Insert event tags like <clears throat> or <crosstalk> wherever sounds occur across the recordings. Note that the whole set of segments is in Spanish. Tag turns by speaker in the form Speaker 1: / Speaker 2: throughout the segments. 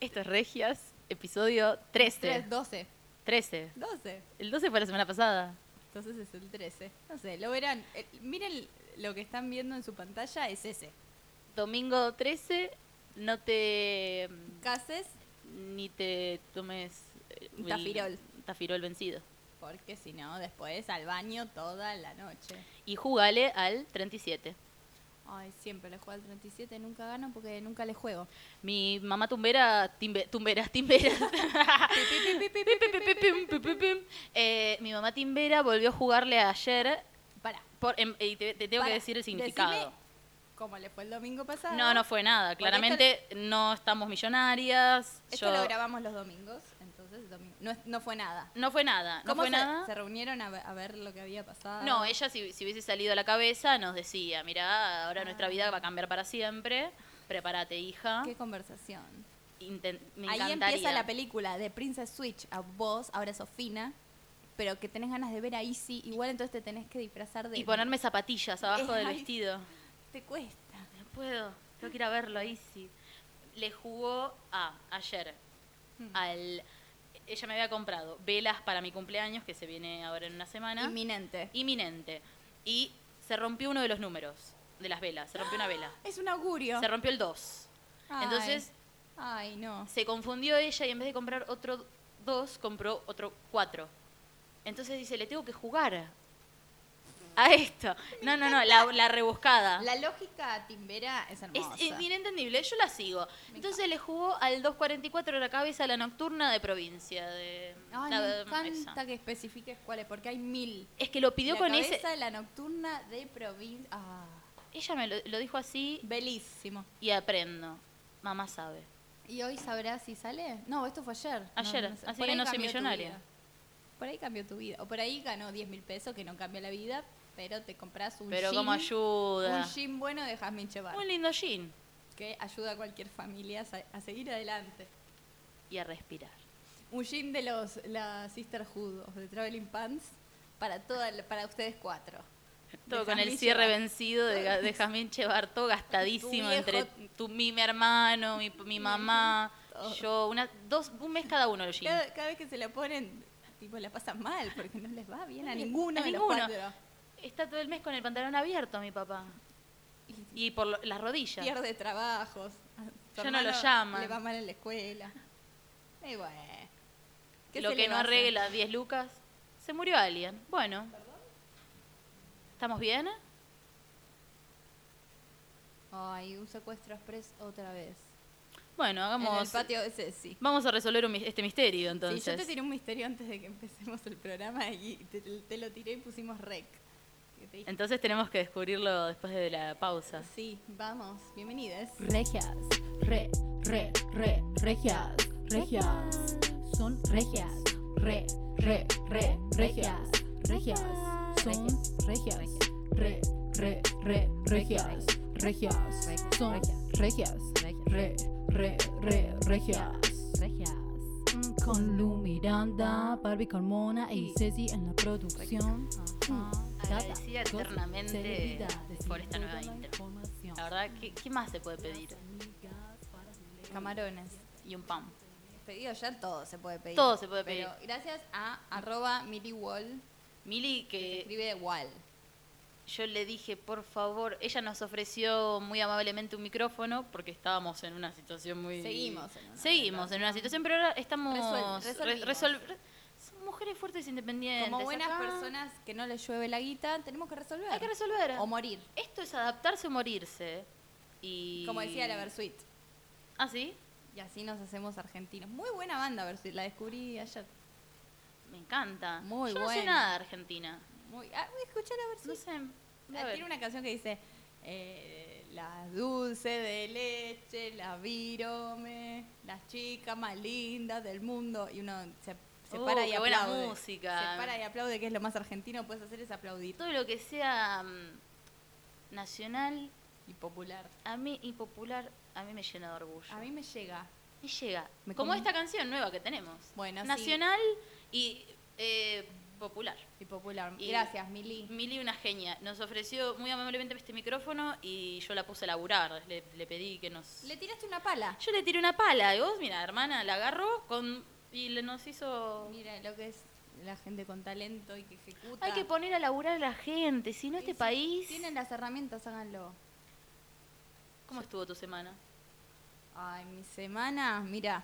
Speaker 1: Esto es Regias, episodio 13.
Speaker 2: 3, 12.
Speaker 1: 13.
Speaker 2: 12.
Speaker 1: El 12 fue la semana pasada.
Speaker 2: Entonces es el 13. No sé, lo verán. Eh, miren lo que están viendo en su pantalla, es ese.
Speaker 1: Domingo 13, no te.
Speaker 2: Cases,
Speaker 1: ni te tomes. eh, el-
Speaker 2: Tafirol.
Speaker 1: Tafirol vencido.
Speaker 2: porque si no, después al baño toda la noche.
Speaker 1: Y jugale al 37.
Speaker 2: Ay, siempre le juego al 37, nunca gano porque nunca le juego. <laughs>
Speaker 1: Mi mamá tumbera. Timbe, tumberas, <laughs> timberas. Eh, mi mamá timbera volvió a jugarle ayer.
Speaker 2: Para.
Speaker 1: por- em, y te, te tengo que decir el significado.
Speaker 2: Como le fue el domingo pasado.
Speaker 1: No, no fue nada.
Speaker 2: Porque esto-
Speaker 1: Claramente no estamos millonarias.
Speaker 2: Esto
Speaker 1: yo-
Speaker 2: lo grabamos los domingos, entonces el domingo. No, es- no fue nada.
Speaker 1: No fue nada. No
Speaker 2: ¿Cómo
Speaker 1: fue
Speaker 2: se,
Speaker 1: nada.
Speaker 2: se reunieron a ver, a ver lo que había pasado?
Speaker 1: No, ella si, si hubiese salido a la cabeza nos decía, mirá, ahora nuestra vida va a cambiar para siempre, prepárate hija.
Speaker 2: Ah. Qué conversación.
Speaker 1: Inten- me
Speaker 2: Ahí
Speaker 1: encantaría.
Speaker 2: empieza la película de Princess Switch a vos, ahora Sofina, pero que tenés ganas de ver a Izzy, igual entonces te tenés que disfrazar de...
Speaker 1: Y ponerme zapatillas abajo del
Speaker 2: Ay.
Speaker 1: vestido.
Speaker 2: Te cuesta.
Speaker 1: No puedo, tengo que ir a verlo ahí sí. Le jugó a ayer Mm.
Speaker 2: Hmm.
Speaker 1: al ella me había comprado velas para mi cumpleaños que se viene ahora en una semana.
Speaker 2: Inminente.
Speaker 1: inminente. Y se rompió uno de los números de las velas, se rompió una
Speaker 2: <gasps>
Speaker 1: vela.
Speaker 2: Es un augurio.
Speaker 1: Se rompió el 2.
Speaker 2: Ay.
Speaker 1: Entonces
Speaker 2: Ay, no.
Speaker 1: se confundió ella y en vez de comprar otro 2, compró otro 4. Entonces dice, le tengo que jugar a esto. No, no, no, la, la rebuscada.
Speaker 2: La lógica timbera es
Speaker 1: Ah. es,
Speaker 2: hermosa.
Speaker 1: es bien entendible, yo la sigo. Entonces le jugó al 244 de la cabeza la nocturna de provincia. De,
Speaker 2: Ay,
Speaker 1: la-
Speaker 2: me
Speaker 1: esa.
Speaker 2: encanta que especifiques cuáles, porque hay mil.
Speaker 1: Es que lo pidió
Speaker 2: la
Speaker 1: con
Speaker 2: cabeza
Speaker 1: ese...
Speaker 2: de la nocturna de provincia. Ah,
Speaker 1: Ella me lo, lo dijo así
Speaker 2: belísimo.
Speaker 1: y aprendo. Mamá sabe.
Speaker 2: ¿Y hoy sabrás si sale? No, esto fue ayer. No,
Speaker 1: Ayer,
Speaker 2: no sé.
Speaker 1: así
Speaker 2: Por
Speaker 1: que
Speaker 2: ahí
Speaker 1: no soy
Speaker 2: cambió tu
Speaker 1: millonaria.
Speaker 2: vida. Por ahí cambió tu vida. O por ahí ganó 10 mil pesos, que no cambia la vida, pero te compras un
Speaker 1: Pero
Speaker 2: jean.
Speaker 1: como
Speaker 2: Un
Speaker 1: ayuda.
Speaker 2: jean bueno de Jasmine Cheval,
Speaker 1: Un lindo jean.
Speaker 2: que ayuda a cualquier familia a, sa- a seguir adelante.
Speaker 1: Y a respirar.
Speaker 2: Un jean de los la Sisterhood, o de Traveling Pants, para, toda, la- para ustedes cuatro.
Speaker 1: Todo
Speaker 2: De
Speaker 1: con el
Speaker 2: Jasmine
Speaker 1: cierre
Speaker 2: Cheval.
Speaker 1: vencido de, Ga- de Jasmine Chevar, todo gastadísimo
Speaker 2: Tu viejo.
Speaker 1: entre tu, mi, mi hermano, mi, mi mamá,
Speaker 2: Todo.
Speaker 1: yo, una, dos, un mes cada uno el jean.
Speaker 2: Cada, cada vez que se la ponen, tipo, la pasan mal, porque no les va
Speaker 1: <laughs>
Speaker 2: bien a ninguno
Speaker 1: a
Speaker 2: de los
Speaker 1: ninguno.
Speaker 2: cuatro.
Speaker 1: Está todo el mes con el pantalón abierto mi papá.
Speaker 2: Y-
Speaker 1: Y por lo- las rodillas.
Speaker 2: pierde trabajos. a tu
Speaker 1: Ya no lo
Speaker 2: hermano
Speaker 1: llaman.
Speaker 2: Le va mal en la escuela. Y bueno, ¿qué
Speaker 1: Lo
Speaker 2: se
Speaker 1: que
Speaker 2: le
Speaker 1: no
Speaker 2: va a hacer?
Speaker 1: arregla 10 lucas. Se murió alguien. Bueno. ¿Estamos bien?
Speaker 2: Ay, un secuestro express otra vez.
Speaker 1: Bueno,
Speaker 2: En el
Speaker 1: hagamos.
Speaker 2: patio de Ceci.
Speaker 1: Vamos a resolver un mis- este misterio
Speaker 2: Sí,
Speaker 1: entonces.
Speaker 2: yo te tiré un misterio antes de que empecemos el programa y te, te lo tiré y pusimos rec. Que te dije,
Speaker 1: Entonces tenemos que descubrirlo después de la pausa.
Speaker 2: Sí, vamos, bienvenidas.
Speaker 3: Regias, re, re, re, regias, regias, son regias, re, re, re, regias, regias, son regias, re, re, re, regias, regias, son regias, re, re, re, regias. Con Lu Miranda, Barbie con Mona y Ceci en la producción. Mm.
Speaker 1: Agradecida
Speaker 3: Data,
Speaker 1: eternamente
Speaker 3: celebridades
Speaker 1: por esta
Speaker 3: y
Speaker 1: nueva
Speaker 3: toda
Speaker 1: intro.
Speaker 3: información.
Speaker 1: La verdad, ¿qué, qué más se puede pedir?
Speaker 2: Camarones.
Speaker 1: Y un pan.
Speaker 2: Pedido ya todo se puede pedir.
Speaker 1: Todo se puede
Speaker 2: Pero gracias a arroba miliwall,
Speaker 1: Mili,
Speaker 2: que se
Speaker 1: que
Speaker 2: escribe de wall.
Speaker 1: yo le dije, por favor, ella nos ofreció muy amablemente un micrófono porque estábamos en una situación muy...
Speaker 2: Seguimos en una
Speaker 1: Seguimos en una situación, pero ahora estamos...
Speaker 2: Resuel-
Speaker 1: re-
Speaker 2: resolvimos.
Speaker 1: resol- re- Son mujeres fuertes e independientes.
Speaker 2: Como buenas
Speaker 1: acá
Speaker 2: personas que no les llueve la guita, tenemos que resolver.
Speaker 1: Hay que resolver.
Speaker 2: O morir.
Speaker 1: Esto es adaptarse o morirse. Y...
Speaker 2: Como decía la Versuit.
Speaker 1: ¿Ah, sí?
Speaker 2: Y así nos hacemos argentinos. Muy buena banda Versuit, la descubrí ayer.
Speaker 1: Me encanta.
Speaker 2: Muy
Speaker 1: Yo no sé
Speaker 2: buena.
Speaker 1: nada de Argentina.
Speaker 2: Muy, ah, escuchá la
Speaker 1: No
Speaker 2: Versuit.
Speaker 1: sé. voy a
Speaker 2: Ah,
Speaker 1: ver.
Speaker 2: tiene una canción que dice, eh, las dulces de leche, las virome, las chicas más lindas del mundo. Y uno se, se
Speaker 1: Uh,
Speaker 2: para y
Speaker 1: qué buena
Speaker 2: aplaude.
Speaker 1: música.
Speaker 2: Se para y aplaude, que es lo más argentino que puedes hacer es aplaudir.
Speaker 1: Todo lo que sea mm, nacional
Speaker 2: Y popular.
Speaker 1: a mí y popular a mí me llena de orgullo.
Speaker 2: A mí me llega.
Speaker 1: me llega.
Speaker 2: me
Speaker 1: Como
Speaker 2: con-
Speaker 1: esta canción nueva que tenemos.
Speaker 2: Bueno, sí.
Speaker 1: nacional y eh, popular.
Speaker 2: y popular.
Speaker 1: Y-
Speaker 2: Gracias, Mili.
Speaker 1: Mili, una genia, nos ofreció muy amablemente este micrófono y yo la puse a laburar. Le, le pedí que nos.
Speaker 2: Le tiraste una pala.
Speaker 1: Yo le tiré una pala y vos, mira, hermana, la agarró con... y le nos hizo.
Speaker 2: Mira lo que es la gente con talento y que ejecuta.
Speaker 1: Hay que poner a laburar a la gente, si no,
Speaker 2: Y
Speaker 1: este
Speaker 2: si
Speaker 1: país.
Speaker 2: Tienen las herramientas, háganlo.
Speaker 1: ¿Cómo estuvo tu semana?
Speaker 2: Eh, Ay, mi semana, mira.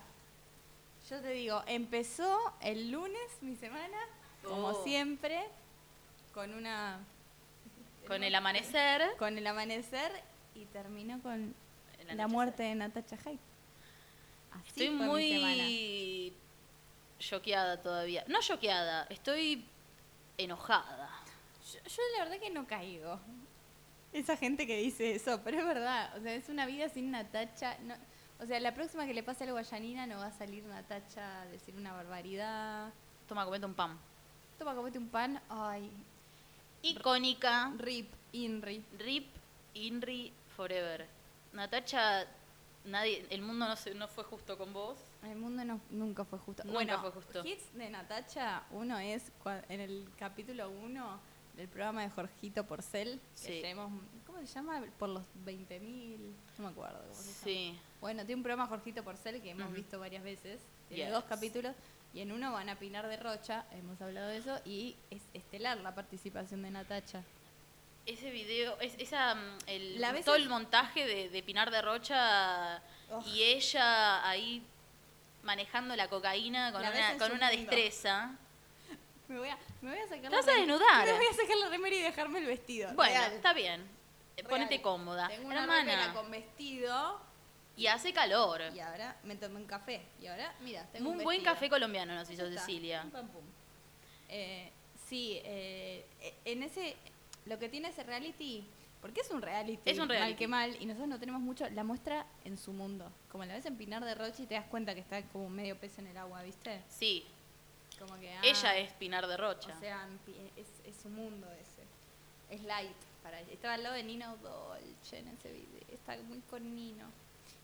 Speaker 2: Yo te digo, empezó el lunes mi semana, como
Speaker 1: Oh.
Speaker 2: siempre, con una
Speaker 1: Con el amanecer.
Speaker 2: con el amanecer y terminó con
Speaker 1: el
Speaker 2: la,
Speaker 1: anochecer.
Speaker 2: muerte de Natacha Hyde. Así
Speaker 1: Estoy
Speaker 2: fue mi semana.
Speaker 1: muy. choqueada todavía. No choqueada, estoy enojada.
Speaker 2: Yo, yo la verdad que no caigo. Esa gente que dice eso, pero es verdad. O sea, es una vida sin Natacha. No, o sea, la próxima que le pase algo a Yanina no va a salir Natacha a decir una barbaridad.
Speaker 1: Toma, comete un pan.
Speaker 2: Toma, comete un pan. Ay,
Speaker 1: Icónica.
Speaker 2: rip, Inri.
Speaker 1: Rip, Inri, Forever. Natacha, nadie, el mundo no, se- no fue justo con vos.
Speaker 2: El mundo no- nunca fue justo.
Speaker 1: Nunca
Speaker 2: bueno,
Speaker 1: fue justo.
Speaker 2: Hits de Natacha, uno es cua- en el capítulo 1 del programa de Jorgito Porcel.
Speaker 1: Sí.
Speaker 2: Que llevamos- ¿Cómo se llama? Por los 20.000. No me acuerdo. Cómo se llama.
Speaker 1: Sí.
Speaker 2: Bueno, tiene un programa Jorgito Porcel que hemos
Speaker 1: Ujú.
Speaker 2: visto varias veces. Tiene
Speaker 1: Yes.
Speaker 2: dos capítulos. Y en uno van a Pinar de Rocha, hemos hablado de eso, y es estelar la participación de Natacha.
Speaker 1: Ese video, es, esa, mm, el,
Speaker 2: La vez
Speaker 1: todo
Speaker 2: es-
Speaker 1: el montaje de, de Pinar de Roja
Speaker 2: Ugh.
Speaker 1: y ella ahí manejando la cocaína con
Speaker 2: La ves
Speaker 1: una,
Speaker 2: en
Speaker 1: con
Speaker 2: su
Speaker 1: una
Speaker 2: mundo.
Speaker 1: destreza.
Speaker 2: Me voy a, me voy a sacar
Speaker 1: Te vas a
Speaker 2: rem-
Speaker 1: desnudar.
Speaker 2: Me voy a sacar la remera y dejarme el vestido.
Speaker 1: Bueno,
Speaker 2: Real.
Speaker 1: está bien. Eh, Ponete
Speaker 2: Real.
Speaker 1: cómoda.
Speaker 2: Tengo una remera
Speaker 1: Hermana,
Speaker 2: con vestido
Speaker 1: y hace calor.
Speaker 2: y ahora me tomé un café. Y ahora, mira, tengo
Speaker 1: un buen café colombiano nos hizo Cecilia.
Speaker 2: Cecilia. Eh, sí, eh, e- en ese. Lo que tiene ese reality. Porque es un reality.
Speaker 1: Es un reality.
Speaker 2: Mal que mal. Y nosotros no tenemos mucho. La muestra en su mundo. Como la ves en Pinar de Roche y te das cuenta que está como medio pez en el agua, ¿viste?
Speaker 1: Sí,
Speaker 2: Como que. ah,
Speaker 1: ella es Pinar de Rocha.
Speaker 2: O sea, empi- es, es su mundo ese. Es light. Para ella. Estaba al lado de Nino Dolce en ese video. Está muy con Nino.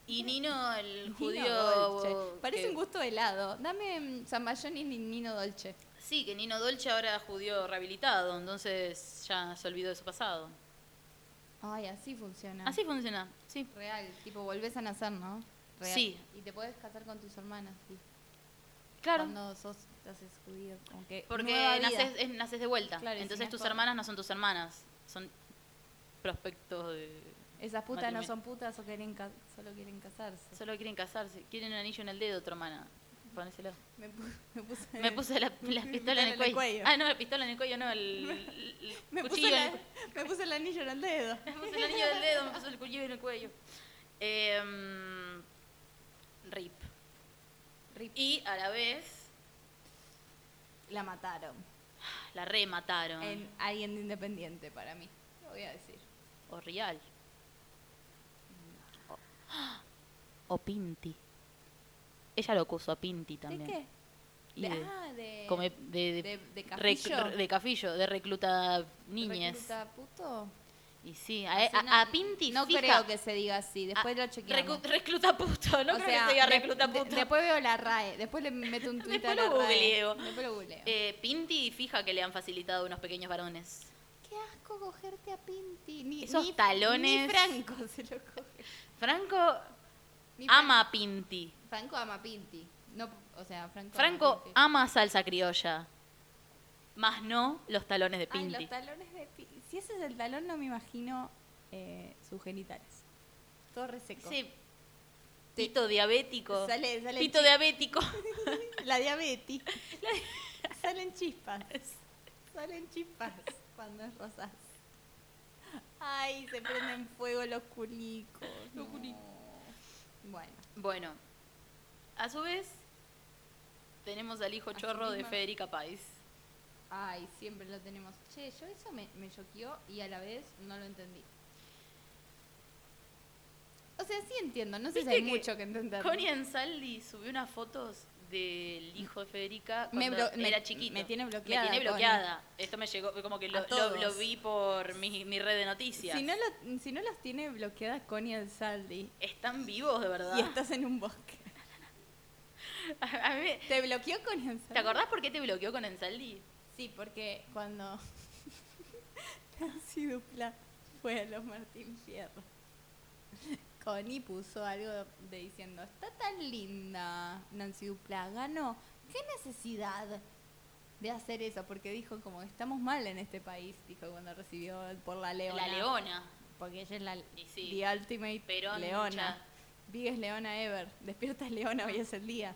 Speaker 1: y Nino, el
Speaker 2: Nino
Speaker 1: judío...
Speaker 2: Dolce. Parece
Speaker 1: que-
Speaker 2: un gusto de helado. Dame mm, zamballón y Nino Dolce.
Speaker 1: Sí, que Nino Dolce ahora es judío rehabilitado, entonces ya se olvidó de su pasado.
Speaker 2: Ay, así funciona.
Speaker 1: Así funciona, sí.
Speaker 2: Real, tipo, volvés a nacer, ¿no? Real.
Speaker 1: Sí.
Speaker 2: Y te podés casar con tus hermanas, sí.
Speaker 1: Claro,
Speaker 2: Cuando sos, te haces judío. Como que nueva
Speaker 1: porque
Speaker 2: vida.
Speaker 1: naces, es- naces de vuelta.
Speaker 2: Claro, y si
Speaker 1: entonces
Speaker 2: no
Speaker 1: tus
Speaker 2: con-
Speaker 1: hermanas no son tus hermanas, son prospectos de...
Speaker 2: Esas putas
Speaker 1: Matrimonio.
Speaker 2: no son putas o quieren ca- solo quieren casarse.
Speaker 1: Solo quieren casarse, quieren un anillo en el dedo, tu hermana. Ponéselo.
Speaker 2: Me, pu- me puse,
Speaker 1: Me puse
Speaker 2: <laughs>
Speaker 1: la, la pistola en el cuello. Ah, no, la pistola en el cuello, no, el, el
Speaker 2: me puse
Speaker 1: cuchillo en el
Speaker 2: la-
Speaker 1: cuello.
Speaker 2: me puse el anillo en el dedo.
Speaker 1: Me puso el anillo del dedo, me puso el cuchillo en el cuello. Em, rip.
Speaker 2: Rip.
Speaker 1: Y a la vez
Speaker 2: La mataron.
Speaker 1: la remataron.
Speaker 2: En alguien de independiente para mí. Lo voy a decir.
Speaker 1: O Rial. O, ¡Ah! o Pinti. Ella lo acusó a Pinti también.
Speaker 2: ¿De qué?
Speaker 1: Y
Speaker 2: De-
Speaker 1: de-
Speaker 2: ah, de.
Speaker 1: Come- de, de-
Speaker 2: de- de
Speaker 1: rec-
Speaker 2: Cafillo.
Speaker 1: de Cafillo, de recluta niñes.
Speaker 2: Recluta puto.
Speaker 1: Y sí, a,
Speaker 2: Si
Speaker 1: Eh, a-
Speaker 2: no-
Speaker 1: a Pinti
Speaker 2: No
Speaker 1: fija-
Speaker 2: creo que se diga así. Después
Speaker 1: a-
Speaker 2: lo chequeamos.
Speaker 1: recu- Ah, recluta puto, no
Speaker 2: O
Speaker 1: creo
Speaker 2: sea,
Speaker 1: que se diga
Speaker 2: de-
Speaker 1: recluta
Speaker 2: de-
Speaker 1: puto.
Speaker 2: después veo la RAE, después le meto un tweet
Speaker 1: Después
Speaker 2: a la
Speaker 1: lo
Speaker 2: RAE.
Speaker 1: googleo.
Speaker 2: Después lo googleo.
Speaker 1: Eh, Pinti fija que le han facilitado unos pequeños varones.
Speaker 2: Qué asco cogerte a Pinti. Ni,
Speaker 1: esos
Speaker 2: ni-
Speaker 1: talones.
Speaker 2: Ni Franco <laughs> se lo coge.
Speaker 1: Franco
Speaker 2: Ni Fra-
Speaker 1: ama a Pinti.
Speaker 2: Franco ama a Pinti. No, o sea, Franco. ama a
Speaker 1: Franco
Speaker 2: Pinti.
Speaker 1: ama salsa criolla. Más no los talones de
Speaker 2: Ay,
Speaker 1: Pinti.
Speaker 2: Ah, los talones de Pinti. Si ese es el talón, no me imagino eh, sus genitales. Todo reseco.
Speaker 1: Ese pito diabético.
Speaker 2: Sale, sale
Speaker 1: Pito diabético.
Speaker 2: La diabetes. <laughs> Salen chispas. Salen chispas cuando es rosas. Ay, se prenden fuego los culicos.
Speaker 1: Los
Speaker 2: no.
Speaker 1: culicos.
Speaker 2: <laughs> Bueno.
Speaker 1: Bueno, a su vez, tenemos al hijo
Speaker 2: A su
Speaker 1: chorro de
Speaker 2: misma-
Speaker 1: Federica Pais.
Speaker 2: Ay, siempre lo tenemos. Che, yo eso me, me choqueó y a la vez no lo entendí. O sea, sí entiendo, no sé si
Speaker 1: Viste
Speaker 2: hay
Speaker 1: que
Speaker 2: mucho que entender.
Speaker 1: Connie Ansaldi subió unas fotos del hijo de Federica
Speaker 2: Me
Speaker 1: cuando
Speaker 2: blo- me-
Speaker 1: era chiquito.
Speaker 2: me tiene bloqueada,
Speaker 1: Me tiene
Speaker 2: Connie.
Speaker 1: bloqueada. Esto me llegó, como que lo,
Speaker 2: A
Speaker 1: lo-
Speaker 2: todos.
Speaker 1: lo vi por mi, mi red de noticias.
Speaker 2: Si no, lo- si no las tiene bloqueadas Connie el Saldi
Speaker 1: Están vivos, de verdad. <laughs>
Speaker 2: y estás en un bosque.
Speaker 1: A- a mí me-
Speaker 2: ¿Te bloqueó Connie el Saldi?
Speaker 1: ¿Te acordás por qué te bloqueó con Ansaldi?
Speaker 2: Sí, porque cuando <laughs> Nancy Dupla fue a los Martín Fierro, Connie puso algo de diciendo, está tan linda Nancy Dupla, ganó. ¿Qué necesidad de hacer eso? Porque dijo como, estamos mal en este país, dijo cuando recibió por la leona.
Speaker 1: La leona.
Speaker 2: Porque ella es la
Speaker 1: Y sí.
Speaker 2: the ultimate
Speaker 1: Perón,
Speaker 2: leona.
Speaker 1: mucha.
Speaker 2: Vives Leona Ever, despiertas Leona, hoy es el día.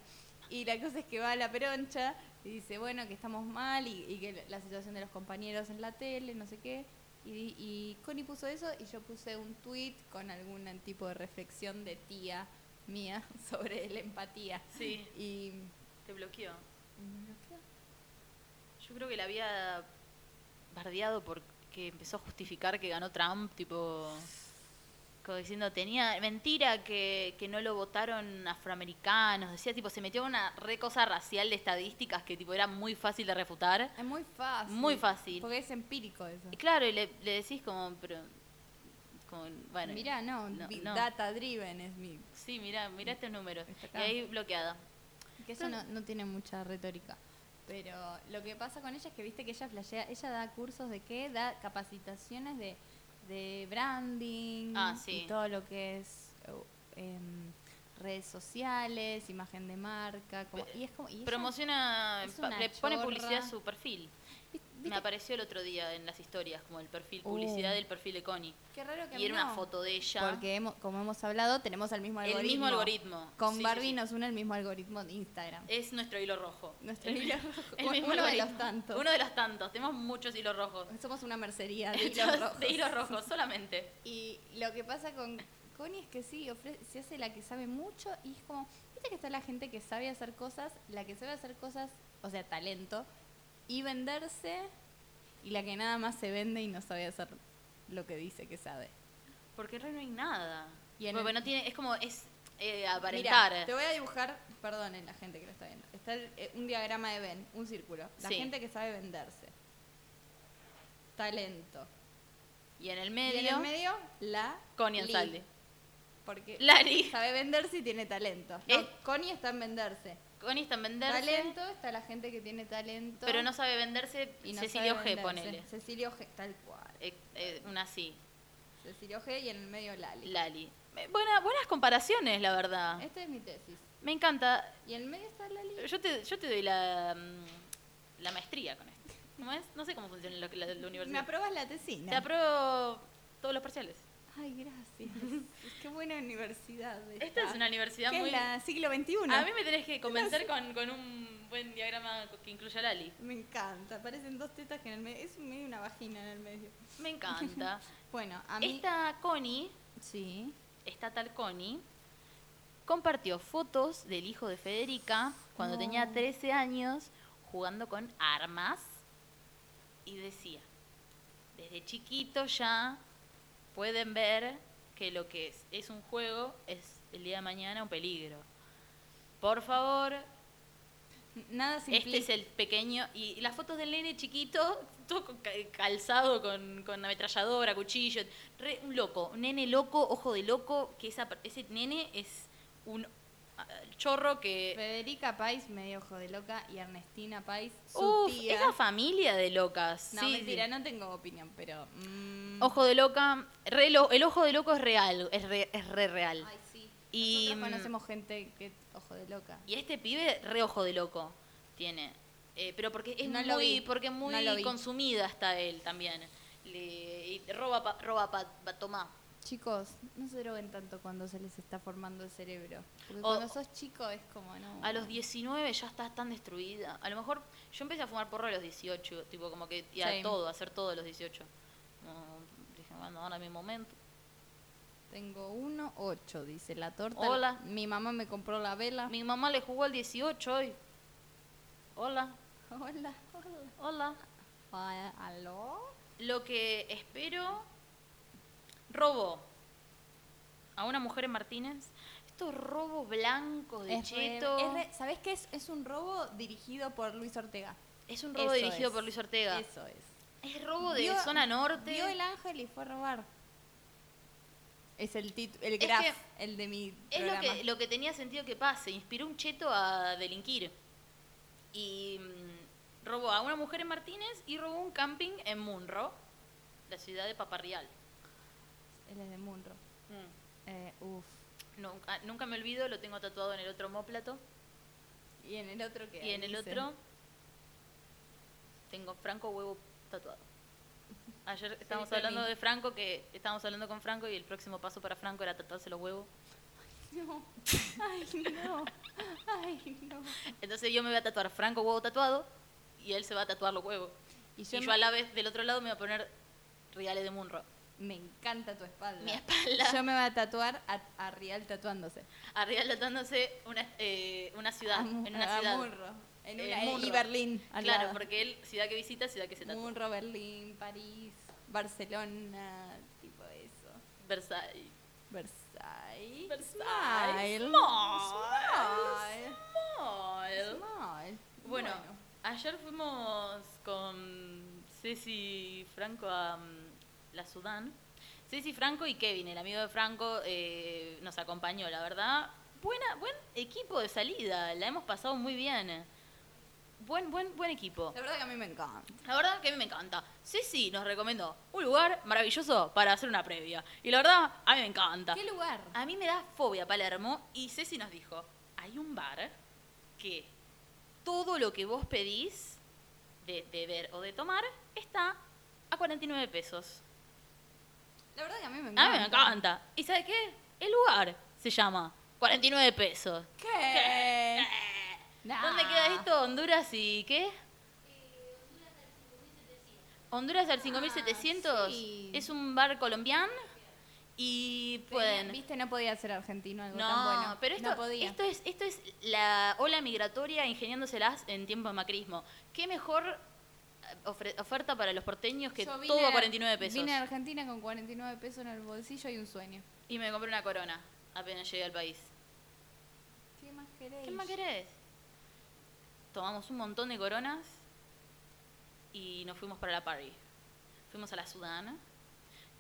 Speaker 2: Y la cosa es que va a la peroncha y dice, bueno, que estamos mal y, y que la situación de los compañeros en la tele, no sé qué. Y, di- y Connie puso eso y yo puse un tweet con algún tipo de reflexión de tía mía <laughs> sobre la empatía.
Speaker 1: Sí,
Speaker 2: Y...
Speaker 1: te bloqueó. Yo creo que la había bardeado porque empezó a justificar que ganó Trump, tipo. Como diciendo, tenía. Mentira que, que no lo votaron afroamericanos. Decía, tipo, se metió en una re cosa racial de estadísticas que, tipo, era muy fácil de refutar.
Speaker 2: Es muy fácil.
Speaker 1: Muy fácil.
Speaker 2: Porque es empírico eso.
Speaker 1: Y claro, y le, le decís, como, pero. Como, bueno.
Speaker 2: Mirá, no,
Speaker 1: no,
Speaker 2: big
Speaker 1: no.
Speaker 2: data driven es mi...
Speaker 1: Sí, mirá, mirá estos números.
Speaker 2: Está
Speaker 1: Y
Speaker 2: acá.
Speaker 1: ahí bloqueada.
Speaker 2: Que eso no, no tiene mucha retórica. Pero lo que pasa con ella es que viste que ella flashea, ella da cursos de qué, da capacitaciones de, de branding
Speaker 1: Ah, sí.
Speaker 2: y todo lo que es oh, em, redes sociales, imagen de marca, como, y es como y ella-
Speaker 1: Promociona,
Speaker 2: es
Speaker 1: pa-
Speaker 2: una
Speaker 1: le pone
Speaker 2: chorra.
Speaker 1: publicidad a su perfil.
Speaker 2: vi-
Speaker 1: Me
Speaker 2: viste,
Speaker 1: apareció el otro día en las historias, como el perfil,
Speaker 2: Oh.
Speaker 1: publicidad del perfil de Connie.
Speaker 2: qué raro que
Speaker 1: Y era
Speaker 2: no,
Speaker 1: una foto de ella.
Speaker 2: porque hemos- como hemos hablado tenemos el mismo
Speaker 1: el
Speaker 2: algoritmo.
Speaker 1: mismo algoritmo.
Speaker 2: Con
Speaker 1: Sí, sí,
Speaker 2: Barbie
Speaker 1: sí.
Speaker 2: nos une el mismo algoritmo de Instagram.
Speaker 1: Es nuestro hilo rojo.
Speaker 2: <laughs> Nuestro
Speaker 1: El-
Speaker 2: hilo rojo.
Speaker 1: <laughs> el mismo
Speaker 2: Uno de
Speaker 1: algoritmo.
Speaker 2: los tantos.
Speaker 1: Uno de los tantos. Tenemos muchos hilos
Speaker 2: <laughs>
Speaker 1: rojos.
Speaker 2: Somos una
Speaker 1: <laughs>
Speaker 2: mercería de
Speaker 1: Entonces,
Speaker 2: hilos rojos.
Speaker 1: de hilos rojos, solamente.
Speaker 2: Y lo que pasa con Connie es que sí, ofre- se hace la que sabe mucho y es como, viste que está la gente que sabe hacer cosas, la que sabe hacer cosas, o sea, talento, y venderse, y la que nada más se vende y no sabe hacer lo que dice que sabe.
Speaker 1: Porque re no hay nada.
Speaker 2: Y en
Speaker 1: Porque
Speaker 2: el-
Speaker 1: no tiene, es como, es eh,
Speaker 2: Mirá,
Speaker 1: aparentar.
Speaker 2: te voy a dibujar, perdonen la gente que lo está viendo, está el- eh, un diagrama de Venn, un círculo, la
Speaker 1: Sí.
Speaker 2: gente que sabe venderse. Talento.
Speaker 1: Y en el
Speaker 2: Y
Speaker 1: medio,
Speaker 2: en el medio, la...
Speaker 1: Connie
Speaker 2: Lee.
Speaker 1: Ansaldi.
Speaker 2: Porque
Speaker 1: Lari.
Speaker 2: sabe venderse y tiene talento. No,
Speaker 1: Es-
Speaker 2: Connie está en venderse.
Speaker 1: Connie está en venderse,
Speaker 2: Talento, está la gente que tiene talento.
Speaker 1: pero no sabe venderse.
Speaker 2: y no
Speaker 1: Cecilio
Speaker 2: sabe
Speaker 1: G,
Speaker 2: venderse.
Speaker 1: ponele.
Speaker 2: Cecilio G, tal cual.
Speaker 1: Eh, eh, una así.
Speaker 2: Cecilio G y en el medio Lali.
Speaker 1: Lali. Eh, buena- buenas comparaciones, la verdad.
Speaker 2: Esta es mi tesis.
Speaker 1: Me encanta.
Speaker 2: Y en el medio está Lali.
Speaker 1: Yo te, yo te doy la, mm, la maestría con esto. ¿Cómo es? No sé cómo funciona lo que- la, la
Speaker 2: Me
Speaker 1: universidad.
Speaker 2: aprobas la
Speaker 1: te
Speaker 2: tesina.
Speaker 1: apruebo todos los parciales.
Speaker 2: Ay, gracias. <laughs> Qué buena universidad.
Speaker 1: Esta es una universidad
Speaker 2: ¿Qué
Speaker 1: muy...
Speaker 2: es la siglo XXI.
Speaker 1: A mí me tenés que convencer con, con un buen diagrama que incluya a Lali.
Speaker 2: Me encanta. Parecen dos tetas que en el medio. Es medio una vagina en el medio.
Speaker 1: Me encanta.
Speaker 2: Bueno, <laughs> a mí.
Speaker 1: Esta Connie,
Speaker 2: Sí.
Speaker 1: esta tal Connie, compartió fotos del hijo de Federica cuando
Speaker 2: No.
Speaker 1: tenía 13 años jugando con armas y decía, desde chiquito ya pueden ver que lo que es, es un juego es el día de mañana un peligro. Por favor,
Speaker 2: Nada
Speaker 1: este
Speaker 2: simple.
Speaker 1: es el pequeño. Y las fotos del nene chiquito, todo con ca- calzado con, con ametralladora, cuchillo. Re- un loco, un nene loco, ojo de loco, que esa, per- ese nene es un ah, chorro que...
Speaker 2: Federica Pais, medio ojo de loca, y Ernestina Pais, su
Speaker 1: Uf,
Speaker 2: tía.
Speaker 1: esa familia de locas.
Speaker 2: No,
Speaker 1: sí,
Speaker 2: mentira,
Speaker 1: sí.
Speaker 2: no tengo opinión, pero. mm,
Speaker 1: Ojo de loca, re lo- el ojo de loco es real, es re, es re real.
Speaker 2: Ay, sí.
Speaker 1: Y,
Speaker 2: Nosotros
Speaker 1: mm,
Speaker 2: conocemos gente que ojo de loca.
Speaker 1: Y este pibe re ojo de loco tiene. Eh, pero porque es
Speaker 2: No lo vi,
Speaker 1: muy, porque muy
Speaker 2: no lo vi.
Speaker 1: consumida está él también. Le, y roba pa, roba pa, pa tomar.
Speaker 2: Chicos, no se droguen tanto cuando se les está formando el cerebro. Porque
Speaker 1: O-
Speaker 2: cuando sos chico es como, no.
Speaker 1: A los 19 ya estás tan destruida. A lo mejor yo empecé a fumar porro a los 18, tipo como que y a
Speaker 2: Same.
Speaker 1: todo, a hacer todo a los 18. Como, dije, bueno, ahora es mi momento.
Speaker 2: Tengo uno, ocho, dice la torta.
Speaker 1: Hola.
Speaker 2: Mi mamá me compró la vela.
Speaker 1: Mi mamá le jugó al 18 hoy. Hola,
Speaker 2: <laughs> Hola, hola.
Speaker 1: hola.
Speaker 2: Ah, ¿Aló?
Speaker 1: Lo que espero. Robo. A una mujer en Martínez. Esto es robo blanco de
Speaker 2: Es re-
Speaker 1: cheto.
Speaker 2: es re- ¿Sabés qué es? Es un robo dirigido por Luis Ortega.
Speaker 1: Es un robo
Speaker 2: Eso
Speaker 1: dirigido
Speaker 2: es.
Speaker 1: por Luis Ortega. Es,
Speaker 2: Eso es.
Speaker 1: robo de
Speaker 2: Vio-
Speaker 1: zona norte.
Speaker 2: Vio el ángel y fue a robar. Es el título, el
Speaker 1: Es
Speaker 2: graph,
Speaker 1: que-
Speaker 2: el de mi
Speaker 1: es lo
Speaker 2: programa.
Speaker 1: que, lo que tenía sentido que pase. Inspiró un cheto a delinquir. Y mm, robó a una mujer en Martínez y robó un camping en Munro, la ciudad de Paparrial.
Speaker 2: Él es de Munro. Eh, uf.
Speaker 1: Nunca, nunca me olvido, lo tengo tatuado en el otro homóplato.
Speaker 2: Y en el otro que
Speaker 1: Y en el otro tengo Franco Huevo tatuado. Ayer estábamos
Speaker 2: dice
Speaker 1: hablando
Speaker 2: Lin.
Speaker 1: de Franco, que estábamos hablando con Franco y el próximo paso para Franco era tatuarse los huevos.
Speaker 2: No. Ay, no. Ay, no.
Speaker 1: Entonces yo me voy a tatuar Franco Huevo tatuado y él se va a tatuar los huevos.
Speaker 2: Y
Speaker 1: y yo a la vez del otro lado me voy a poner Reales de Munro.
Speaker 2: Me encanta tu espalda.
Speaker 1: Mi espalda.
Speaker 2: Yo me voy a tatuar a, a Rial tatuándose.
Speaker 1: A Real tatuándose una, eh, una ciudad.
Speaker 2: A Mu-
Speaker 1: en una
Speaker 2: a
Speaker 1: ciudad.
Speaker 2: Munro. En
Speaker 1: Eh,
Speaker 2: una, y-
Speaker 1: Munro.
Speaker 2: y Berlín. al
Speaker 1: Claro,
Speaker 2: lado.
Speaker 1: porque él, ciudad que visita, ciudad que se tatúa.
Speaker 2: Munro, Berlín, París, Barcelona, tipo eso.
Speaker 1: Versailles.
Speaker 2: Versailles.
Speaker 1: Versailles.
Speaker 2: Smile.
Speaker 1: Smile.
Speaker 2: Smile.
Speaker 1: Mall.
Speaker 2: Smile.
Speaker 1: Bueno, ayer fuimos con Ceci Franco a mm, la Sudán. Ceci Franco y Kevin, el amigo de Franco, eh, nos acompañó, la verdad. Buena, buen equipo de salida, la hemos pasado muy bien. Buen, buen, buen equipo.
Speaker 2: La verdad que a mí me encanta.
Speaker 1: La verdad que a mí me encanta. Ceci nos recomendó un lugar maravilloso para hacer una previa. Y la verdad, a mí me encanta.
Speaker 2: ¿Qué lugar?
Speaker 1: A mí me da fobia Palermo y Ceci nos dijo, hay un bar que todo lo que vos pedís de beber o de tomar está a 49 pesos.
Speaker 2: La verdad que a mí me encanta.
Speaker 1: A mí me encanta. ¿Y sabes qué? El lugar se llama 49 pesos.
Speaker 2: ¿Qué? Nah.
Speaker 1: ¿Dónde queda esto? ¿Honduras y
Speaker 2: Eh,
Speaker 1: qué? Honduras al 5700.
Speaker 2: Ah, sí.
Speaker 1: Es un bar colombiano y pueden...
Speaker 2: Viste, no podía ser argentino algo
Speaker 1: No,
Speaker 2: tan bueno.
Speaker 1: pero esto,
Speaker 2: No podía.
Speaker 1: esto es esto es la ola migratoria ingeniándoselas en tiempo de macrismo. Qué mejor eh, ofre- oferta para los porteños que
Speaker 2: Yo vine
Speaker 1: todo a
Speaker 2: de-
Speaker 1: 49 pesos.
Speaker 2: Vine a Argentina con 49 pesos en el bolsillo y un sueño.
Speaker 1: Y me compré una corona apenas llegué al país.
Speaker 2: ¿Qué más querés?
Speaker 1: ¿Qué más querés? Tomamos un montón de coronas y nos fuimos para la party. Fuimos a la Sudana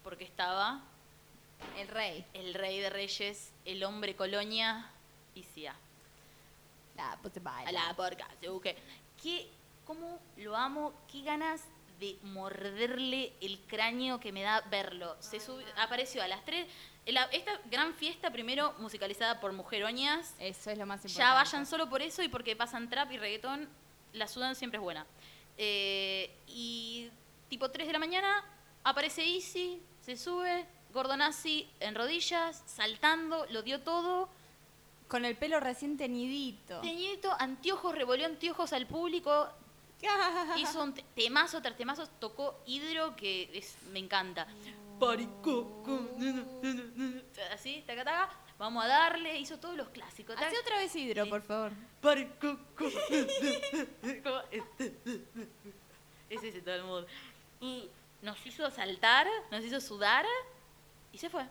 Speaker 1: porque estaba
Speaker 2: El rey.
Speaker 1: el rey de reyes, el hombre colonia y Sia.
Speaker 2: La, pues, baila.
Speaker 1: a la porca, se busque. ¿Qué, ¿Cómo lo amo? ¿Qué ganas de morderle el cráneo que me da verlo? Se sub- apareció a las 3. esta gran fiesta, primero musicalizada por Mujeroñas.
Speaker 2: Eso es lo más importante.
Speaker 1: Ya vayan solo por eso y porque pasan trap y reggaetón. La Sudán siempre es buena. Eh, y tipo 3 de la mañana aparece Easy, se sube, Gordonazzi en rodillas, saltando, lo dio todo.
Speaker 2: Con el pelo recién
Speaker 1: <laughs>
Speaker 2: tenidito.
Speaker 1: Teñito, anteojos, revolvió anteojos al público, hizo un te- temazo tras temazo, tocó Hidro, que es- me encanta. Parico, com, nu, nu, nu, nu, nu, así, taca, taca, vamos a darle, hizo todos los clásicos. tac.
Speaker 2: Hace otra vez hidro, por favor.
Speaker 1: Parico, com, nu, nu, nu, como- Ese es todo el mundo. Y nos hizo saltar, nos hizo sudar y se fue.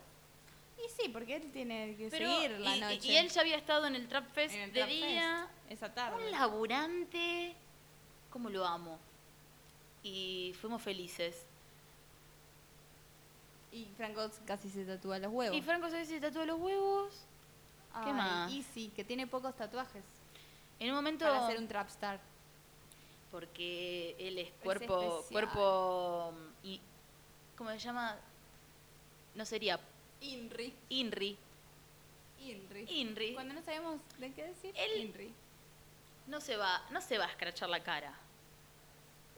Speaker 2: Y sí, porque él tiene que
Speaker 1: Pero-
Speaker 2: seguir la
Speaker 1: y, y-
Speaker 2: noche.
Speaker 1: y él ya había estado en el Trap Fest
Speaker 2: En el
Speaker 1: de
Speaker 2: Trap
Speaker 1: día.
Speaker 2: Fest, Ah, Esa tarde.
Speaker 1: Un laburante, como lo amo. Y fuimos felices.
Speaker 2: Y Franco casi se tatúa los huevos.
Speaker 1: Y Franco se se tatuó los huevos.
Speaker 2: Ay,
Speaker 1: ¿qué más?
Speaker 2: Y sí, que tiene pocos tatuajes.
Speaker 1: En un momento.
Speaker 2: Para ser un trap star.
Speaker 1: Porque él es cuerpo.
Speaker 2: especial.
Speaker 1: cuerpo. mm, Y, ¿Cómo se llama? No sería
Speaker 2: Inri.
Speaker 1: Inri.
Speaker 2: Inri.
Speaker 1: Inri.
Speaker 2: Cuando no sabemos de qué decir,
Speaker 1: Él-
Speaker 2: Inri.
Speaker 1: No se va, no se va a escrachar la cara.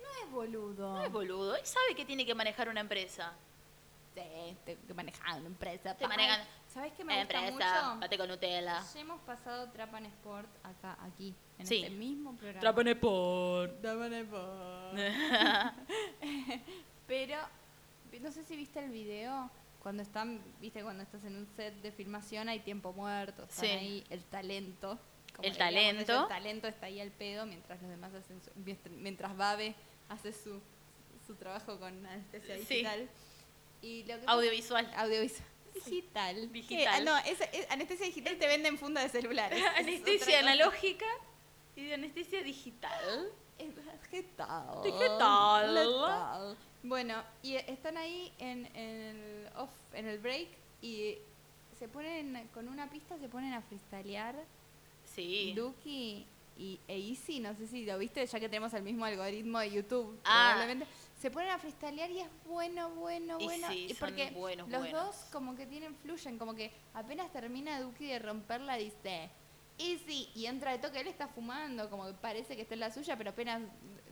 Speaker 2: No es boludo.
Speaker 1: No es boludo. Él sabe que tiene que manejar una empresa.
Speaker 2: Sí, te- este, que manejan una empresa.
Speaker 1: Te manejan-
Speaker 2: ¿Sabes qué me gusta
Speaker 1: Empresa,
Speaker 2: mucho?
Speaker 1: mate con Nutella.
Speaker 2: <laughs> Ya hemos pasado Trapan Sport acá, aquí, en
Speaker 1: Sí.
Speaker 2: este mismo programa.
Speaker 1: Sport. Eh.
Speaker 2: Trapan Sport. Pero, vi- no sé si viste el video, cuando están, viste, cuando estás en un set de filmación hay tiempo muerto, están
Speaker 1: Sí.
Speaker 2: ahí el talento. como
Speaker 1: El
Speaker 2: diríamos
Speaker 1: talento.
Speaker 2: ellos, El talento está ahí al pedo mientras los demás hacen su- mientras- mientras Babe hace su, su trabajo con anestesia
Speaker 1: Sí.
Speaker 2: digital. Y lo que
Speaker 1: <laughs> Audiovisual.
Speaker 2: Audiovisual. Digital.
Speaker 1: Digital.
Speaker 2: Que- ah, no, es, es- anestesia digital te venden funda de celulares. Es otra
Speaker 1: <laughs> anestesia
Speaker 2: cosa.
Speaker 1: analógica y de anestesia digital.
Speaker 2: Es vegetal.
Speaker 1: Vegetal.
Speaker 2: Letal. Bueno, y eh, están ahí en, en el off, en el break y se ponen con una pista se ponen a freestylear
Speaker 1: Sí.
Speaker 2: Duki y e Easy, no sé si lo viste, ya que tenemos el mismo algoritmo de YouTube,
Speaker 1: Ah.
Speaker 2: probablemente, se ponen a freestylear y es bueno, bueno,
Speaker 1: Y
Speaker 2: bueno.
Speaker 1: sí,
Speaker 2: y
Speaker 1: son
Speaker 2: porque
Speaker 1: buenos,
Speaker 2: los
Speaker 1: buenos.
Speaker 2: dos como que tienen, fluyen, como que apenas termina Duki de romperla, dice Easy, y entra de toque, él está fumando, como que parece que está en la suya, pero apenas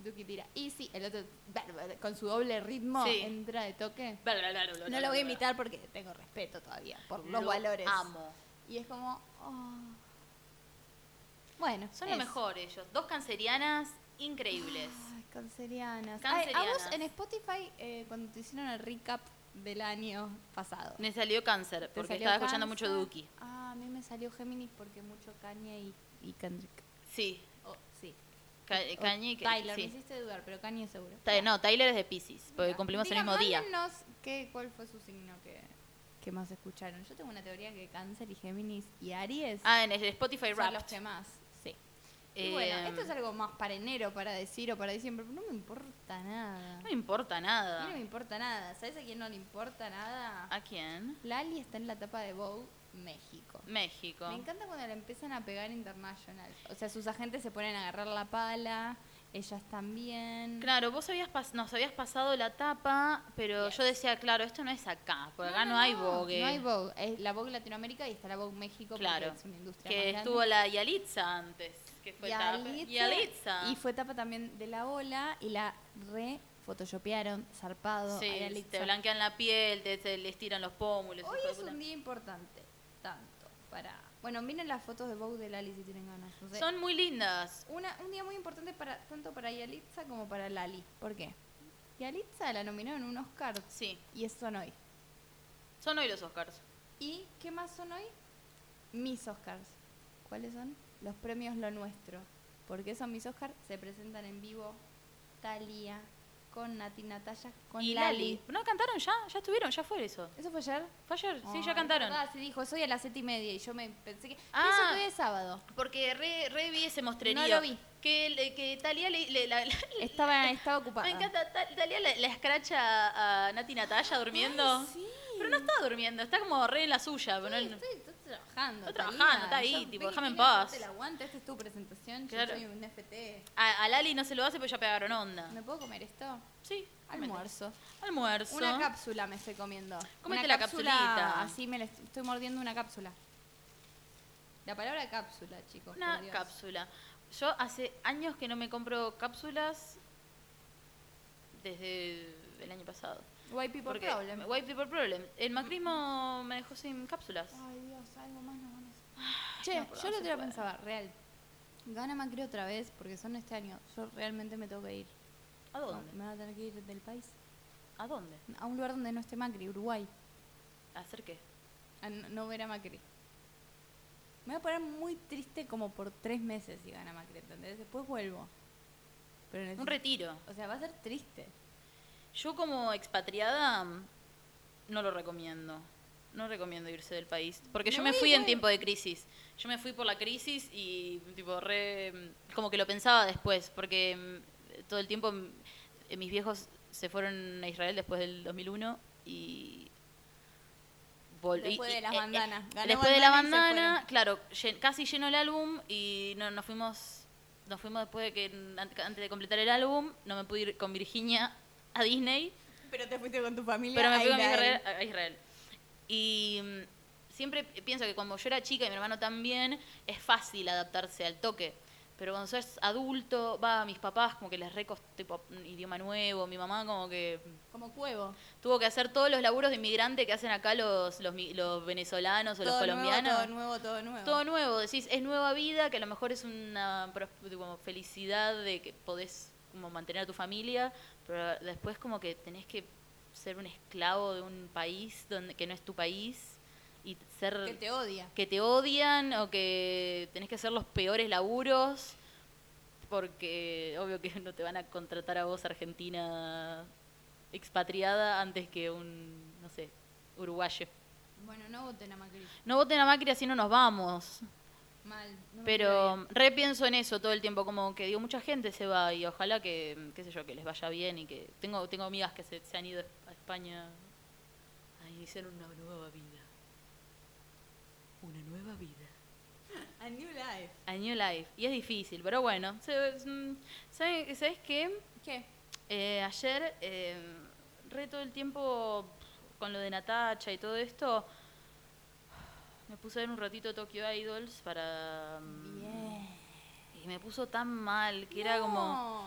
Speaker 2: Duki tira Easy, el otro bla, bla, bla, con su doble ritmo
Speaker 1: Sí.
Speaker 2: entra de toque.
Speaker 1: Bla, bla, bla, bla, bla,
Speaker 2: No
Speaker 1: bla,
Speaker 2: lo voy a
Speaker 1: bla.
Speaker 2: imitar porque tengo respeto todavía por los
Speaker 1: Lo
Speaker 2: valores.
Speaker 1: Amo.
Speaker 2: Y es como. oh. Bueno.
Speaker 1: Son lo
Speaker 2: es.
Speaker 1: mejor ellos. Dos cancerianas increíbles.
Speaker 2: Ay, cancerianas. Ay,
Speaker 1: Cancerianas.
Speaker 2: a vos en Spotify, eh, cuando te hicieron el recap del año pasado.
Speaker 1: Me salió cáncer
Speaker 2: ¿te
Speaker 1: porque
Speaker 2: salió
Speaker 1: estaba escuchando mucho
Speaker 2: Cáncer?
Speaker 1: Duki.
Speaker 2: Ah, a mí me salió Géminis porque mucho Kanye y, y Kendrick.
Speaker 1: Sí.
Speaker 2: Oh, sí.
Speaker 1: Ca-
Speaker 2: O
Speaker 1: Kanye, que-
Speaker 2: Tyler, me
Speaker 1: sí.
Speaker 2: hiciste dudar, pero Kanye seguro.
Speaker 1: Ta- No, Tyler es de Pisces, porque
Speaker 2: Mira.
Speaker 1: cumplimos el
Speaker 2: Digan,
Speaker 1: mismo día.
Speaker 2: mándennos qué- cuál fue su signo que, que más escucharon. Yo tengo una teoría que Cáncer y Géminis y Aries
Speaker 1: Ah, en el Spotify
Speaker 2: son los
Speaker 1: Rap.
Speaker 2: que más. Sí. Y
Speaker 1: Eh,
Speaker 2: bueno, esto es algo más para enero, para decir o para diciembre, pero no me importa nada.
Speaker 1: No me importa
Speaker 2: A mí
Speaker 1: nada.
Speaker 2: no me importa nada. ¿Sabes a quién no le importa nada?
Speaker 1: ¿A quién?
Speaker 2: Lali está en la tapa de Vogue México.
Speaker 1: México.
Speaker 2: Me encanta cuando la empiezan a pegar internacional. O sea, sus agentes se ponen a agarrar la pala, ellas también.
Speaker 1: Claro, vos habías pas- nos habías pasado la tapa, pero yo decía, claro, esto no es acá, porque acá no, hay Vogue.
Speaker 2: No hay Vogue. Es la Vogue Latinoamérica y está la Vogue México
Speaker 1: Claro.
Speaker 2: porque es una industria
Speaker 1: Que
Speaker 2: más
Speaker 1: estuvo
Speaker 2: grande.
Speaker 1: la Yalitza antes, que fue tapa.
Speaker 2: Yalitza.
Speaker 1: Yalitza.
Speaker 2: Y fue tapa también de la ola y la re photoshopearon, zarpado. a
Speaker 1: Sí,
Speaker 2: Yalitza.
Speaker 1: te blanquean la piel, te, te- le estiran los pómulos.
Speaker 2: Hoy
Speaker 1: hijo de
Speaker 2: es
Speaker 1: puta.
Speaker 2: un día importante, tanto para. Bueno, miren las fotos de Vogue de Lali si tienen ganas. no sé.
Speaker 1: Son muy lindas.
Speaker 2: Una- un día muy importante para tanto para Yalitza como para Lali. ¿Por qué? Yalitza la nominaron un Oscar
Speaker 1: Sí,
Speaker 2: y es son hoy.
Speaker 1: son hoy los Oscars.
Speaker 2: ¿Y qué más son hoy? Mis Oscars. ¿Cuáles son? Los premios Lo Nuestro. ¿Por qué son mis Oscars? Se presentan en vivo Thalía con Nati Natalia, con
Speaker 1: y
Speaker 2: Lali.
Speaker 1: Lali. ¿No cantaron ya? ¿Ya estuvieron? ¿Ya fue eso?
Speaker 2: ¿Eso fue ayer?
Speaker 1: ¿Fue ayer? sí,
Speaker 2: Ay,
Speaker 1: ya cantaron.
Speaker 2: es verdad, Ah, sí dijo, soy a las siete y media y yo me pensé que...
Speaker 1: Ah.
Speaker 2: Eso todavía es sábado.
Speaker 1: Porque re, re vi ese mostrerío.
Speaker 2: No lo vi.
Speaker 1: Que, le- que Talía le, le- la- <laughs> la-
Speaker 2: Estaba, estaba ocupada.
Speaker 1: Me encanta, Ta- Talía la, la escracha a Nati Natalia durmiendo.
Speaker 2: Sí.
Speaker 1: Pero no está durmiendo, está como re en la suya. pero no-
Speaker 2: Sí, estoy, estoy trabajando.
Speaker 1: Está trabajando, está ahí,
Speaker 2: Yo-
Speaker 1: tipo,
Speaker 2: Vicky,
Speaker 1: déjame en
Speaker 2: quiero
Speaker 1: paz.
Speaker 2: hacerte el aguante, esta es tu presentación,
Speaker 1: Claro.
Speaker 2: yo soy un FT.
Speaker 1: a, a Lali no se lo hace porque ya pegaron onda.
Speaker 2: ¿Me puedo comer esto?
Speaker 1: Sí,
Speaker 2: Almuerzo.
Speaker 1: Almuerzo.
Speaker 2: Una cápsula me estoy comiendo.
Speaker 1: Comete
Speaker 2: Una
Speaker 1: la
Speaker 2: cápsula,
Speaker 1: capsulita.
Speaker 2: Así me la est- estoy mordiendo una cápsula. La palabra cápsula, chicos.
Speaker 1: Una
Speaker 2: por Dios.
Speaker 1: cápsula. Yo hace años que no me compro cápsulas desde el año pasado.
Speaker 2: White people
Speaker 1: Porque
Speaker 2: problem.
Speaker 1: White People Problem. El macrismo me dejó sin cápsulas.
Speaker 2: Ay, Dios, algo más no van a hacer. Che,
Speaker 1: no, pero no
Speaker 2: yo lo
Speaker 1: se
Speaker 2: otro día
Speaker 1: puede.
Speaker 2: pensaba, real. Gana Macri otra vez porque son este año. Yo realmente me tengo que ir.
Speaker 1: ¿A dónde?
Speaker 2: Me voy a tener que ir del país.
Speaker 1: ¿A dónde?
Speaker 2: A un lugar donde no esté Macri, Uruguay.
Speaker 1: ¿A hacer qué?
Speaker 2: a no, no ver a Macri. Me voy a poner muy triste como por tres meses si gana Macri, ¿entendés? Después vuelvo. Pero necesito-
Speaker 1: Un retiro.
Speaker 2: O sea, va a ser triste.
Speaker 1: Yo como expatriada mm, no lo recomiendo. No recomiendo irse del país. Porque
Speaker 2: Me
Speaker 1: yo me
Speaker 2: voy
Speaker 1: fui en
Speaker 2: igual.
Speaker 1: tiempo de crisis. Yo me fui por la crisis y tipo re... mm, Como que lo pensaba después. Porque mm, todo el tiempo mm, eh, mis viejos se fueron a Israel después del 2001 y... vol- y-
Speaker 2: Después
Speaker 1: y-
Speaker 2: de las
Speaker 1: eh, eh,
Speaker 2: bandanas. Ganó
Speaker 1: Después de la
Speaker 2: bandana y se
Speaker 1: bandana, claro, llen- casi lleno el álbum y no, nos fuimos nos fuimos después de que mm, an- antes de completar el álbum, no me pude ir con Virginia a Disney,
Speaker 2: Pero te fuiste con tu familia.
Speaker 1: pero me
Speaker 2: a
Speaker 1: fui con mi
Speaker 2: Israel.
Speaker 1: Israel, a Israel. Y mm, siempre pienso que cuando yo era chica y mi hermano también, es fácil adaptarse al toque. Pero cuando sos adulto, va, mis papás como que les recostó tipo un idioma nuevo, mi mamá como que
Speaker 2: Como cuevo.
Speaker 1: tuvo que hacer todos los laburos de inmigrante que hacen acá los, los, mi- los venezolanos o los colombianos.
Speaker 2: Nuevo, todo nuevo, todo nuevo.
Speaker 1: Todo nuevo, decís, es nueva vida, que a lo mejor es una pros- como felicidad de que podés como mantener a tu familia, pero después como que tenés que ser un esclavo de un país donde que no es tu país y ser
Speaker 2: que te odia.
Speaker 1: que te odian o que tenés que hacer los peores laburos porque obvio que no te van a contratar a vos argentina expatriada antes que un no sé, uruguayo.
Speaker 2: Bueno, no voten a Macri.
Speaker 1: No voten a Macri así no nos vamos.
Speaker 2: Mal. no me quiero ir.
Speaker 1: Pero repienso en eso todo el tiempo, como que digo, mucha gente se va y ojalá que, qué sé yo, que les vaya bien y que... Tengo, tengo amigas que se, se han ido a España a iniciar una nueva vida. Una nueva vida.
Speaker 2: <laughs> A New Life. <laughs>
Speaker 1: A New Life. Y es difícil, pero bueno. Se- mm, ¿saben- ¿Sabes qué?
Speaker 2: ¿Qué?
Speaker 1: Eh, ayer, eh, re todo el tiempo pf, con lo de Natacha y todo esto, me puse a ver un ratito Tokyo Idols para... mm, Y me puso tan mal que era como...
Speaker 2: No,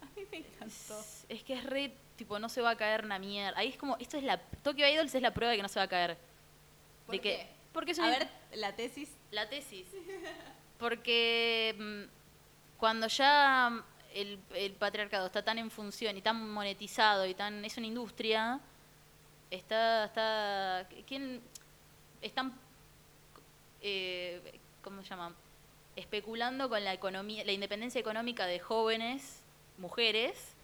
Speaker 2: A mí me encantó.
Speaker 1: Es, es que es re, tipo, no se va a caer una mierda. Ahí es como, esto es la... Tokyo Idols es la prueba de que no se va a caer.
Speaker 2: ¿Por
Speaker 1: de
Speaker 2: qué?
Speaker 1: que, porque es
Speaker 2: A
Speaker 1: un-
Speaker 2: ver, la tesis.
Speaker 1: la tesis. Porque mm, cuando ya el, el patriarcado está tan en función y tan monetizado y tan es una industria, está, está, ¿quién están, eh, cómo se llama, especulando con la economía, la independencia económica de jóvenes, mujeres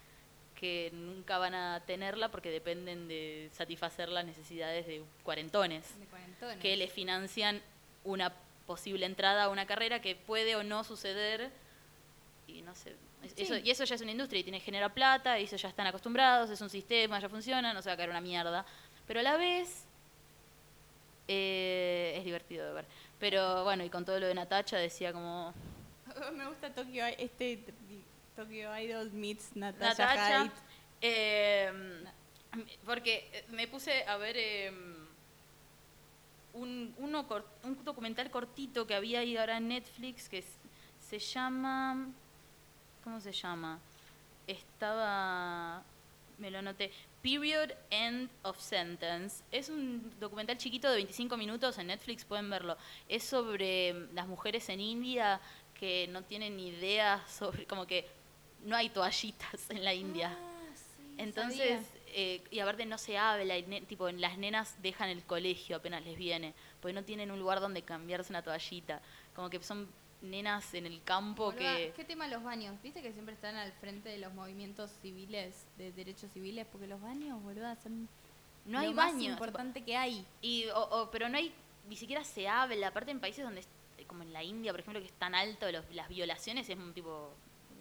Speaker 1: que nunca van a tenerla porque dependen de satisfacer las necesidades de cuarentones
Speaker 2: De cuarentones.
Speaker 1: que le financian una posible entrada a una carrera que puede o no suceder y no sé es-
Speaker 2: Sí.
Speaker 1: eso, y eso ya es una industria y tiene que generar plata y eso ya están acostumbrados es un sistema ya funciona no se va a caer una mierda pero a la vez eh, es divertido de ver pero bueno y con todo lo de Natacha decía como
Speaker 2: Me gusta Tokyo, I- este t- di- Tokyo Idol meets Natasha,
Speaker 1: Natacha
Speaker 2: Hyde.
Speaker 1: eh, porque eh, me puse a ver em, un, uno cor- un documental cortito que había ahí ahora en Netflix que es- se llama. ¿Cómo se llama? Estaba. Me lo anoté. Period End of Sentence. Es un documental chiquito de 25 minutos en Netflix, pueden verlo. Es sobre mm, las mujeres en India que no tienen ni idea sobre. Como que no hay toallitas en la India.
Speaker 2: Ah,
Speaker 1: Entonces, eh, y aparte no se habla, y ne- tipo, las nenas dejan el colegio apenas les viene, porque no tienen un lugar donde cambiarse una toallita. Como que son nenas en el campo
Speaker 2: Boluda,
Speaker 1: que...
Speaker 2: ¿Qué tema los baños? ¿Viste que siempre están al frente de los movimientos civiles, de derechos civiles? Porque los baños, boluda, son
Speaker 1: No
Speaker 2: lo
Speaker 1: hay
Speaker 2: más
Speaker 1: baños.
Speaker 2: importante que hay.
Speaker 1: Y, o- o- pero no hay, ni siquiera se habla, aparte en países donde, es- eh, como en la India, por ejemplo, que es tan alto los- las violaciones, es un tipo...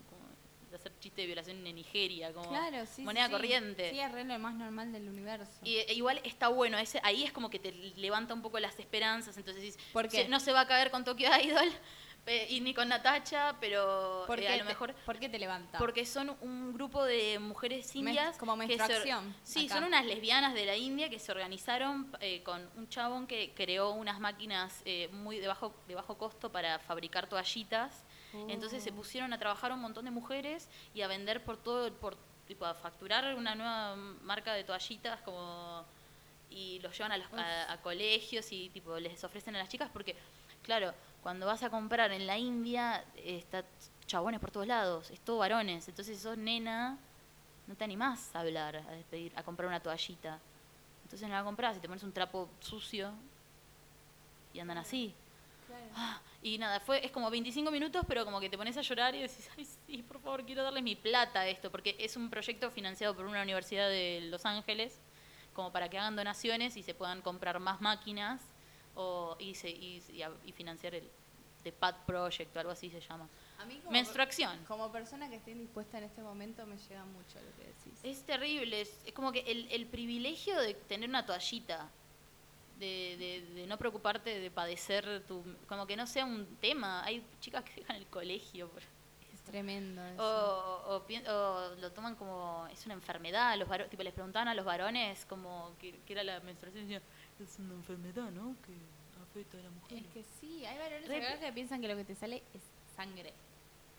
Speaker 1: como hacer chiste de violación en Nigeria, como
Speaker 2: Claro, sí.
Speaker 1: moneda
Speaker 2: sí, sí.
Speaker 1: corriente.
Speaker 2: Sí, es re lo más normal del universo.
Speaker 1: Y e, igual está bueno, ese, ahí es como que te levanta un poco las esperanzas, entonces dices,
Speaker 2: ¿Por qué?
Speaker 1: se- no se va a caer con Tokyo Idol <laughs> eh, y ni con Natacha, pero
Speaker 2: ¿Por
Speaker 1: eh,
Speaker 2: qué
Speaker 1: a
Speaker 2: te-
Speaker 1: lo mejor
Speaker 2: ¿Por qué te levanta?
Speaker 1: porque son un grupo de mujeres indias
Speaker 2: como
Speaker 1: que se or-
Speaker 2: menstruación,
Speaker 1: sí,
Speaker 2: acá.
Speaker 1: son unas lesbianas de la India que se organizaron eh, con un chabón que creó unas máquinas eh, muy de bajo, de bajo costo para fabricar toallitas. Entonces se
Speaker 2: Oh.
Speaker 1: pusieron a trabajar un montón de mujeres y a vender por todo, por tipo a facturar una nueva marca de toallitas como y los llevan a, los- a- a colegios y tipo les ofrecen a las chicas porque claro cuando vas a comprar en la India eh, está chabones por todos lados es todo varones entonces si sos nena no te animás a hablar a despedir a comprar una toallita entonces no la compras y te pones un trapo sucio y andan así Ah, y nada, fue, es como 25 minutos, pero como que te pones a llorar y decís, ay, sí, por favor, quiero darles mi plata a esto, porque es un proyecto financiado por una universidad de Los Ángeles, como para que hagan donaciones y se puedan comprar más máquinas o, y, se- y- y a- y financiar el The Pad Project o algo así se llama.
Speaker 2: A mí como,
Speaker 1: Menstruación.
Speaker 2: como persona que esté indispuesta en este momento me llega mucho lo que decís.
Speaker 1: Es terrible, es, es como que el, el privilegio de tener una toallita, de, de- de no preocuparte de padecer tu... Como que no sea un tema, hay chicas que dejan el colegio por
Speaker 2: Es tremendo eso.
Speaker 1: O, o pi- o lo toman como es una enfermedad, los varo- tipo les preguntaban a los varones como que, que era la menstruación y decían,
Speaker 4: Es una enfermedad, ¿no? Que afecta a la mujer.
Speaker 2: Es que sí, hay valores
Speaker 1: Re-
Speaker 2: acá que piensan que lo que te sale es sangre.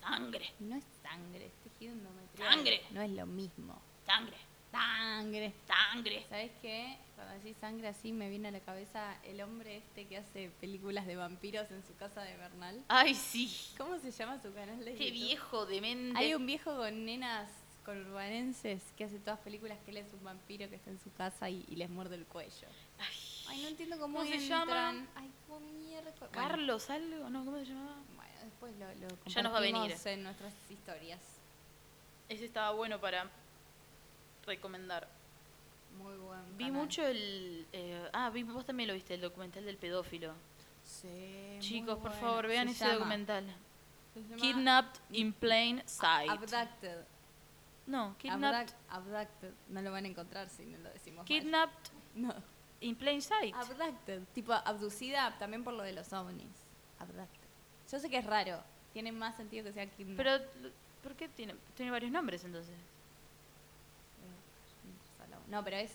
Speaker 1: sangre,
Speaker 2: No es sangre, es tejido endometrial.
Speaker 1: Sangre.
Speaker 2: No es lo mismo.
Speaker 1: sangre,
Speaker 2: Sangre.
Speaker 1: sangre.
Speaker 2: ¿Sabes qué? Cuando decís sangre así me viene a la cabeza el hombre este que hace películas de vampiros en su casa de Bernal.
Speaker 1: Ay, sí,
Speaker 2: ¿Cómo se llama su canal de
Speaker 1: qué
Speaker 2: YouTube?
Speaker 1: viejo demente.
Speaker 2: Hay un viejo con nenas conurbanenses que hace todas películas que él es un vampiro que está en su casa y, y les muerde el cuello. Ay, no entiendo cómo,
Speaker 1: ¿Cómo se
Speaker 2: entran.
Speaker 1: llama?
Speaker 2: Ay, cómo mierda. Bueno,
Speaker 1: Carlos algo, no, ¿cómo se llamaba?
Speaker 2: Bueno, después lo, lo
Speaker 1: Ya nos va a venir.
Speaker 2: compartimos en nuestras historias.
Speaker 1: Ese estaba bueno para recomendar.
Speaker 2: Muy buen
Speaker 1: Vi
Speaker 2: canal.
Speaker 1: mucho el eh, ah, vi, vos también lo viste el documental del pedófilo.
Speaker 2: Sí, muy
Speaker 1: Chicos, por
Speaker 2: bueno.
Speaker 1: favor, vean
Speaker 2: Se
Speaker 1: ese
Speaker 2: llama-
Speaker 1: documental.
Speaker 2: se llama
Speaker 1: Kidnapped in plain sight.
Speaker 2: Abducted.
Speaker 1: no, kidnapped
Speaker 2: Abduct- Abducted. No lo van a encontrar si no lo decimos. mal.
Speaker 1: kidnapped
Speaker 2: <laughs> No.
Speaker 1: in plain sight.
Speaker 2: Abducted. Tipo abducida también por lo de los ovnis. Abducted. Yo sé que es raro. Tiene más sentido que sea Kim.
Speaker 1: Pero, ¿por qué tiene, tiene varios nombres entonces?
Speaker 2: No, pero es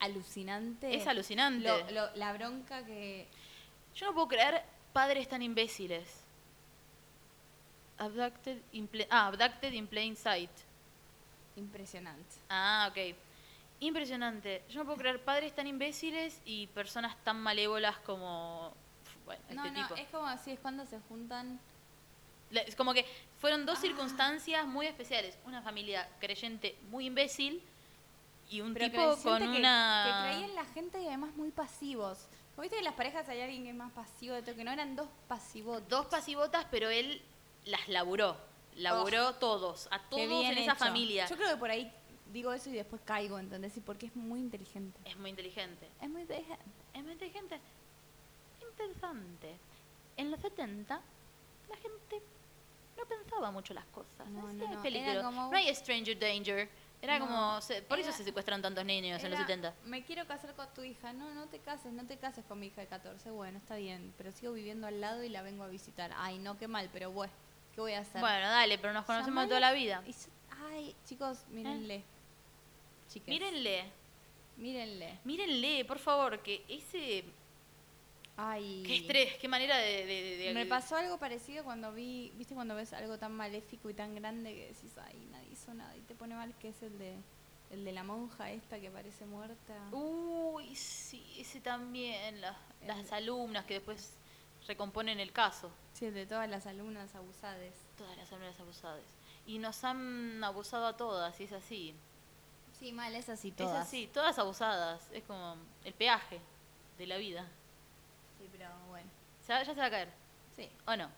Speaker 2: alucinante.
Speaker 1: Es alucinante.
Speaker 2: Lo- lo- la bronca que.
Speaker 1: Yo no puedo creer padres tan imbéciles. Abducted in pla- ah, abducted in plain sight.
Speaker 2: Impresionante.
Speaker 1: Ah, ok. Impresionante. Yo no puedo creer padres tan imbéciles y personas tan malévolas como pf, bueno,
Speaker 2: no,
Speaker 1: este
Speaker 2: no,
Speaker 1: tipo.
Speaker 2: es como así, es cuando se juntan.
Speaker 1: La- Es como que fueron
Speaker 2: Ah.
Speaker 1: dos circunstancias muy especiales. Una familia creyente muy imbécil y un
Speaker 2: Pero
Speaker 1: tipo
Speaker 2: creyente
Speaker 1: con
Speaker 2: que-
Speaker 1: una...
Speaker 2: Que creían la gente y además muy pasivos. ¿Vos ¿Viste que en las parejas hay alguien que es más pasivo de todo? Que no eran dos pasivos.
Speaker 1: dos pasivotas, pero él las laburó. Laburó todos, a todos en esa familia.
Speaker 2: Yo creo que por ahí digo eso y después caigo, ¿entendés? Y porque es muy inteligente.
Speaker 1: Es muy inteligente.
Speaker 2: Es muy inteligente.
Speaker 1: Es muy inteligente. Interesante. En los 70, la gente no pensaba mucho las cosas.
Speaker 2: No,
Speaker 1: No,
Speaker 2: no,
Speaker 1: hacía el
Speaker 2: no,
Speaker 1: peligro.
Speaker 2: era como-
Speaker 1: No hay Stranger Danger. Era
Speaker 2: No,
Speaker 1: como. se- por
Speaker 2: era-
Speaker 1: eso se secuestran tantos niños en los
Speaker 2: Era,
Speaker 1: 70.
Speaker 2: Me quiero casar con tu hija. No, no te cases, no te cases con mi hija de 14. Bueno, está bien, pero sigo viviendo al lado y la vengo a visitar. Ay, no, qué mal, pero bueno, ¿qué voy a hacer?
Speaker 1: Bueno, dale, pero nos conocemos de toda la vida.
Speaker 2: Y so- Ay, chicos, mírenle. Chiques,
Speaker 1: Eh. Mírenle,
Speaker 2: Mírenle.
Speaker 1: mírenle, por favor, que ese.
Speaker 2: Ay.
Speaker 1: Qué estrés, qué manera de. de- de- de-
Speaker 2: Me pasó algo parecido cuando vi, viste, cuando ves algo tan maléfico y tan grande que decís, ay, nadie hizo nada y te pone mal, que es el de, el de la monja esta que parece muerta.
Speaker 1: Uy, sí, ese también. la- las
Speaker 2: El-
Speaker 1: alumnas que después recomponen el caso.
Speaker 2: Sí, el de todas las alumnas abusadas.
Speaker 1: Todas las alumnas abusadas. Y nos han abusado a todas, y es así.
Speaker 2: Sí, mal, es así
Speaker 1: Es así, todas abusadas. Es como el peaje de la vida.
Speaker 2: Sí, pero bueno.
Speaker 1: Se va- ya se va a caer.
Speaker 2: Sí.
Speaker 1: ¿O no?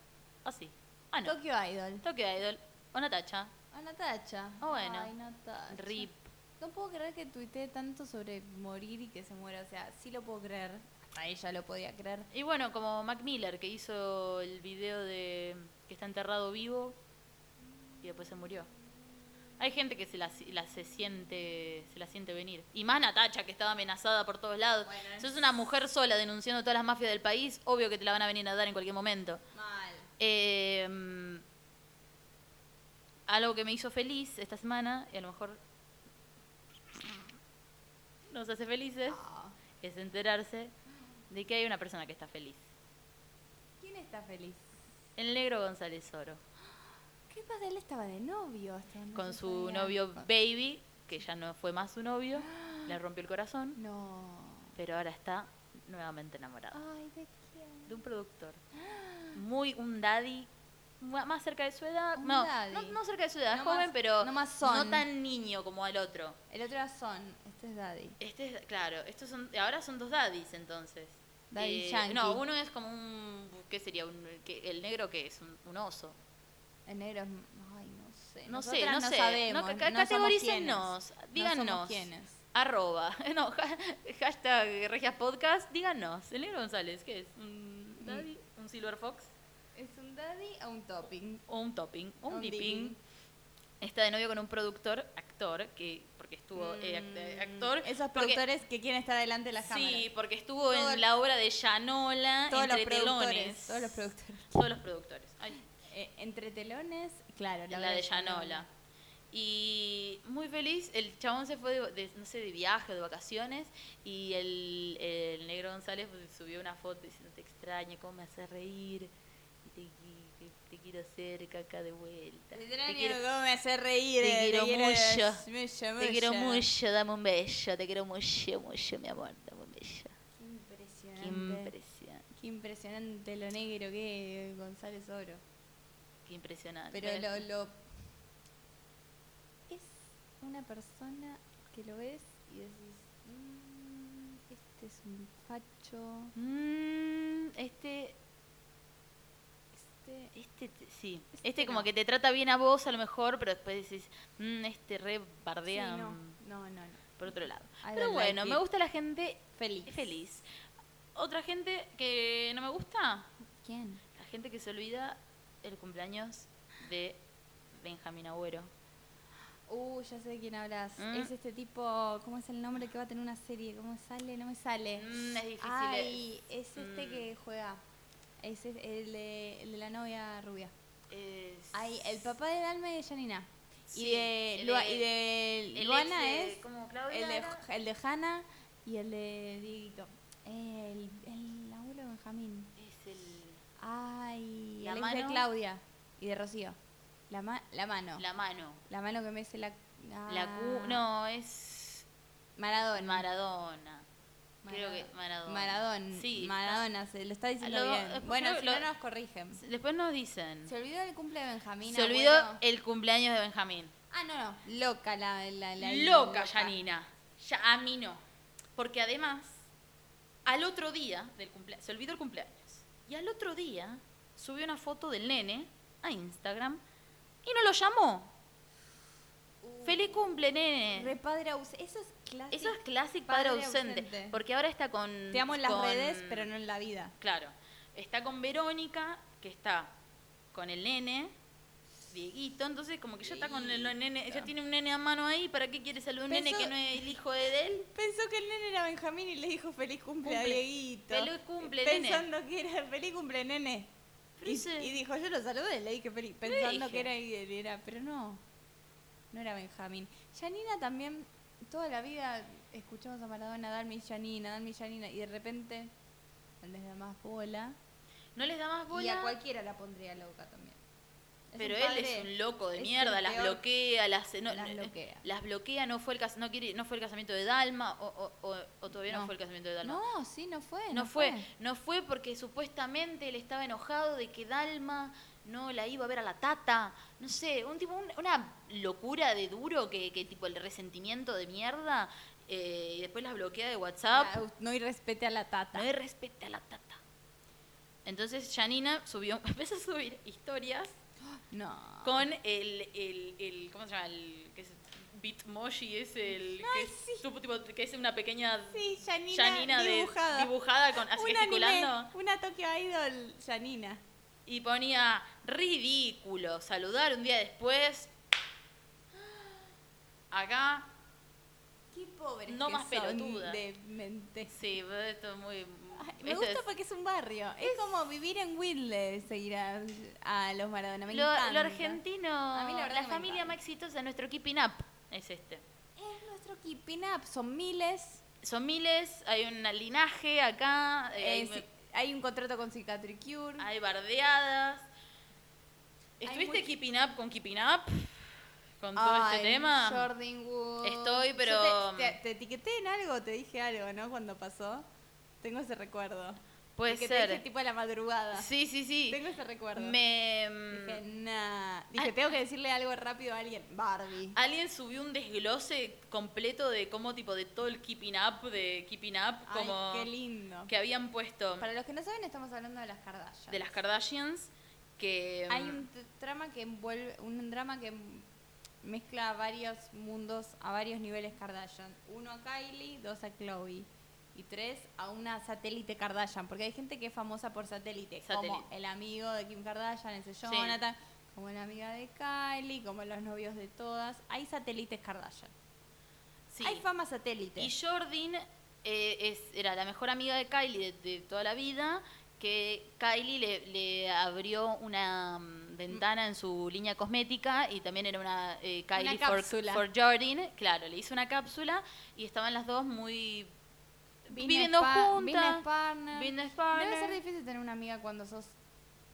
Speaker 1: ¿O sí? ¿O no?
Speaker 2: Tokyo Idol.
Speaker 1: Tokyo Idol. ¿O Natacha?
Speaker 2: A Natacha.
Speaker 1: Ah, bueno.
Speaker 2: Ay, Natacha.
Speaker 1: Rip.
Speaker 2: No puedo creer que tuitee tanto sobre morir y que se muera. O sea, sí lo puedo creer. Hasta ella lo podía creer.
Speaker 1: Y bueno, como Mac Miller, que hizo el video de que está enterrado vivo y después se murió. Hay gente que se la, la se siente se la siente venir. Y más Natacha, que estaba amenazada por todos lados.
Speaker 2: Bueno,
Speaker 1: Sos una mujer sola denunciando todas las mafias del país, obvio que te la van a venir a dar en cualquier momento.
Speaker 2: Mal.
Speaker 1: Eh, mm, algo que me hizo feliz esta semana, y a lo mejor nos hace felices, es enterarse de que hay una persona que está feliz.
Speaker 2: ¿Quién está feliz?
Speaker 1: El negro González Oro,
Speaker 2: ¿Qué pasa? Él estaba de novio. hasta donde
Speaker 1: con
Speaker 2: yo
Speaker 1: su
Speaker 2: sabía. Ah.
Speaker 1: novio
Speaker 2: Con-
Speaker 1: Baby, que ya no fue más su novio, le rompió el corazón,
Speaker 2: No.
Speaker 1: pero ahora está nuevamente enamorado
Speaker 2: Ay, ¿de quién?
Speaker 1: de un productor. Muy un daddy, ma- más cerca de su edad.
Speaker 2: Un
Speaker 1: No,
Speaker 2: daddy.
Speaker 1: no, no cerca de su edad,
Speaker 2: No
Speaker 1: joven,
Speaker 2: más-
Speaker 1: pero
Speaker 2: no más
Speaker 1: no
Speaker 2: son.
Speaker 1: tan niño como el otro.
Speaker 2: El otro era Son. Este es Daddy.
Speaker 1: Este es, claro, estos son, ahora son dos daddies entonces. Eh,
Speaker 2: Daddy yankee.
Speaker 1: No, uno es como un, ¿qué sería? Un, que- el negro que es un, un oso.
Speaker 2: El negro es. Ay, no sé.
Speaker 1: No sé,
Speaker 2: Nosotras
Speaker 1: no sé.
Speaker 2: Sabemos.
Speaker 1: No, ca- ca-
Speaker 2: somos
Speaker 1: categorícennos,
Speaker 2: quiénes.
Speaker 1: díganos.
Speaker 2: No somos quiénes.
Speaker 1: Arroba, <laughs> no, ja- hashtag Regias Podcast, díganos, el negro González, ¿qué es? ¿Un
Speaker 2: Mm.
Speaker 1: daddy? ¿Un silver fox?
Speaker 2: ¿Es un daddy o un topping?
Speaker 1: ¿O un topping? ¿O un,
Speaker 2: Un
Speaker 1: dipping?
Speaker 2: dipping.
Speaker 1: Está de novio con un productor, actor, que porque estuvo eh, act- actor.
Speaker 2: Mm, Esos
Speaker 1: porque-
Speaker 2: productores que quieren estar delante de las
Speaker 1: Sí,
Speaker 2: cámaras.
Speaker 1: porque estuvo
Speaker 2: Todo-
Speaker 1: en la obra de Yanola,
Speaker 2: Todos los
Speaker 1: entre
Speaker 2: productores.
Speaker 1: telones.
Speaker 2: Todos los productores.
Speaker 1: <laughs> Todos los productores. Ay,
Speaker 2: Eh, entre telones, claro.
Speaker 1: la,
Speaker 2: verdad
Speaker 1: de
Speaker 2: es que no.
Speaker 1: Yanola. Y muy feliz, el chabón se fue de, de- no sé, de viaje, de vacaciones, y el, el negro González pues, subió una foto diciendo, te extraño, cómo me haces reír, y te, qui- te, te quiero cerca acá de vuelta.
Speaker 2: Te
Speaker 1: Te
Speaker 2: extraño
Speaker 1: quiero,
Speaker 2: cómo me hace reír.
Speaker 1: te
Speaker 2: eh,
Speaker 1: quiero mucho,
Speaker 2: mucho,
Speaker 1: te quiero mucho, dame un beso, te quiero mucho, mucho, mi amor, dame un beso.
Speaker 2: Qué
Speaker 1: Qué
Speaker 2: impresionante.
Speaker 1: impresión,
Speaker 2: Qué impresionante lo negro que es González Oro.
Speaker 1: qué impresionante.
Speaker 2: Pero
Speaker 1: Bueno,
Speaker 2: lo, lo- Es una persona que lo ves y decís, "Mm, este es un facho,
Speaker 1: Mm, este,
Speaker 2: este...
Speaker 1: este, te- sí. Este,
Speaker 2: Este
Speaker 1: como
Speaker 2: no.
Speaker 1: que te trata bien a vos a lo mejor, pero después decís, "Mm, este re
Speaker 2: Sí,
Speaker 1: bardea
Speaker 2: no,
Speaker 1: mm,
Speaker 2: no, no, no.
Speaker 1: por otro lado.
Speaker 2: I
Speaker 1: pero
Speaker 2: don't
Speaker 1: bueno,
Speaker 2: like
Speaker 1: me
Speaker 2: it.
Speaker 1: gusta la gente
Speaker 2: Feliz.
Speaker 1: feliz. Otra gente que no me gusta,
Speaker 2: ¿Quién?
Speaker 1: la gente que se olvida el cumpleaños de Benjamín Agüero.
Speaker 2: Uh, ya sé de quién hablas.
Speaker 1: Mm.
Speaker 2: Es este tipo, ¿cómo es el nombre que va a tener una serie? ¿Cómo sale? No me sale. eh.
Speaker 1: Mm, es difícil.
Speaker 2: Ay, es este
Speaker 1: Mm.
Speaker 2: que juega Ese es el de, el de la novia rubia.
Speaker 1: Es-
Speaker 2: Ay, el papá del alma de Janina.
Speaker 1: Sí,
Speaker 2: y, de
Speaker 1: el
Speaker 2: Lua-
Speaker 1: de-
Speaker 2: y de
Speaker 1: el ex
Speaker 2: Luana
Speaker 1: de-
Speaker 2: es.
Speaker 1: ¿cómo, Claudia
Speaker 2: el, de,
Speaker 1: era?
Speaker 2: el de Hanna y el de Dieguito. El, el abuelo de Benjamín.
Speaker 1: Es el,
Speaker 2: Ay,
Speaker 1: La
Speaker 2: el ex de
Speaker 1: mano.
Speaker 2: Claudia y de Rocío. La, ma- la mano. La,
Speaker 1: la mano.
Speaker 2: mano que me hace la.
Speaker 1: La cu-
Speaker 2: ah,
Speaker 1: No, es
Speaker 2: Maradona.
Speaker 1: Maradona. Creo
Speaker 2: Maradona.
Speaker 1: que Maradona.
Speaker 2: Maradón.
Speaker 1: Sí.
Speaker 2: Maradona, se lo está diciendo
Speaker 1: Lo-
Speaker 2: bien.
Speaker 1: después
Speaker 2: Bueno,
Speaker 1: lo-
Speaker 2: si no
Speaker 1: lo-
Speaker 2: nos corrigen.
Speaker 1: Después nos dicen.
Speaker 2: Se olvidó el cumple de Benjamín.
Speaker 1: Se olvidó eh.
Speaker 2: abuelo.
Speaker 1: el cumpleaños de Benjamín.
Speaker 2: Ah, no, no. Loca la. la, la
Speaker 1: loca, Janina. Ya, a mí no. Porque además, al otro día del cumpleaños, se olvidó el cumpleaños. Y al otro día subió una foto del nene a Instagram y no lo llamó. Feliz cumple, nene.
Speaker 2: Uh. Re padre ausente. Eso es clásico.
Speaker 1: Eso es clásico padre,
Speaker 2: Padre
Speaker 1: ausente,
Speaker 2: ausente.
Speaker 1: Porque ahora está con.
Speaker 2: Te amo en las
Speaker 1: con-
Speaker 2: redes, pero no en la vida.
Speaker 1: Claro. Está con Verónica, que está con el nene, Dieguito, entonces como que ya está con el nene, ya tiene un nene a mano ahí, ¿para qué quiere saludar a un nene
Speaker 2: Pensó-
Speaker 1: que no es el hijo de él?
Speaker 2: Pensó que el nene era Benjamín y le dijo feliz cumple, a
Speaker 1: Cumple.
Speaker 2: Dieguito.
Speaker 1: Feliz cumple, nene.
Speaker 2: Pensando que era feliz cumple, nene.
Speaker 1: Pero
Speaker 2: Y,
Speaker 1: ese-
Speaker 2: y dijo, yo lo saludé, le dije feliz, pensando
Speaker 1: dije.
Speaker 2: que era, él, era, pero no, no era Benjamín. Janina también, toda la vida escuchamos a Maradona, Dalmi Janina, Dalmi Janina, y de repente no les da más bola.
Speaker 1: No les da más bola.
Speaker 2: Y a cualquiera la pondría loca también. Es
Speaker 1: Pero
Speaker 2: un
Speaker 1: él
Speaker 2: padre-
Speaker 1: es un loco de
Speaker 2: es el
Speaker 1: mierda, las
Speaker 2: peor-
Speaker 1: bloquea, las, no,
Speaker 2: Las
Speaker 1: no,
Speaker 2: bloquea.
Speaker 1: las bloquea, no fue el cas- no quiere, no fue el casamiento de Dalma, o, o- o- o todavía no.
Speaker 2: No.
Speaker 1: fue el casamiento de Dalma.
Speaker 2: No, sí, no fue.
Speaker 1: No fue, no fue porque supuestamente él estaba enojado de que Dalma no la iba a ver a la tata. No sé, un tipo, un- una locura de duro que, que tipo el resentimiento de mierda eh, y después las bloquea de WhatsApp.
Speaker 2: Ah, No y respete a la tata.
Speaker 1: No le respete a la tata. Entonces Janina subió, <laughs> empezó a subir historias
Speaker 2: No.
Speaker 1: con el, el, el ¿cómo se llama? El que es Bitmoji es el que, es, tipo- tipo, que es una pequeña
Speaker 2: Sí, Janina,
Speaker 1: Janina de-
Speaker 2: dibujada.
Speaker 1: dibujada con así
Speaker 2: Un
Speaker 1: gesticulando.
Speaker 2: anime, una Tokyo Idol, Janina.
Speaker 1: Y ponía ridículo, saludar un día después. Acá,
Speaker 2: Qué pobre.
Speaker 1: No más pelotuda.
Speaker 2: De mente.
Speaker 1: sí, pero esto es muy.
Speaker 2: Ay, me
Speaker 1: esto
Speaker 2: gusta
Speaker 1: es-
Speaker 2: porque es un barrio. Es, como vivir en Whittle, seguir a, a los Maradona. Me
Speaker 1: lo, lo
Speaker 2: encanta.
Speaker 1: argentino,
Speaker 2: A mí la
Speaker 1: la,
Speaker 2: verdad que me
Speaker 1: familia
Speaker 2: encanta.
Speaker 1: más exitosa de nuestro Keeping Up es este.
Speaker 2: Es nuestro keeping up. Son miles.
Speaker 1: Son miles, hay un linaje acá, eh, hay,
Speaker 2: Eh, si- hay un contrato con Cicatricure.
Speaker 1: hay bardeadas.
Speaker 2: Hay
Speaker 1: ¿Estuviste
Speaker 2: mucho-
Speaker 1: keeping up con keeping up? Con todo este tema.
Speaker 2: Jordan Wood.
Speaker 1: Estoy,
Speaker 2: Yo
Speaker 1: pero- mm,
Speaker 2: te, te- te etiqueté en algo, te dije algo, ¿no? Cuando pasó. Tengo ese recuerdo.
Speaker 1: Puede
Speaker 2: De que
Speaker 1: ser.
Speaker 2: Te dije tipo a la madrugada.
Speaker 1: Sí, sí, sí.
Speaker 2: Tengo ese recuerdo.
Speaker 1: Me. mm,
Speaker 2: Dije, nah. Dije, tengo que decirle algo rápido a alguien. Barbie.
Speaker 1: Alguien subió un desglose completo de cómo tipo de todo el keeping up de keeping up
Speaker 2: Ay,
Speaker 1: como
Speaker 2: qué lindo.
Speaker 1: que habían puesto
Speaker 2: Para los que no saben, estamos hablando de las Kardashian.
Speaker 1: de las Kardashians que mm,
Speaker 2: Hay un t- drama que envuelve, un drama que m- mezcla varios mundos a varios niveles Kardashian. Uno a Kylie, dos a Chloe y tres a una satélite Kardashian, porque hay gente que es famosa por satélite, como
Speaker 1: Satélite.
Speaker 2: el amigo de Kim Kardashian, ese Jonathan, como la amiga de Kylie, como los novios de todas. Hay satélites Kardashian.
Speaker 1: sí.
Speaker 2: Hay fama satélite.
Speaker 1: y Jordan eh, es- era la mejor amiga de Kylie de, de toda la vida que Kylie le, le abrió una mm, ventana en su línea cosmética y también era una eh, Kylie for,
Speaker 2: cápsula.
Speaker 1: for Jordan claro le hizo una cápsula y estaban las dos muy
Speaker 2: Business
Speaker 1: viviendo
Speaker 2: pa-
Speaker 1: juntas
Speaker 2: business partner.
Speaker 1: business
Speaker 2: Debe
Speaker 1: partner.
Speaker 2: ser difícil tener una amiga cuando sos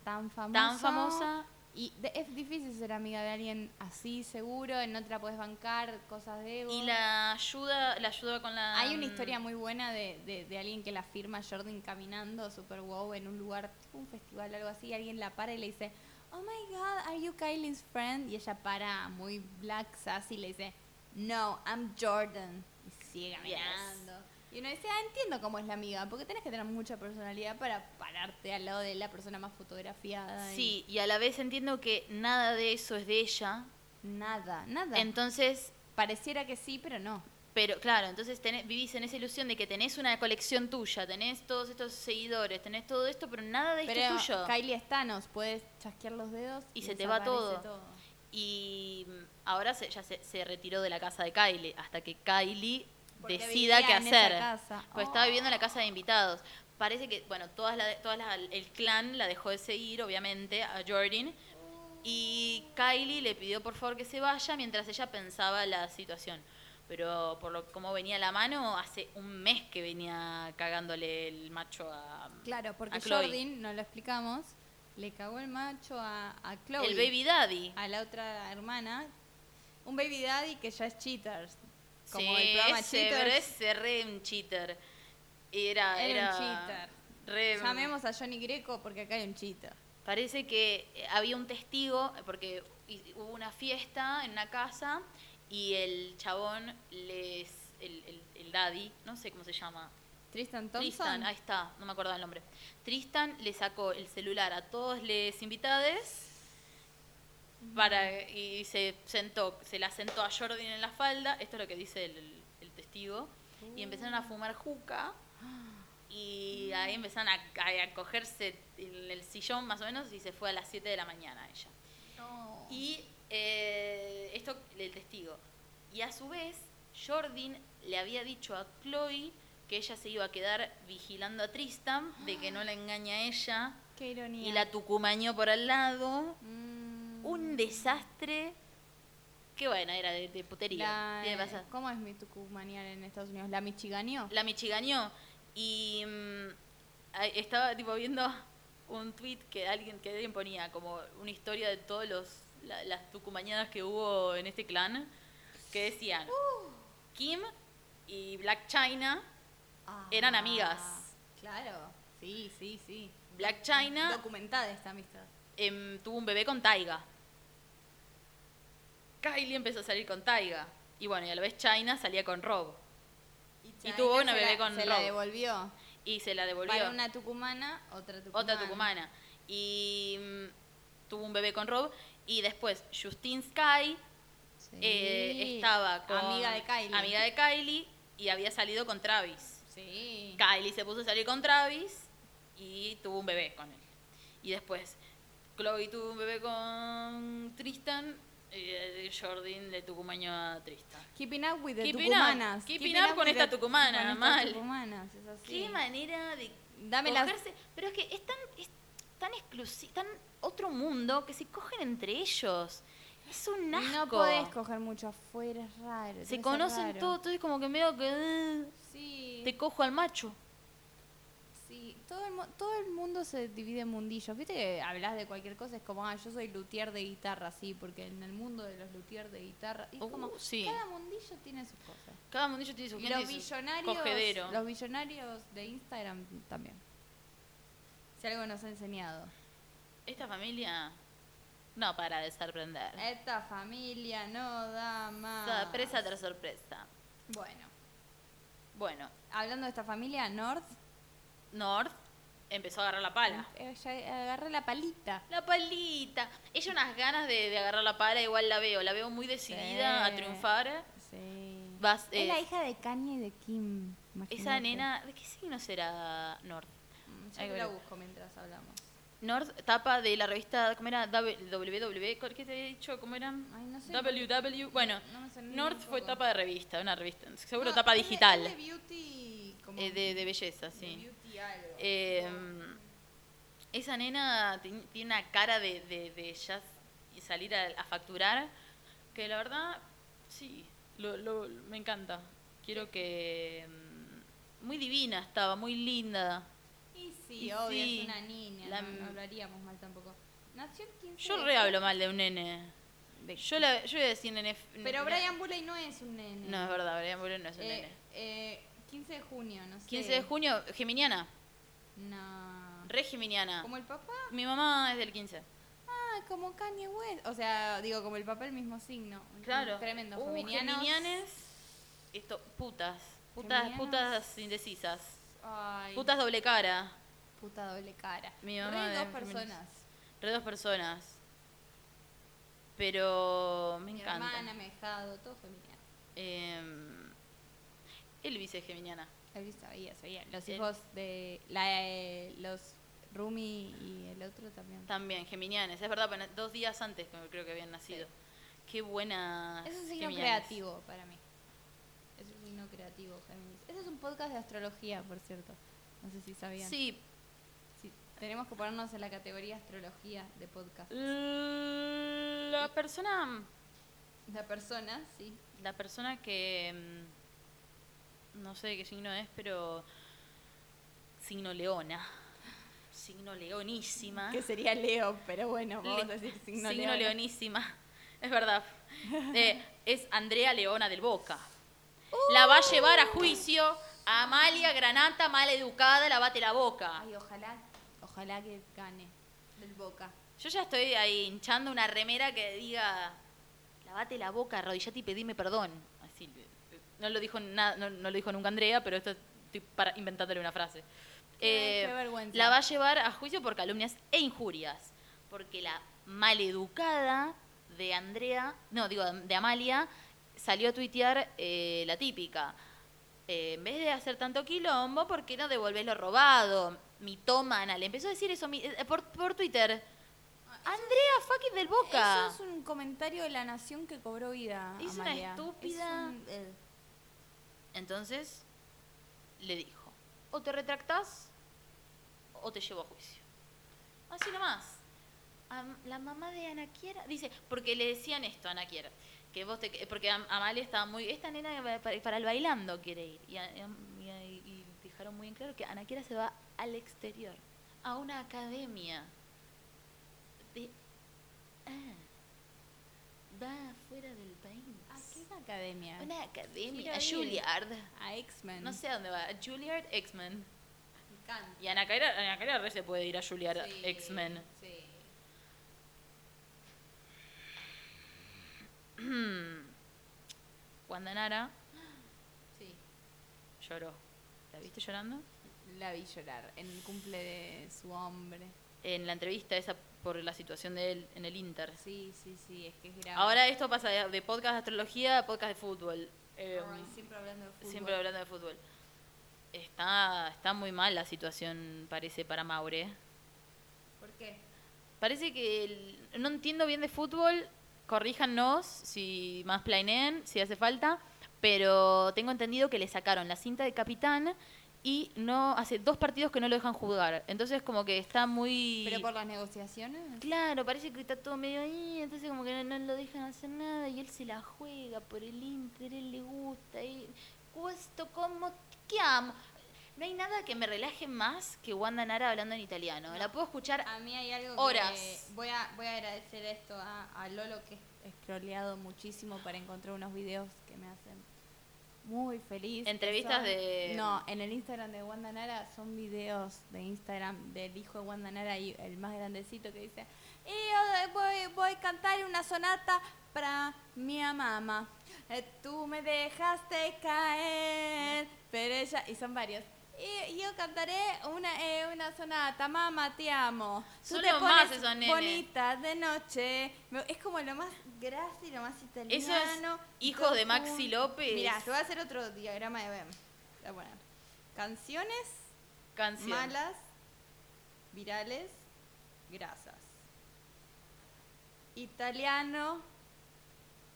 Speaker 2: tan famosa.
Speaker 1: tan famosa
Speaker 2: Y de- es difícil ser amiga de alguien así, seguro, no te la podés bancar, cosas de ego.
Speaker 1: y la ayuda la ayuda con la
Speaker 2: Hay una historia muy buena de, de- de alguien que la firma Jordan caminando, super wow, en un lugar, tipo un festival o algo así, y alguien la para y le dice, oh my god, are you Kylie's friend? Y ella para, muy black, sassy, y le dice, no, I'm Jordan. Y sigue caminando. Y uno dice, ah, entiendo cómo es la amiga, porque tenés que tener mucha personalidad para pararte al lado de la persona más fotografiada. y
Speaker 1: sí y a la vez entiendo que nada de eso es de ella
Speaker 2: Nada, nada.
Speaker 1: entonces
Speaker 2: Pareciera que sí, pero no.
Speaker 1: pero claro entonces tenés- vivís en esa ilusión de que tenés una colección tuya tenés todos estos seguidores tenés todo esto pero nada de esto
Speaker 2: Pero
Speaker 1: es tuyo
Speaker 2: Kylie es Thanos, puedes chasquear los dedos
Speaker 1: Y se te va
Speaker 2: desaparece
Speaker 1: todo. y mm, ahora se, ya se, se retiró de la casa de Kylie hasta que Kylie
Speaker 2: Porque
Speaker 1: decida
Speaker 2: vivía
Speaker 1: qué
Speaker 2: en esa
Speaker 1: hacer
Speaker 2: casa.
Speaker 1: pues
Speaker 2: Oh.
Speaker 1: estaba viviendo en la casa de invitados parece que, bueno, todas la- todas la- el clan la dejó de seguir, obviamente, a Jordan. Y Kylie le pidió por favor que se vaya mientras ella pensaba la situación. Pero por lo como venía la mano, hace un mes que venía cagándole el macho a.
Speaker 2: Claro, porque
Speaker 1: a Chloe.
Speaker 2: Jordan, no lo explicamos, le cagó el macho a, a Chloe.
Speaker 1: El baby daddy.
Speaker 2: a la otra hermana. Un baby daddy que ya es cheaters. Como
Speaker 1: Sí,
Speaker 2: el programa
Speaker 1: ese, pero
Speaker 2: cheaters.
Speaker 1: ese re un cheater. Era,
Speaker 2: Era un
Speaker 1: era
Speaker 2: cheater.
Speaker 1: re-
Speaker 2: Llamemos a Johnny Greco porque acá hay un cheater.
Speaker 1: Parece que eh, había un testigo, eh, porque hi- hubo una fiesta en una casa y el chabón les. El, el, el daddy, no sé cómo se llama.
Speaker 2: Tristan Thompson.
Speaker 1: Tristan, ahí está, no me acuerdo el nombre. Tristan le sacó el celular a todos los invitados para, y se sentó, se la sentó a Jordan en la falda, esto es lo que dice el, el testigo, y empezaron a fumar juca y ahí empezaron a, a- a cogerse en el sillón más o menos y se fue a las 7 de la mañana ella.
Speaker 2: Y
Speaker 1: Y eh, esto, el testigo. Y a su vez, Jordan le había dicho a Chloe que ella se iba a quedar vigilando a Tristan, de que no la engaña a ella,
Speaker 2: qué ironía.
Speaker 1: y la tucumañó por al lado.
Speaker 2: Mm.
Speaker 1: Un desastre. Que bueno, era de, de putería.
Speaker 2: La-
Speaker 1: tiene que pasar.
Speaker 2: ¿Cómo es mi tucumanial en Estados Unidos? ¿La michiganió?
Speaker 1: La michiganeó. Y mm, ahí estaba tipo viendo un tweet que alguien, que alguien ponía, como una historia de todos los la- las tucumañadas que hubo en este clan, que decían Kim y Black China eran
Speaker 2: Ah,
Speaker 1: amigas.
Speaker 2: Claro. Sí, sí, sí.
Speaker 1: Black China
Speaker 2: Documentada esta amistad.
Speaker 1: em, tuvo un bebé con Taiga. Kylie empezó a salir con Taiga. Y bueno, y a la vez China salía con Rob. Y tuvo
Speaker 2: Chayanne
Speaker 1: una
Speaker 2: se
Speaker 1: bebé
Speaker 2: la-
Speaker 1: con
Speaker 2: Se la
Speaker 1: Rob.
Speaker 2: devolvió.
Speaker 1: Y se la devolvió.
Speaker 2: Para una tucumana, otra tucumana.
Speaker 1: otra tucumana. Y mm, tuvo un bebé con Rob. Y después Justine Sky
Speaker 2: Sí.
Speaker 1: eh, estaba con...
Speaker 2: Amiga de Kylie.
Speaker 1: Amiga de Kylie y había salido con Travis.
Speaker 2: Sí.
Speaker 1: Kylie se puso a salir con Travis y tuvo un bebé con él. Y después Chloe tuvo un bebé con Tristan. Y Jordan le tucumañó a Tristan.
Speaker 2: Keeping up with the
Speaker 1: Keeping up.
Speaker 2: tucumanas.
Speaker 1: Keeping up con
Speaker 2: with
Speaker 1: esta
Speaker 2: the-
Speaker 1: tucumana,
Speaker 2: con estas
Speaker 1: mal.
Speaker 2: tucumanas, es así.
Speaker 1: Qué manera de
Speaker 2: Dame las-
Speaker 1: cogerse- Pero es que es tan, es tan exclusivo, tan otro mundo que se cogen entre ellos. Es un asco.
Speaker 2: No podés coger mucho afuera, es raro. debe
Speaker 1: se
Speaker 2: ser
Speaker 1: conocen
Speaker 2: raro.
Speaker 1: todos, entonces como que medio que eh,
Speaker 2: Sí.
Speaker 1: te cojo al macho.
Speaker 2: Sí, todo el, mu- todo el mundo se divide en mundillos. Viste que hablas de cualquier cosa, es como, ah, yo soy luthier de guitarra, sí, porque en el mundo de los luthier de guitarra. y es
Speaker 1: Uh,
Speaker 2: como,
Speaker 1: sí.
Speaker 2: cada mundillo tiene sus cosas.
Speaker 1: Cada mundillo tiene su
Speaker 2: Y
Speaker 1: gente
Speaker 2: los
Speaker 1: y su
Speaker 2: millonarios,
Speaker 1: cogedero.
Speaker 2: los millonarios de Instagram también. Si algo nos ha enseñado.
Speaker 1: Esta familia no para de sorprender.
Speaker 2: Esta familia no da más.
Speaker 1: Sorpresa tras sorpresa.
Speaker 2: Bueno,
Speaker 1: Bueno,
Speaker 2: hablando de esta familia, North,
Speaker 1: North empezó a agarrar la pala.
Speaker 2: eh, ya agarré la palita.
Speaker 1: La palita. Ella unas ganas de, de agarrar la pala, igual la veo. La veo muy decidida
Speaker 2: Sí.
Speaker 1: a triunfar.
Speaker 2: Sí.
Speaker 1: Vas,
Speaker 2: es
Speaker 1: eh,
Speaker 2: la hija de Kanye y de Kim.
Speaker 1: Esa
Speaker 2: imagínate.
Speaker 1: nena, ¿de qué signo será North?
Speaker 2: Mm,
Speaker 1: Ahí
Speaker 2: Ya te
Speaker 1: veré.
Speaker 2: la busco mientras hablamos.
Speaker 1: North, tapa de la revista, ¿cómo era? WW, ¿cuál- ¿qué te he dicho? ¿Cómo era?
Speaker 2: Ay, no sé.
Speaker 1: WW, bueno,
Speaker 2: No me suena ni
Speaker 1: North
Speaker 2: un
Speaker 1: fue
Speaker 2: poco.
Speaker 1: tapa de revista, una revista, seguro
Speaker 2: No,
Speaker 1: tapa
Speaker 2: es de-
Speaker 1: digital,
Speaker 2: es de beauty. como-
Speaker 1: eh, de, de belleza,
Speaker 2: de
Speaker 1: sí.
Speaker 2: beauty algo.
Speaker 1: Eh, esa nena ti- tiene una cara de, de, de ya s- salir a, a facturar, que la verdad, sí, lo, lo- me encanta. Quiero que... mm, Muy divina estaba, muy linda.
Speaker 2: Y sí,
Speaker 1: Y
Speaker 2: obvio,
Speaker 1: sí,
Speaker 2: es una niña.
Speaker 1: la-
Speaker 2: No, no hablaríamos mal tampoco. Nació el 15
Speaker 1: Yo
Speaker 2: de
Speaker 1: re hablo
Speaker 2: julio.
Speaker 1: mal de un nene.
Speaker 2: De-
Speaker 1: Yo, la, yo voy a decir nene. f-
Speaker 2: Pero
Speaker 1: no-
Speaker 2: Brian Bulley no es un nene.
Speaker 1: No, es verdad, Brian Burón no es un
Speaker 2: Eh,
Speaker 1: nene.
Speaker 2: eh, 15 de junio, no sé.
Speaker 1: 15 de junio, Geminiana.
Speaker 2: No.
Speaker 1: Re Geminiana.
Speaker 2: ¿Como el papá?
Speaker 1: Mi mamá es del 15.
Speaker 2: Ah, como Kanye West. O sea, digo, como el papá, el mismo signo.
Speaker 1: Claro.
Speaker 2: Tremendo.
Speaker 1: Uh,
Speaker 2: Geminianos.
Speaker 1: Geminianes. Esto, putas. Putas,
Speaker 2: Geminianos.
Speaker 1: putas indecisas.
Speaker 2: Ay,
Speaker 1: Putas doble cara.
Speaker 2: puta doble cara.
Speaker 1: Mi mamá
Speaker 2: Re
Speaker 1: de
Speaker 2: dos
Speaker 1: Géminis.
Speaker 2: personas.
Speaker 1: Re dos personas. Pero me
Speaker 2: Mi
Speaker 1: encanta.
Speaker 2: hermana, mi ahijado, todo geminiano.
Speaker 1: Em, Elvis es Geminiana.
Speaker 2: Elvis sabía, sabía. Los
Speaker 1: El-
Speaker 2: hijos de la, eh, los Rumi y el otro también.
Speaker 1: También, Geminianes. Es verdad, pero dos días antes que creo que habían nacido. Qué buena.
Speaker 2: Eso es un signo creativo para mí. Es un signo creativo, Géminis. Ese es un podcast de astrología, por cierto. No sé si sabían.
Speaker 1: Sí.
Speaker 2: Sí, Tenemos que ponernos en la categoría astrología de podcast.
Speaker 1: La persona
Speaker 2: La persona, sí.
Speaker 1: la persona que mm, no sé de qué signo es, pero signo leona, signo leonísima,
Speaker 2: Ah. Que sería Leo, pero bueno, vamos
Speaker 1: Le-
Speaker 2: a decir signo,
Speaker 1: signo,
Speaker 2: Leo.
Speaker 1: leonísima, es verdad, Eh, es Andrea Leona del Boca. La va
Speaker 2: ¡Uh!
Speaker 1: a llevar a juicio a Amalia Granata, mal educada, lavate la boca.
Speaker 2: Ay, ojalá, ojalá que gane del Boca.
Speaker 1: Yo ya estoy ahí hinchando una remera que diga, lavate la boca, arrodillate y pedime perdón. Así, eh, eh, no lo dijo na- no, no lo dijo nunca Andrea, pero esto estoy para, inventándole una frase. Eh,
Speaker 2: Qué- qué vergüenza.
Speaker 1: La va a llevar a juicio por calumnias e injurias, porque la maleducada de Andrea, no, digo, de Amalia, salió a tuitear eh, la típica. Eh, en vez de hacer tanto quilombo, ¿por qué no devolvés lo robado? Mitómana, le empezó a decir eso mi- eh, por, por Twitter. Andrea fucking del Boca.
Speaker 2: Eso es un comentario de la nación que cobró vida.
Speaker 1: Es una
Speaker 2: Amalia.
Speaker 1: estúpida.
Speaker 2: Es un- eh,
Speaker 1: Entonces le dijo, o te retractás o te llevo a juicio. Así nomás. Am- la mamá de Ana Kiera dice, porque le decían esto a Ana Kiera, que vos te, que- porque Am- Amalia estaba muy, esta nena va para, para el bailando quiere ir. Y, a- y a- y a- y dejaron muy en claro que Ana Kiera se va al exterior, a una academia. De, ah, va afuera del país.
Speaker 2: ¿A Ah, qué academia?
Speaker 1: Una academia.
Speaker 2: Quiero
Speaker 1: A
Speaker 2: ir.
Speaker 1: Juilliard.
Speaker 2: A X-Men.
Speaker 1: No sé a dónde va. A Juilliard, X-Men.
Speaker 2: Me encanta.
Speaker 1: Y Ana Kaira, Ana Kaira re se puede ir a Juilliard,
Speaker 2: Sí,
Speaker 1: X-Men. <clears throat>
Speaker 2: Sí.
Speaker 1: Wanda Nara
Speaker 2: Sí.
Speaker 1: lloró. ¿La viste llorando?
Speaker 2: La vi llorar en el cumple de su hombre.
Speaker 1: En la entrevista esa por la situación de él en el Inter.
Speaker 2: Sí, sí, sí, es que es grave.
Speaker 1: Ahora esto pasa de, de podcast de astrología a podcast de fútbol. Eh,
Speaker 2: Ay, siempre hablando de Em, fútbol.
Speaker 1: siempre hablando de fútbol. Está, está muy mal la situación, parece, para Maure.
Speaker 2: ¿Por qué?
Speaker 1: Parece que el- no entiendo bien de fútbol, corríjanos si más planeen, si hace falta, pero tengo entendido que le sacaron la cinta de capitán y no hace dos partidos que no lo dejan jugar. Entonces como que está muy
Speaker 2: ¿Pero por las negociaciones?
Speaker 1: Claro, parece que está todo medio ahí, entonces como que no, no lo dejan hacer nada y él se la juega por el Inter, él le gusta y cuesto como que amo. No hay nada que me relaje más que Wanda Nara hablando en italiano. La puedo escuchar
Speaker 2: A mí hay algo
Speaker 1: Horas.
Speaker 2: que voy a, voy a agradecer esto a, a Lolo que he scrolleado muchísimo para encontrar unos videos que me hacen muy feliz. que
Speaker 1: Entrevistas
Speaker 2: son-
Speaker 1: de-
Speaker 2: No, en el Instagram de Wanda Nara son videos de Instagram del hijo de Wanda Nara y el más grandecito que dice, y yo voy, voy a cantar una sonata para mi mamá. Eh, tú me dejaste caer, pero ella... Y son varios. Y yo cantaré una, eh, una sonata, mamá, te amo. Tú
Speaker 1: Son
Speaker 2: te
Speaker 1: lo más
Speaker 2: pones
Speaker 1: esos nenes.
Speaker 2: Bonita de noche. Me- Es como lo más grasa y lo más italiano.
Speaker 1: Eso es hijos de Maxi López.
Speaker 2: Mira, te voy a hacer otro diagrama de BEM. Te voy a poner Canciones
Speaker 1: Canción.
Speaker 2: malas, virales, grasas. Italiano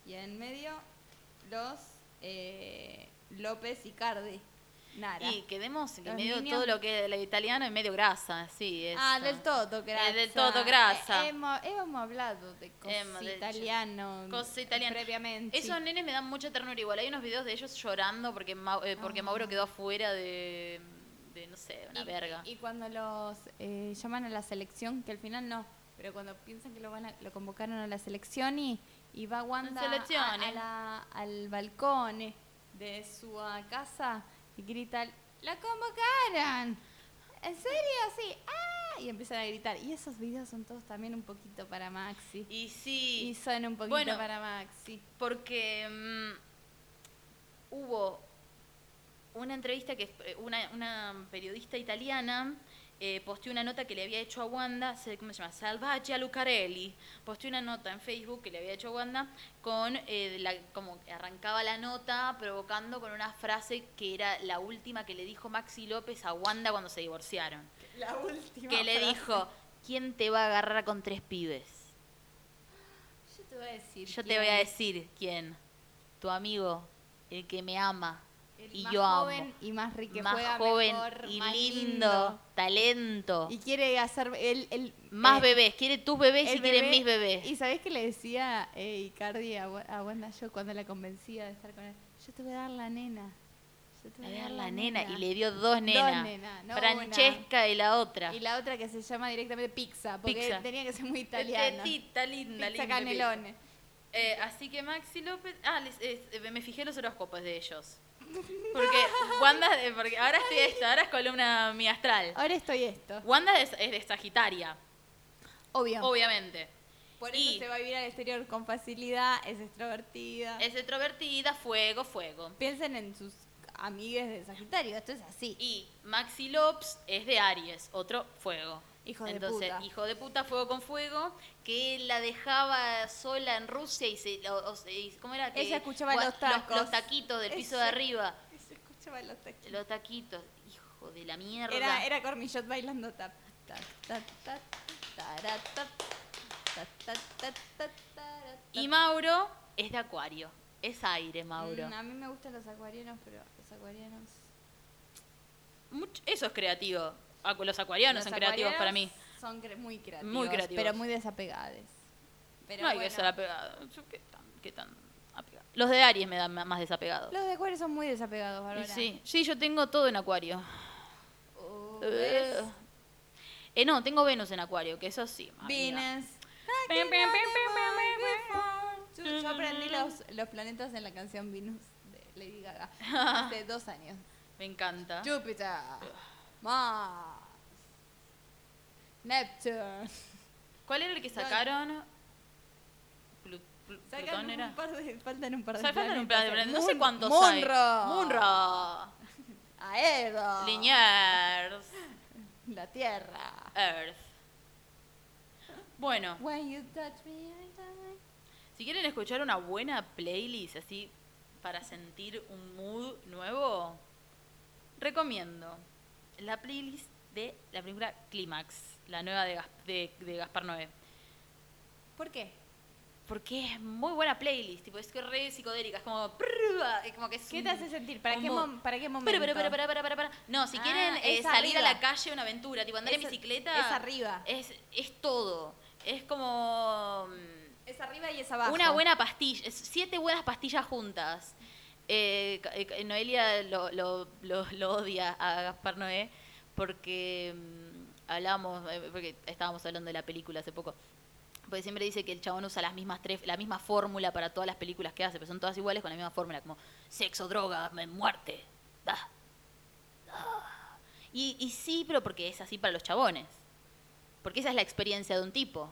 Speaker 2: y en medio los eh, López y Cardi. Nara.
Speaker 1: Y quedemos en
Speaker 2: Los
Speaker 1: medio de
Speaker 2: niños.
Speaker 1: todo lo que es la italiana en medio grasa, sí. eso.
Speaker 2: Ah, del todo grasa.
Speaker 1: Eh, del todo grasa.
Speaker 2: Eh, hemos, hemos hablado de cosas
Speaker 1: Hemos dicho.
Speaker 2: italiano.
Speaker 1: Cosa italiana.
Speaker 2: Previamente.
Speaker 1: Esos nenes me dan mucha ternura igual. Hay unos videos de ellos llorando porque, Mau- eh, porque
Speaker 2: Ah.
Speaker 1: Mauro quedó afuera de, de, no sé, una
Speaker 2: y,
Speaker 1: verga.
Speaker 2: Y cuando los eh, llaman a la selección, que al final no, pero cuando piensan que lo van a- lo convocaron a la selección y, y va Wanda a-
Speaker 1: seleccione.
Speaker 2: a la- al balcón eh, de su ah, casa y gritan, ¡la convocaron! ¿En serio? Sí. ¡Ah! Y empiezan a gritar. Y esos videos son todos también un poquito para Maxi.
Speaker 1: Y
Speaker 2: Y,
Speaker 1: sí,
Speaker 2: son un poquito
Speaker 1: Bueno.
Speaker 2: para Maxi.
Speaker 1: porque mm, hubo una entrevista que eh, una, una periodista italiana eh, posteó una nota que le había hecho a Wanda, se- ¿cómo se llama? Salvaggia Lucarelli. Posteó una nota en Facebook que le había hecho a Wanda con eh, la, como que arrancaba la nota provocando con una frase que era la última que le dijo Maxi López a Wanda cuando se divorciaron.
Speaker 2: La última.
Speaker 1: Que le dijo, ¿quién te va a agarrar con tres pibes?
Speaker 2: Yo te voy a decir.
Speaker 1: Yo te
Speaker 2: quién
Speaker 1: voy a
Speaker 2: es.
Speaker 1: decir quién. Tu amigo, el que me ama,
Speaker 2: El
Speaker 1: Y
Speaker 2: más
Speaker 1: yo amo.
Speaker 2: joven y más rico,
Speaker 1: más
Speaker 2: juega
Speaker 1: joven
Speaker 2: mejor,
Speaker 1: y
Speaker 2: más
Speaker 1: lindo, talento,
Speaker 2: Y quiere hacer el, el-
Speaker 1: más
Speaker 2: eh,
Speaker 1: bebés, quiere tus bebés
Speaker 2: el
Speaker 1: y quiere
Speaker 2: bebé-
Speaker 1: mis bebés.
Speaker 2: ¿Y sabés qué le decía eh, Icardi a, Wa- a Wanda yo cuando la convencía de estar con él? Yo te voy a dar la nena. Yo te
Speaker 1: Le voy a dar la nena y le dio dos nenas.
Speaker 2: nena. no
Speaker 1: Francesca y la otra.
Speaker 2: una. Y la otra que se llama directamente pizza, porque
Speaker 1: Pizza.
Speaker 2: tenía que ser muy italiana.
Speaker 1: Tetita linda,
Speaker 2: Pizza
Speaker 1: linda, linda.
Speaker 2: canelone.
Speaker 1: Eh, así que Maxi López. Ah, les- es- eh, me fijé los horóscopos de ellos. Porque Wanda. eh, Porque ahora
Speaker 2: <laughs>
Speaker 1: estoy esto, ahora es columna mi astral.
Speaker 2: Ahora estoy esto.
Speaker 1: Wanda es, es de Sagitaria,
Speaker 2: Obvio.
Speaker 1: obviamente.
Speaker 2: Por
Speaker 1: Y-
Speaker 2: eso se va a vivir al exterior con facilidad, es extrovertida.
Speaker 1: Es extrovertida, fuego, fuego.
Speaker 2: Piensen en sus amigues de Sagitario, esto es así.
Speaker 1: Y Maxi Lopes es de Aries, otro fuego.
Speaker 2: Hijo de
Speaker 1: Entonces,
Speaker 2: puta.
Speaker 1: hijo de puta, fuego con fuego, que él la dejaba sola en Rusia y se. o- o- y- ¿Cómo era? Que
Speaker 2: Ella escuchaba
Speaker 1: gua-
Speaker 2: los tacos.
Speaker 1: Los, taquitos del piso de
Speaker 2: Ella-
Speaker 1: arriba.
Speaker 2: Eso escuchaba los textos.
Speaker 1: Los taquitos. Hijo de la mierda.
Speaker 2: Era, era Cormillot bailando tap, tap, tap, tap, tara, tap, tap, tap, tap, tap, tara,
Speaker 1: Y
Speaker 2: tap.
Speaker 1: Mauro es de Acuario. Es aire, Mauro.
Speaker 2: Mm, a mí me gustan los acuarianos, pero los acuarianos.
Speaker 1: Much- eso es creativo. Acu- los acuarianos
Speaker 2: Los
Speaker 1: son creativos
Speaker 2: acuarianos
Speaker 1: para mí.
Speaker 2: Son cre- muy creativos.
Speaker 1: Muy creativos.
Speaker 2: Pero muy desapegados. Pero
Speaker 1: no hay
Speaker 2: bueno,
Speaker 1: que ser apegado. Yo, ¿Qué tan, qué tan apegado? Los de Aries me dan ma- más desapegados.
Speaker 2: Los de acuario son muy desapegados, Bárbara.
Speaker 1: Sí, sí, yo tengo todo en Acuario.
Speaker 2: Uh, ¿ves?
Speaker 1: Eh, eh, no, tengo Venus en Acuario, que eso sí. amiga.
Speaker 2: Venus.
Speaker 1: Pim, pim, pim, Mm.
Speaker 2: Yo, yo aprendí los, los planetas en la canción Venus de
Speaker 1: <laughs>
Speaker 2: Lady Gaga hace dos años.
Speaker 1: Me encanta.
Speaker 2: Júpiter, Mars, Neptuno.
Speaker 1: ¿Cuál era el que sacaron? Plu- Plu-
Speaker 2: Sacan
Speaker 1: Plutón era.
Speaker 2: un par de, faltan un par
Speaker 1: O
Speaker 2: de
Speaker 1: sea, faltan un plan de planetas.
Speaker 2: planetas.
Speaker 1: No sé
Speaker 2: Mun-
Speaker 1: cuántos hay.
Speaker 2: Munro, Ah.
Speaker 1: Munro.
Speaker 2: Aedo,
Speaker 1: Liniers.
Speaker 2: la Tierra. <laughs>
Speaker 1: Earth. Bueno,
Speaker 2: When you touch me, I die.
Speaker 1: si quieren escuchar una buena playlist así para sentir un mood nuevo, recomiendo la playlist de la película Clímax, la nueva de, Gas- de- de Gaspar Noé.
Speaker 2: ¿Por qué?
Speaker 1: Porque es muy buena playlist, tipo, es que re psicodélica, es como... prrrr, es como que es
Speaker 2: ¿Qué
Speaker 1: un-
Speaker 2: te hace sentir? ¿Para, qué,
Speaker 1: combo.
Speaker 2: mom- ¿para qué momento?
Speaker 1: Pero, pero, pero, para, para, para, para. No, si
Speaker 2: Ah,
Speaker 1: quieren eh,
Speaker 2: es
Speaker 1: salir a
Speaker 2: arriba.
Speaker 1: la calle, una aventura, tipo andar en
Speaker 2: Es-
Speaker 1: bicicleta...
Speaker 2: es arriba.
Speaker 1: Es, es todo. Es como... mm,
Speaker 2: Es arriba y es abajo.
Speaker 1: Una buena pastilla, es- siete buenas pastillas juntas. Eh, ca- eh, ca- Noelia lo, lo- lo- lo odia a Gaspar Noé porque mm, hablábamos, eh, porque estábamos hablando de la película hace poco. Porque siempre dice que el chabón usa las mismas tres, la misma fórmula para todas las películas que hace, pero son todas iguales con la misma fórmula, como sexo, droga, me- muerte. da, da. Y, y sí, pero porque es así para los chabones. Porque esa es la experiencia de un tipo.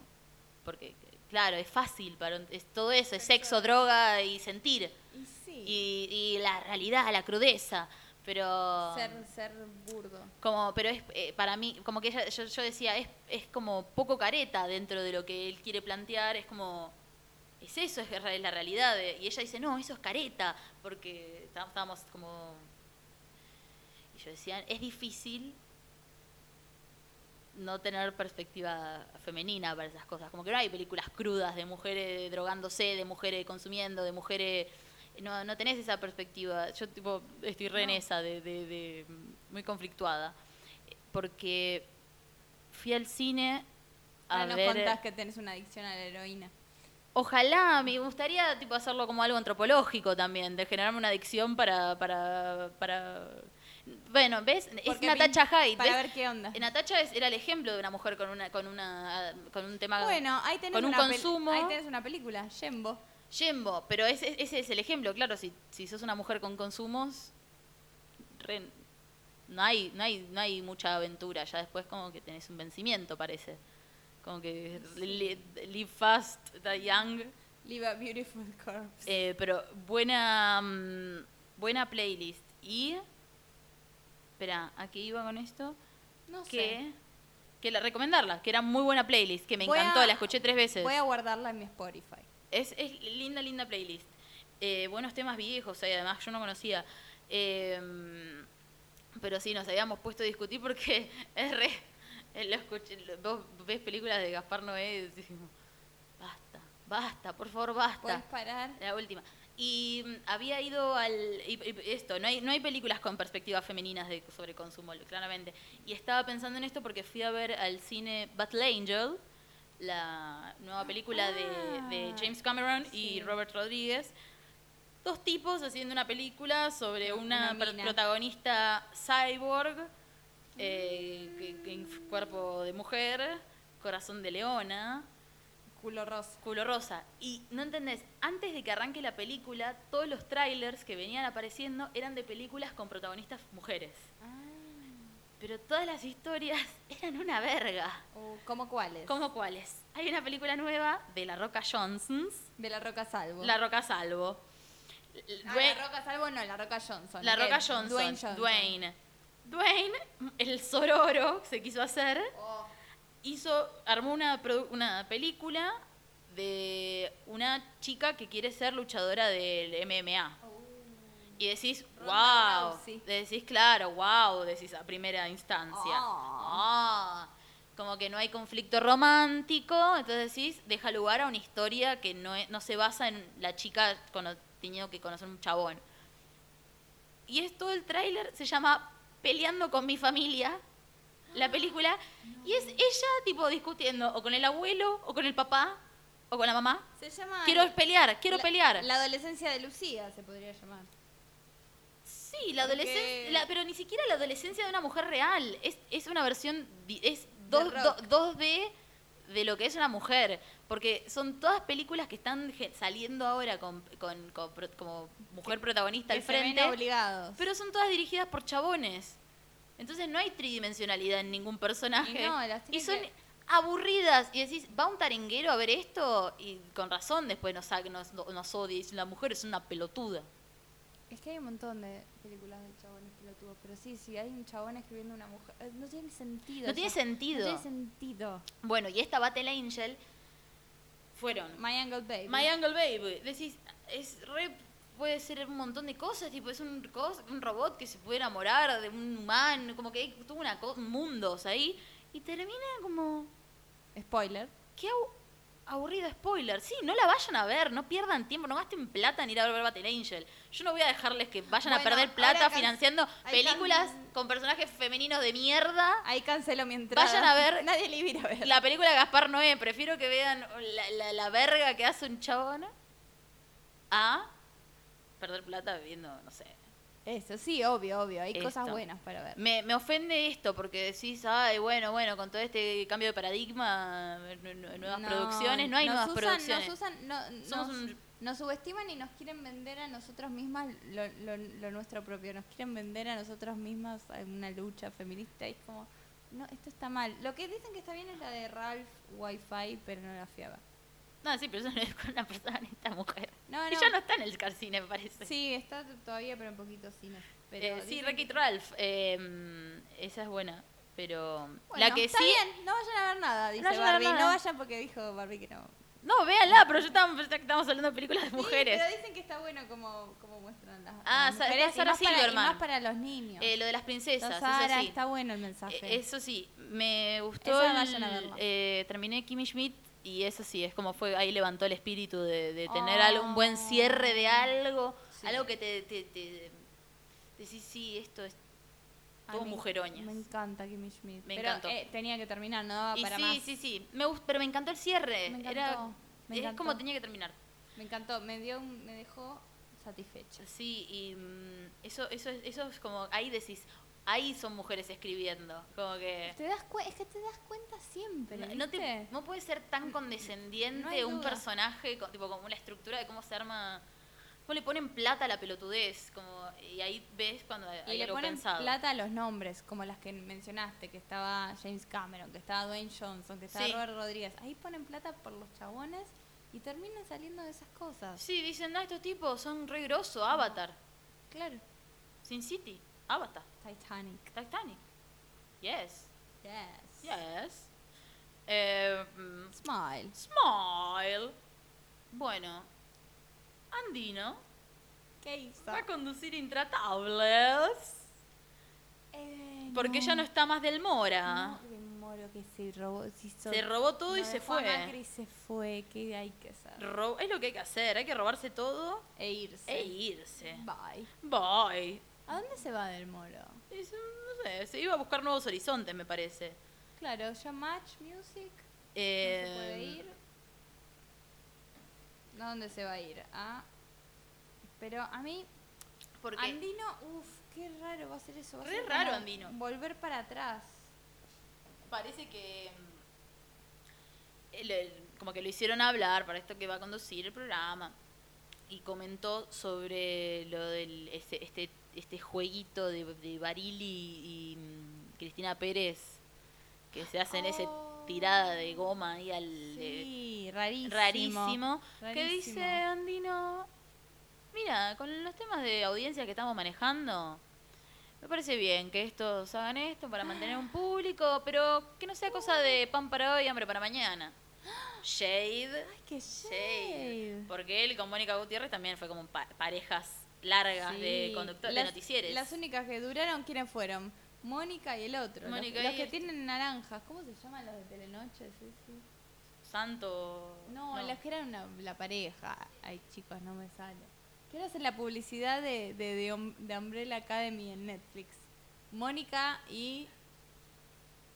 Speaker 1: Porque, claro, es fácil, para un- es todo eso, es sexo, droga y sentir.
Speaker 2: Y sí.
Speaker 1: Y, y la realidad, la crudeza. Pero
Speaker 2: Ser, ser burdo.
Speaker 1: como pero es eh, para mí como que ella- yo, yo decía es, es como poco careta dentro de lo que él quiere plantear es como es eso es, re- es la realidad de- y ella dice no eso es careta porque está- estábamos como y yo decía es difícil no tener perspectiva femenina para esas cosas como que no hay películas crudas de mujeres drogándose de mujeres consumiendo de mujeres no, no tenés esa perspectiva. Yo tipo estoy re en esa, de, de- de- muy conflictuada. Porque fui al cine a
Speaker 2: Ahora nos
Speaker 1: ver...
Speaker 2: Ah, contás que tenés una adicción a la heroína.
Speaker 1: Ojalá, me gustaría tipo hacerlo como algo antropológico también, de generarme una adicción para... para, para... Bueno, ¿ves?
Speaker 2: Porque
Speaker 1: es Natacha
Speaker 2: pin-
Speaker 1: Hyde.
Speaker 2: Para
Speaker 1: ¿ves?
Speaker 2: ver qué onda.
Speaker 1: Natacha es- era el ejemplo de una mujer con una con una con un tema
Speaker 2: Bueno, ahí tenés,
Speaker 1: con un
Speaker 2: una pel-
Speaker 1: consumo.
Speaker 2: ahí tenés una película, Jembo.
Speaker 1: Jembo, pero ese, ese es el ejemplo, claro, si, si sos una mujer con consumos, re- no, hay, no, hay, no hay mucha aventura, ya después como que tenés un vencimiento, parece. Como que li- live fast, die young,
Speaker 2: Live a Beautiful Corpse.
Speaker 1: Eh, pero buena, mm, buena playlist. Y, espera, ¿a qué iba con esto?
Speaker 2: no sé.
Speaker 1: Que, que la, recomendarla, que era muy buena playlist, que me
Speaker 2: Voy a-
Speaker 1: encantó, la escuché tres veces.
Speaker 2: Voy a guardarla en mi Spotify.
Speaker 1: Es, es linda, linda playlist. Eh, buenos temas viejos, eh, además yo no conocía. Eh, pero sí, nos habíamos puesto a discutir porque <laughs> es re... eh, lo escuché- lo- vos ves películas de Gaspar Noé y decís, basta, basta, por favor,
Speaker 2: Puedes
Speaker 1: basta.
Speaker 2: parar.
Speaker 1: La última. Y mm, había ido al... y- y- esto, no hay, no hay películas con perspectivas femeninas de, sobre consumo, claramente. Y estaba pensando en esto porque fui a ver al cine Battle Angel, la nueva película de, de
Speaker 2: Ah,
Speaker 1: James Cameron
Speaker 2: sí.
Speaker 1: y Robert Rodríguez. Dos tipos haciendo una película sobre una,
Speaker 2: Una
Speaker 1: pr-
Speaker 2: mina.
Speaker 1: protagonista cyborg, eh, que- que inf- cuerpo de mujer, corazón de leona
Speaker 2: Culo rosa.
Speaker 1: culo rosa. Y no entendés, antes de que arranque la película, todos los trailers que venían apareciendo eran de películas con protagonistas mujeres.
Speaker 2: Ah.
Speaker 1: Pero todas las historias <laughs> eran una verga.
Speaker 2: O, ¿Cómo cuáles?
Speaker 1: ¿Cómo cuáles? Hay una película nueva de La Roca Johnsons,
Speaker 2: De la Roca Salvo.
Speaker 1: La Roca Salvo.
Speaker 2: Ah,
Speaker 1: Dwayne-
Speaker 2: la Roca Salvo no, la Roca Johnson.
Speaker 1: la
Speaker 2: ok.
Speaker 1: Roca Johnson,
Speaker 2: Dwayne Johnson.
Speaker 1: Dwayne. Dwayne, el sororo que se quiso hacer,
Speaker 2: Oh,
Speaker 1: hizo, armó una, produ- una película de una chica que quiere ser luchadora del MMA. Y decís,
Speaker 2: Ronda
Speaker 1: wow.
Speaker 2: Rousey.
Speaker 1: Decís, claro, wow, decís a primera instancia.
Speaker 2: Ah.
Speaker 1: Ah. Como que no hay conflicto romántico, entonces decís, deja lugar a una historia que no, es- no se basa en la chica cono- teniendo que conocer un chabón. Y es todo el tráiler, se llama Peleando con mi familia, la película, y es ella tipo discutiendo o con el abuelo, o con el papá, o con la mamá.
Speaker 2: se llama...
Speaker 1: Quiero pelear, quiero
Speaker 2: la-
Speaker 1: pelear.
Speaker 2: La adolescencia de Lucía se podría llamar.
Speaker 1: Sí, la
Speaker 2: Porque-
Speaker 1: adolescencia, la- pero ni siquiera la adolescencia de una mujer real. Es, es una versión, di- es dos-
Speaker 2: rock.
Speaker 1: do- 2D de lo que es una mujer. Porque son todas películas que están ge- saliendo ahora con, con- con pro- como mujer protagonista al
Speaker 2: Que se ven
Speaker 1: frente.
Speaker 2: obligados.
Speaker 1: Pero son todas dirigidas por chabones. Entonces no hay tridimensionalidad en ningún personaje.
Speaker 2: Y no, las
Speaker 1: Y
Speaker 2: tienen
Speaker 1: son
Speaker 2: que-
Speaker 1: aburridas. Y decís, va un taringuero a ver esto y con razón después nos, sa- nos, nos odia. y dice, La mujer es una pelotuda.
Speaker 2: Es que hay un montón de películas de chabones pelotudos, pero sí, sí, hay un chabón escribiendo una mujer. eh, No tiene sentido.
Speaker 1: No tiene
Speaker 2: ya.
Speaker 1: sentido.
Speaker 2: No tiene sentido.
Speaker 1: Bueno, y esta Battle Angel fueron
Speaker 2: My Angle Baby.
Speaker 1: My Angle Baby. Decís, es re- puede ser un montón de cosas, tipo, es un, cos- un robot que se puede enamorar de un humano, como que hay- tuvo una co- mundos ahí. Y termina como,
Speaker 2: Spoiler.
Speaker 1: qué abu- aburrido spoiler. Sí, no la vayan a ver, no pierdan tiempo, no gasten plata en ir a ver Battle Angel. Yo no voy a dejarles que vayan a
Speaker 2: Bueno,
Speaker 1: perder
Speaker 2: ahora
Speaker 1: plata
Speaker 2: can-
Speaker 1: financiando
Speaker 2: hay can-
Speaker 1: películas con personajes femeninos de mierda.
Speaker 2: Ahí cancelo mi entrada.
Speaker 1: Vayan a ver-
Speaker 2: <laughs> Nadie le iba a ir a ver.
Speaker 1: La película de Gaspar Noé, prefiero que vean la, la- la verga que hace un chabón a perder plata viendo, no sé.
Speaker 2: Eso, sí, obvio, obvio. Hay cosas
Speaker 1: Esto.
Speaker 2: buenas para ver.
Speaker 1: Me, me ofende esto porque decís, ay, bueno, bueno, con todo este cambio de paradigma, nu- nu- nuevas
Speaker 2: No,
Speaker 1: producciones, no hay
Speaker 2: nos
Speaker 1: nuevas
Speaker 2: usan-
Speaker 1: producciones.
Speaker 2: Nos, usan, no-
Speaker 1: Somos
Speaker 2: nos-
Speaker 1: un-
Speaker 2: nos subestiman y nos quieren vender a nosotros mismas lo, lo- lo nuestro propio. Nos quieren vender a nosotros mismas a una lucha feminista. Y es como, no, esto está mal. Lo que dicen que está bien es la de Ralph Wi-Fi, pero no la fiaba.
Speaker 1: No, sí, pero eso no es con una persona, esta mujer.
Speaker 2: No, no.
Speaker 1: Ella no está en el carcine, me parece.
Speaker 2: Sí, está t- todavía, pero en poquito cine. Pero
Speaker 1: Eh, sí,
Speaker 2: dicen-
Speaker 1: Wreck-It Ralph, eh, esa es buena, pero
Speaker 2: Bueno,
Speaker 1: la que
Speaker 2: está
Speaker 1: sí...
Speaker 2: bien, no vayan a ver nada, dice
Speaker 1: vayan a ver
Speaker 2: Barbie. No
Speaker 1: nada.
Speaker 2: vayan porque dijo Barbie que no.
Speaker 1: No, véanla, pero yo estaba, estamos hablando de películas de
Speaker 2: Sí,
Speaker 1: mujeres.
Speaker 2: pero dicen que está bueno como, como muestran las.
Speaker 1: Ah,
Speaker 2: las
Speaker 1: sa- está
Speaker 2: mujeres, y
Speaker 1: Sarah
Speaker 2: más para- y
Speaker 1: Silverman.
Speaker 2: más para los niños.
Speaker 1: Eh, lo de las princesas,
Speaker 2: Entonces, Sara,
Speaker 1: eso sí.
Speaker 2: está bueno el mensaje.
Speaker 1: Eh, eso sí, me gustó.
Speaker 2: Esa
Speaker 1: el-
Speaker 2: vayan a verla.
Speaker 1: eh, terminé Kimmy Schmidt y eso sí, es como fue, ahí levantó el espíritu de, de tener
Speaker 2: Ah.
Speaker 1: algo- un buen cierre de algo,
Speaker 2: Sí.
Speaker 1: algo que te, te, te- decís, sí, esto es
Speaker 2: A
Speaker 1: todo
Speaker 2: mí
Speaker 1: mujeroñas.
Speaker 2: Me encanta Kimmy Schmidt.
Speaker 1: Me
Speaker 2: pero,
Speaker 1: encantó.
Speaker 2: eh, tenía que terminar, no daba
Speaker 1: y
Speaker 2: para
Speaker 1: sí,
Speaker 2: más.
Speaker 1: sí, sí, me gust- pero me encantó el cierre.
Speaker 2: Me encantó,
Speaker 1: Era,
Speaker 2: me
Speaker 1: es
Speaker 2: encantó.
Speaker 1: como tenía que terminar.
Speaker 2: Me encantó, me dio un- me dejó satisfecha.
Speaker 1: Sí, y mm, eso, eso, es- eso es como, ahí decís, ahí son mujeres escribiendo, como que...
Speaker 2: Te das cue- es que te das cuenta siempre,
Speaker 1: No- No, te-
Speaker 2: ¿viste? Mm.
Speaker 1: no puede ser tan
Speaker 2: No
Speaker 1: condescendiente
Speaker 2: hay
Speaker 1: un
Speaker 2: duda.
Speaker 1: personaje, co- tipo como la estructura de cómo se arma. Cómo le ponen plata a la pelotudez, como, y ahí ves cuando hay
Speaker 2: y le
Speaker 1: algo
Speaker 2: ponen
Speaker 1: pensado.
Speaker 2: plata a los nombres, como las que mencionaste, que estaba James Cameron, que estaba Dwayne Johnson, que estaba
Speaker 1: Sí.
Speaker 2: Robert Rodríguez. Ahí ponen plata por los chabones y terminan saliendo de esas cosas.
Speaker 1: Sí, dicen, ah, estos tipos son re grosos, Avatar,
Speaker 2: Claro.
Speaker 1: Sin City, Avatar,
Speaker 2: Titanic.
Speaker 1: Titanic. Yes,
Speaker 2: Yes.
Speaker 1: yes. Eh, mm,
Speaker 2: Smile.
Speaker 1: smile. Bueno, Andino
Speaker 2: ¿Qué hizo?
Speaker 1: va a conducir intratables.
Speaker 2: Eh,
Speaker 1: Porque
Speaker 2: no.
Speaker 1: ya no está más del Mora.
Speaker 2: No, de moro, creo que se robó. Se, hizo-
Speaker 1: Se robó todo y
Speaker 2: lo
Speaker 1: se
Speaker 2: dejó a
Speaker 1: fue.
Speaker 2: Macri y se fue. ¿Qué hay que hacer?
Speaker 1: Ro- es lo que hay que hacer, hay que robarse todo
Speaker 2: E irse.
Speaker 1: e irse.
Speaker 2: Bye.
Speaker 1: Bye.
Speaker 2: ¿A dónde se va del moro?
Speaker 1: Es, no sé, se iba a buscar nuevos horizontes, me parece.
Speaker 2: Claro, ya Match Music.
Speaker 1: Eh,
Speaker 2: no se puede ir. ¿A dónde se va a ir? Ah. Pero a mí,
Speaker 1: Porque
Speaker 2: Andino, uff, qué raro va a ser eso. Va a
Speaker 1: Re
Speaker 2: ser
Speaker 1: raro,
Speaker 2: como
Speaker 1: Andino.
Speaker 2: Volver para atrás.
Speaker 1: parece que. mm, el- el- como que lo hicieron hablar para esto que va a conducir el programa. Y comentó sobre lo del este, este, este jueguito de, de Barili y, mm, Cristina Pérez que se hacen ese
Speaker 2: Oh.
Speaker 1: tirada de goma ahí al de-
Speaker 2: Sí, rarísimo.
Speaker 1: rarísimo, que
Speaker 2: Rarísimo.
Speaker 1: dice Andino, mira, con los temas de audiencia que estamos manejando, me parece bien que estos hagan esto para mantener un público, pero que no sea cosa de pan para hoy, hambre para mañana. Shade,
Speaker 2: Ay, qué
Speaker 1: shade.
Speaker 2: shade.
Speaker 1: Porque él con Mónica Gutiérrez también fue como pa- parejas largas de
Speaker 2: Sí.
Speaker 1: conductores, de
Speaker 2: Las-
Speaker 1: noticieres.
Speaker 2: Las únicas que duraron, ¿quiénes fueron? Mónica y el otro. los-
Speaker 1: Mónica
Speaker 2: los,
Speaker 1: y
Speaker 2: que
Speaker 1: este.
Speaker 2: tienen naranjas. ¿Cómo se llaman los de Telenoche? Sí, sí.
Speaker 1: Santo.
Speaker 2: No, las que eran una- la pareja. Ay, chicos, no me sale. ¿Qué hora hacen la publicidad de, de, de, Om- de Umbrella Academy en Netflix? Mónica y.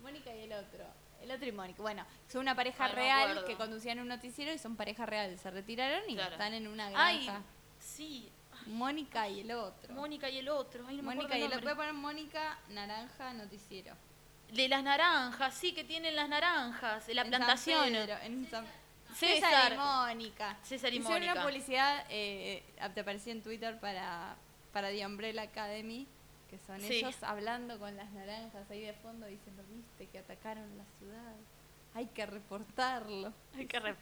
Speaker 2: Mónica y el otro. El otro y Mónica. Bueno, son una pareja
Speaker 1: Ay, no me
Speaker 2: real
Speaker 1: acuerdo.
Speaker 2: que conducían un noticiero y son pareja real. Se retiraron y
Speaker 1: Claro.
Speaker 2: están en una
Speaker 1: Ay,
Speaker 2: granja.
Speaker 1: sí. Ay,
Speaker 2: Mónica y el otro.
Speaker 1: Mónica y el otro. Ay, no me
Speaker 2: Mónica
Speaker 1: acuerdo el
Speaker 2: y el otro.
Speaker 1: nombre.
Speaker 2: Voy a poner Mónica Naranja Noticiero.
Speaker 1: De las naranjas, sí, que tienen las naranjas, de la
Speaker 2: En San
Speaker 1: plantación.
Speaker 2: Pedro, en San-
Speaker 1: César.
Speaker 2: César y Mónica.
Speaker 1: César y
Speaker 2: Hicieron
Speaker 1: Mónica.
Speaker 2: una publicidad, eh, te apareció en Twitter para, para The Umbrella Academy, que son
Speaker 1: Sí.
Speaker 2: ellos hablando con las naranjas ahí de fondo diciendo, viste, que atacaron la ciudad. Hay que reportarlo.
Speaker 1: Ay, qué re-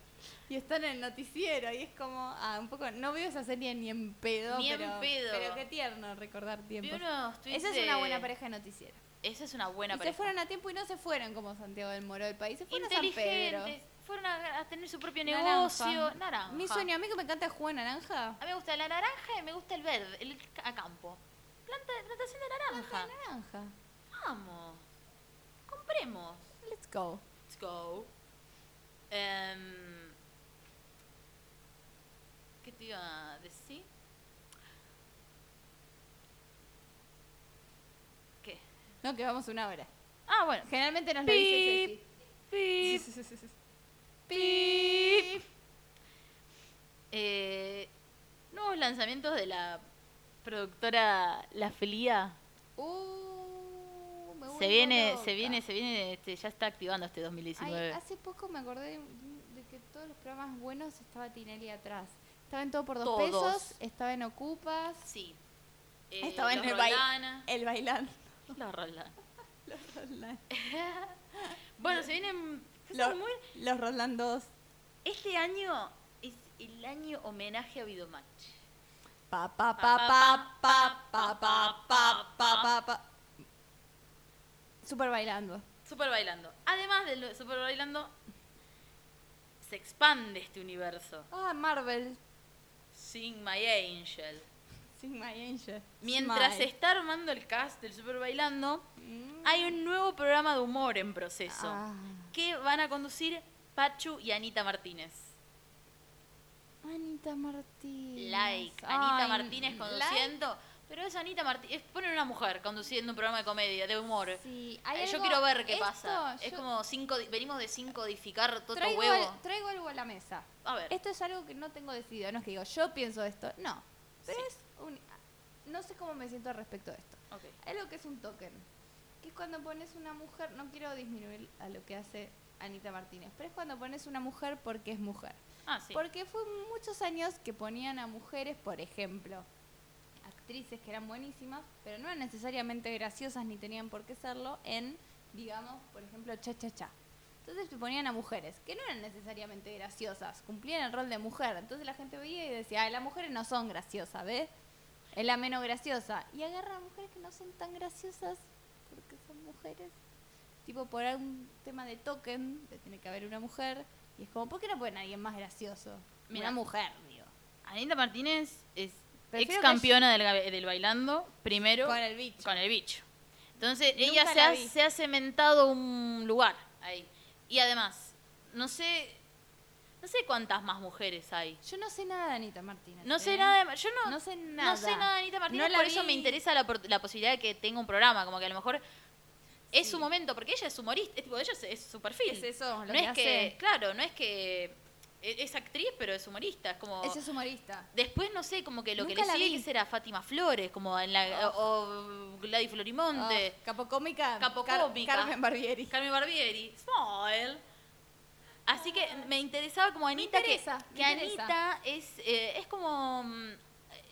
Speaker 2: Y están en el noticiero y es como, ah, un poco, no veo esa serie ni en pedo.
Speaker 1: Ni en
Speaker 2: pero,
Speaker 1: pedo.
Speaker 2: Pero qué tierno recordar
Speaker 1: Vi
Speaker 2: tiempos.
Speaker 1: unos tweets
Speaker 2: Esa es una
Speaker 1: de-
Speaker 2: buena pareja de noticiero.
Speaker 1: Esa es una buena
Speaker 2: y
Speaker 1: pareja.
Speaker 2: se fueron a tiempo y no se fueron como Santiago del Moro del país, se fueron a San Pedro.
Speaker 1: Inteligentes. Fueron a, a tener su propio
Speaker 2: Naranja.
Speaker 1: negocio. Naranja.
Speaker 2: Mi sueño, a mí que me encanta el jugo de naranja.
Speaker 1: A mí me gusta la naranja y me gusta el verde, el ca- a campo. Planta, plantación de naranja.
Speaker 2: Naranja. naranja.
Speaker 1: Vamos. Compremos.
Speaker 2: Let's go.
Speaker 1: Let's go. Em, ¿Qué te iba a decir? ¿Qué?
Speaker 2: No, que vamos una hora.
Speaker 1: Ah, bueno.
Speaker 2: Generalmente nos lo dice Ceci.
Speaker 1: Pip. Pip. Eh, nuevos lanzamientos de la productora La Felía.
Speaker 2: Uh, me
Speaker 1: Se
Speaker 2: vuelvo
Speaker 1: viene,
Speaker 2: loca.
Speaker 1: se viene, se viene, este, ya está activando este
Speaker 2: Ay,
Speaker 1: 2019.
Speaker 2: hace poco me acordé de, de que todos los programas buenos estaba Tinelli atrás. Estaba en Todo por Dos
Speaker 1: Todos.
Speaker 2: Pesos, estaba en Ocupas,
Speaker 1: sí. Eh,
Speaker 2: Estaba en
Speaker 1: Los
Speaker 2: el baile.
Speaker 1: Roldana.
Speaker 2: El Bailando.
Speaker 1: <laughs> Los Roldana.
Speaker 2: Los Roland,
Speaker 1: <laughs> Bueno, se vienen
Speaker 2: Lo-
Speaker 1: son muy-
Speaker 2: los Roland 2.
Speaker 1: Este año es el año homenaje a Vidomach.
Speaker 2: Pa, pa, pa, pa, pa, pa, pa, pa, pa, pa, pa. Super bailando.
Speaker 1: Super Bailando. Además de lo de Super Bailando, se expande este universo.
Speaker 2: Ah, Marvel.
Speaker 1: Sing My Angel.
Speaker 2: Sing My Angel.
Speaker 1: Mientras se
Speaker 2: Smile.
Speaker 1: está armando el cast del Super Bailando,
Speaker 2: Mm.
Speaker 1: hay un nuevo programa de humor en proceso
Speaker 2: Ah.
Speaker 1: que van a conducir Pachu y Anita Martínez.
Speaker 2: Anita Martínez.
Speaker 1: Like, Anita
Speaker 2: Ay,
Speaker 1: Martínez
Speaker 2: like.
Speaker 1: conduciendo. Pero es Anita Martínez, ponen una mujer conduciendo un programa de comedia, de humor.
Speaker 2: Sí, hay
Speaker 1: Eh, Yo
Speaker 2: algo-
Speaker 1: quiero ver qué
Speaker 2: esto,
Speaker 1: pasa. Es
Speaker 2: yo
Speaker 1: como cinco, di- venimos de sin codificar todo
Speaker 2: traigo,
Speaker 1: huevo.
Speaker 2: al- traigo algo a la mesa.
Speaker 1: A ver,
Speaker 2: Esto es algo que no tengo decidido. No es que digo, yo pienso esto. No. Pero
Speaker 1: Sí.
Speaker 2: es un. No sé cómo me siento al respecto de esto.
Speaker 1: ok.
Speaker 2: Hay algo que es un token, que es cuando pones una mujer, no quiero disminuir a lo que hace Anita Martínez, pero es cuando pones una mujer porque es mujer.
Speaker 1: Ah, sí.
Speaker 2: Porque fue muchos años que ponían a mujeres, por ejemplo, actrices que eran buenísimas, pero no eran necesariamente graciosas ni tenían por qué serlo en, digamos, por ejemplo, cha cha cha. Entonces te ponían a mujeres que no eran necesariamente graciosas, cumplían el rol de mujer. Entonces la gente veía y decía, "Ay, las mujeres no son graciosas, ¿ves? Es la menos graciosa. Y agarra a mujeres que no son tan graciosas porque son mujeres. Tipo, por algún tema de token, de tiene que haber una mujer. Y es como, ¿por qué no ponen a alguien más gracioso?
Speaker 1: Mira.
Speaker 2: Una mujer, digo.
Speaker 1: Anita Martínez es
Speaker 2: Prefiero
Speaker 1: ex campeona del, gabe- del bailando, primero
Speaker 2: Con el bicho.
Speaker 1: con el bicho. Entonces
Speaker 2: Nunca
Speaker 1: ella se
Speaker 2: la
Speaker 1: ha,
Speaker 2: vi.
Speaker 1: se ha cementado un lugar. Ahí. Y además, no sé, no sé cuántas más mujeres hay.
Speaker 2: Yo no sé nada de Anita Martínez.
Speaker 1: No sé
Speaker 2: ¿eh?
Speaker 1: nada de, yo no,
Speaker 2: No sé nada.
Speaker 1: no sé nada de Anita Martínez,
Speaker 2: No la
Speaker 1: por eso
Speaker 2: vi.
Speaker 1: me interesa la, por- la posibilidad de que tenga un programa, como que a lo mejor es
Speaker 2: Sí.
Speaker 1: su momento, porque ella es humorista, es tipo, ella es, es su perfil.
Speaker 2: Es eso, lo
Speaker 1: no
Speaker 2: que
Speaker 1: es que,
Speaker 2: hace.
Speaker 1: claro, no es que e- es actriz, pero es humorista, es como
Speaker 2: Ese es humorista.
Speaker 1: Después, no sé, como que lo que
Speaker 2: Nunca
Speaker 1: le
Speaker 2: la
Speaker 1: sigue
Speaker 2: vi.
Speaker 1: que será Fátima Flores, como en la, o Gladys Florimonte,
Speaker 2: Ah, capocómica.
Speaker 1: Capocómica.
Speaker 2: Carmen Barbieri.
Speaker 1: Carmen Barbieri, Small. Así que me interesaba como Anita,
Speaker 2: interesa,
Speaker 1: que,
Speaker 2: Ah. me
Speaker 1: que
Speaker 2: interesa.
Speaker 1: Anita es, eh, es como mm,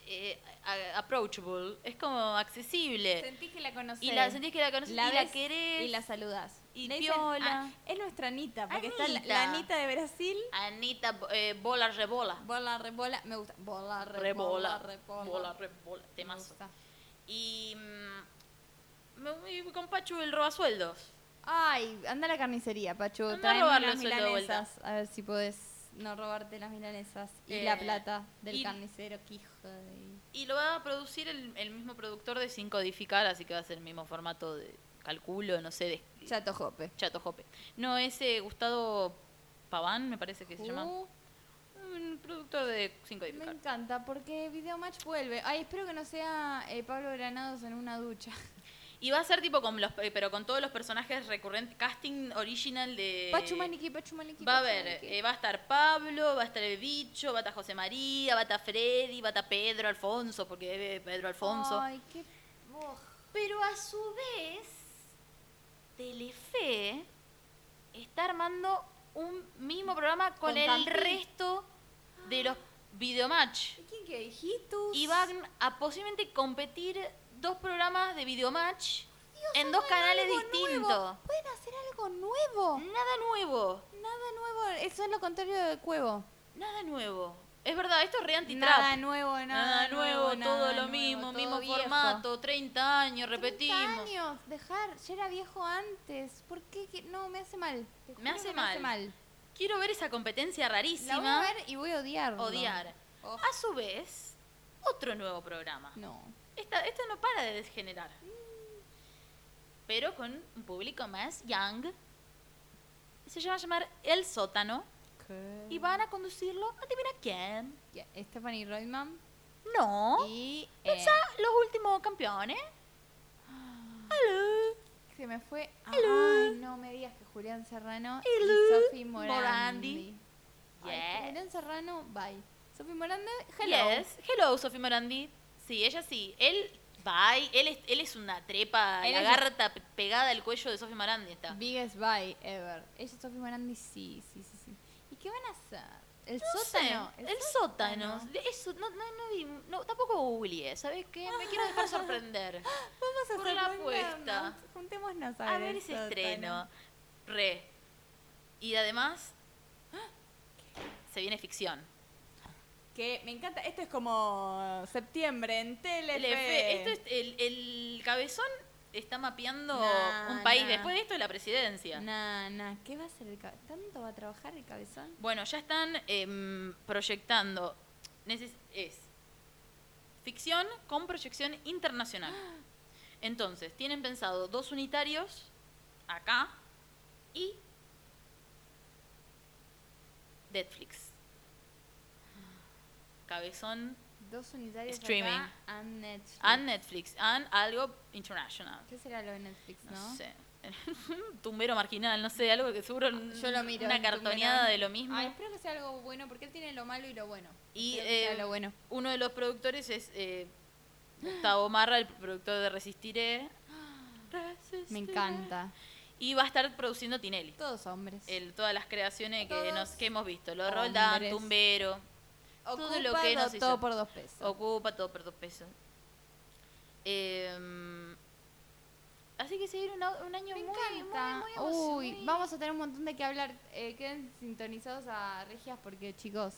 Speaker 1: eh, a- approachable, es como accesible.
Speaker 2: Sentís que la conocés.
Speaker 1: Y la sentís que la conoces y la
Speaker 2: ves
Speaker 1: querés.
Speaker 2: Y la saludás.
Speaker 1: y
Speaker 2: Le dicen,
Speaker 1: piola.
Speaker 2: "Ah, es nuestra Anita, porque está la,
Speaker 1: Anita.
Speaker 2: la Anita de Brasil.
Speaker 1: Anita eh, bola rebola.
Speaker 2: Bola, rebola. Me gusta. Bola,
Speaker 1: Rebola.
Speaker 2: rebola.
Speaker 1: Bola rebola. Temazo. Y mm, me voy con Pachu el robasueldos.
Speaker 2: Ay, anda a la carnicería, Pachu.
Speaker 1: Anda a
Speaker 2: Traeme
Speaker 1: robarle
Speaker 2: unas
Speaker 1: el sueldo de
Speaker 2: milanesas. A ver si podés no robarte las milanesas. Y
Speaker 1: Eh,
Speaker 2: la plata del
Speaker 1: y-
Speaker 2: carnicero, que hijo de...
Speaker 1: Y lo va a producir el, el mismo productor de Sin Codificar, así que va a ser el mismo formato de calculo, no sé, de
Speaker 2: Chato Jope.
Speaker 1: Chato Jope. No, ese Gustavo Paván, me parece que se llama.
Speaker 2: Uh,
Speaker 1: Un productor de Sin
Speaker 2: me
Speaker 1: Codificar.
Speaker 2: encanta, porque Videomatch vuelve. Ay, espero que no sea eh, Pablo Granados en una ducha.
Speaker 1: Y va a ser tipo con los, eh, pero con todos los personajes recurrentes, casting original de...
Speaker 2: Pachu Maniqui, Pachu Maniqui.
Speaker 1: Eh, Va a
Speaker 2: Pachu
Speaker 1: haber,
Speaker 2: Maniqui.
Speaker 1: eh, va a estar Pablo, va a estar el bicho, va a estar José María, va a estar Freddy, va a estar Pedro Alfonso, porque debe Pedro Alfonso.
Speaker 2: Ay, qué... oh.
Speaker 1: Pero a su vez, Telefe está armando un mismo programa con,
Speaker 2: Con
Speaker 1: el
Speaker 2: Campi.
Speaker 1: resto de los videomatch.
Speaker 2: ¿Y quién qué? ¿Hijitus?
Speaker 1: Y van a posiblemente competir dos programas de videomatch en dos canales
Speaker 2: algo
Speaker 1: distintos. Mm.
Speaker 2: nuevo. Pueden hacer algo nuevo.
Speaker 1: Nada nuevo,
Speaker 2: Nada nuevo. Eso es lo contrario de Cuevo.
Speaker 1: nada nuevo. Es verdad, esto es re anti
Speaker 2: Nada nuevo, nada,
Speaker 1: Nada nuevo, todo
Speaker 2: nada
Speaker 1: lo
Speaker 2: nuevo,
Speaker 1: mismo,
Speaker 2: todo
Speaker 1: mismo
Speaker 2: viejo.
Speaker 1: formato, 30 años,
Speaker 2: 30
Speaker 1: repetimos.
Speaker 2: años, dejar, ya era viejo antes. ¿Por qué? que- No, me hace mal. te juro
Speaker 1: hace
Speaker 2: que
Speaker 1: mal. Quiero ver esa competencia
Speaker 2: La
Speaker 1: rarísima.
Speaker 2: voy a ver y voy a odiar. Oh,
Speaker 1: odiar. Ah, A su vez, otro nuevo programa.
Speaker 2: No.
Speaker 1: Esta, esto no para de degenerar. Pero con un público más young. Se va a llamar El Sótano. Y van a conducirlo, adivina quién.
Speaker 2: Ya, Stephanie Reutemann
Speaker 1: No.
Speaker 2: y... eh,
Speaker 1: Pensá los últimos campeones. Aló.
Speaker 2: se me fue... Ah,
Speaker 1: Hello.
Speaker 2: Ay, no me digas que Julián Serrano
Speaker 1: Hello.
Speaker 2: y Sophie Morandi.
Speaker 1: Morandi.
Speaker 2: Ay,
Speaker 1: Yes.
Speaker 2: Julián Serrano, bye. Sophie Morandi, hello.
Speaker 1: Yes. Hello, Sophie Morandi. Sí, ella sí. Él va y- él es, él es una trepa,
Speaker 2: Él
Speaker 1: la
Speaker 2: es-
Speaker 1: garta pe- pegada al cuello de Sophie Morandi está.
Speaker 2: Biggest bye ever. Ella Sophie Morandi, sí, sí, sí, sí. ¿Y qué van a hacer? El
Speaker 1: No sé,
Speaker 2: sótano.
Speaker 1: el, sótano. Eso, no, no, no vi, no, tampoco googleé, ¿sabes qué? Me quiero dejar
Speaker 2: <laughs>
Speaker 1: sorprender.
Speaker 2: Vamos a
Speaker 1: Por la
Speaker 2: sorprendernos.
Speaker 1: apuesta.
Speaker 2: Juntémonos a,
Speaker 1: A ver
Speaker 2: el
Speaker 1: ese
Speaker 2: sótano.
Speaker 1: estreno. Re. Y además, <gasps> se viene ficción.
Speaker 2: Que me encanta. Esto es como septiembre en Telefe.
Speaker 1: El F- esto es, el, el cabezón está mapeando
Speaker 2: Nah,
Speaker 1: un país.
Speaker 2: nah.
Speaker 1: Después de esto, la presidencia.
Speaker 2: Nah, nah. ¿Qué va a hacer el cabezón? ¿Tanto va a trabajar el cabezón?
Speaker 1: Bueno, ya están em, proyectando. Neces- es ficción con proyección internacional. Entonces, tienen pensado dos unitarios acá y Netflix. Cabezón
Speaker 2: Dos unidades
Speaker 1: Streaming.
Speaker 2: acá and Netflix.
Speaker 1: and Netflix and algo international.
Speaker 2: ¿Qué será lo de Netflix,
Speaker 1: No,
Speaker 2: no? Ah,
Speaker 1: sé. <laughs> Tumbero marginal, no sé, algo que seguro
Speaker 2: Yo lo miro.
Speaker 1: una
Speaker 2: en tu
Speaker 1: cartoneada
Speaker 2: menú.
Speaker 1: de lo mismo.
Speaker 2: Ay, espero que sea algo bueno, porque él tiene lo malo y lo bueno.
Speaker 1: Y,
Speaker 2: Espero que sea
Speaker 1: eh,
Speaker 2: lo bueno.
Speaker 1: uno de los productores es eh, Gustavo Marra, el productor de
Speaker 2: <gasps>
Speaker 1: Resistiré. Resistiré. <laughs>
Speaker 2: Me encanta.
Speaker 1: Y va a estar produciendo Tinelli.
Speaker 2: Todos hombres.
Speaker 1: El- todas las creaciones que,
Speaker 2: Todos
Speaker 1: nos, que hemos visto.
Speaker 2: Oh,
Speaker 1: Lo Roldán,
Speaker 2: hombres.
Speaker 1: Tumbero, todo
Speaker 2: Ocupa
Speaker 1: lo que
Speaker 2: do-
Speaker 1: nos hizo.
Speaker 2: todo por dos pesos.
Speaker 1: Ocupa, todo por dos pesos. Em, así que se viene una- un año
Speaker 2: Me
Speaker 1: muy, muy,
Speaker 2: encanta.
Speaker 1: muy emo-
Speaker 2: Uy,
Speaker 1: muy-
Speaker 2: vamos a tener un montón de qué hablar. Eh, queden sintonizados a Regias porque, chicos,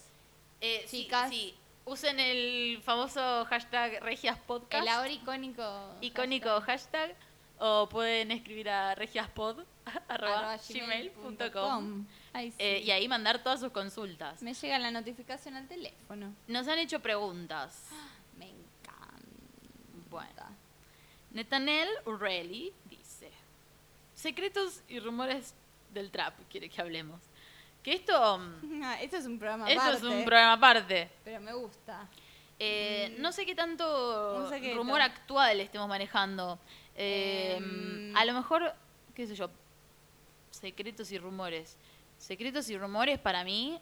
Speaker 1: Eh, sí,
Speaker 2: chicas.
Speaker 1: sí. Usen el famoso hashtag Regias Podcast.
Speaker 2: el ahora icónico.
Speaker 1: icónico hashtag o pueden escribir a regiaspod <laughs> arroba gmail punto com,
Speaker 2: Ay, sí.
Speaker 1: eh, y ahí mandar todas sus consultas.
Speaker 2: Me llega la notificación al teléfono.
Speaker 1: Nos han hecho preguntas.
Speaker 2: Me encanta.
Speaker 1: Bueno. Netanel Urrelli dice: Secretos y rumores del trap quiere que hablemos. Que esto, mm,
Speaker 2: <laughs> Ah, esto es un programa
Speaker 1: esto es
Speaker 2: aparte,
Speaker 1: un programa aparte.
Speaker 2: Pero me gusta.
Speaker 1: Eh,
Speaker 2: Mm.
Speaker 1: no sé qué tanto
Speaker 2: No sé qué
Speaker 1: rumor
Speaker 2: tan-
Speaker 1: actual estemos manejando. Eh,
Speaker 2: Em.
Speaker 1: a lo mejor, qué sé yo, secretos y rumores. Secretos y rumores para mí,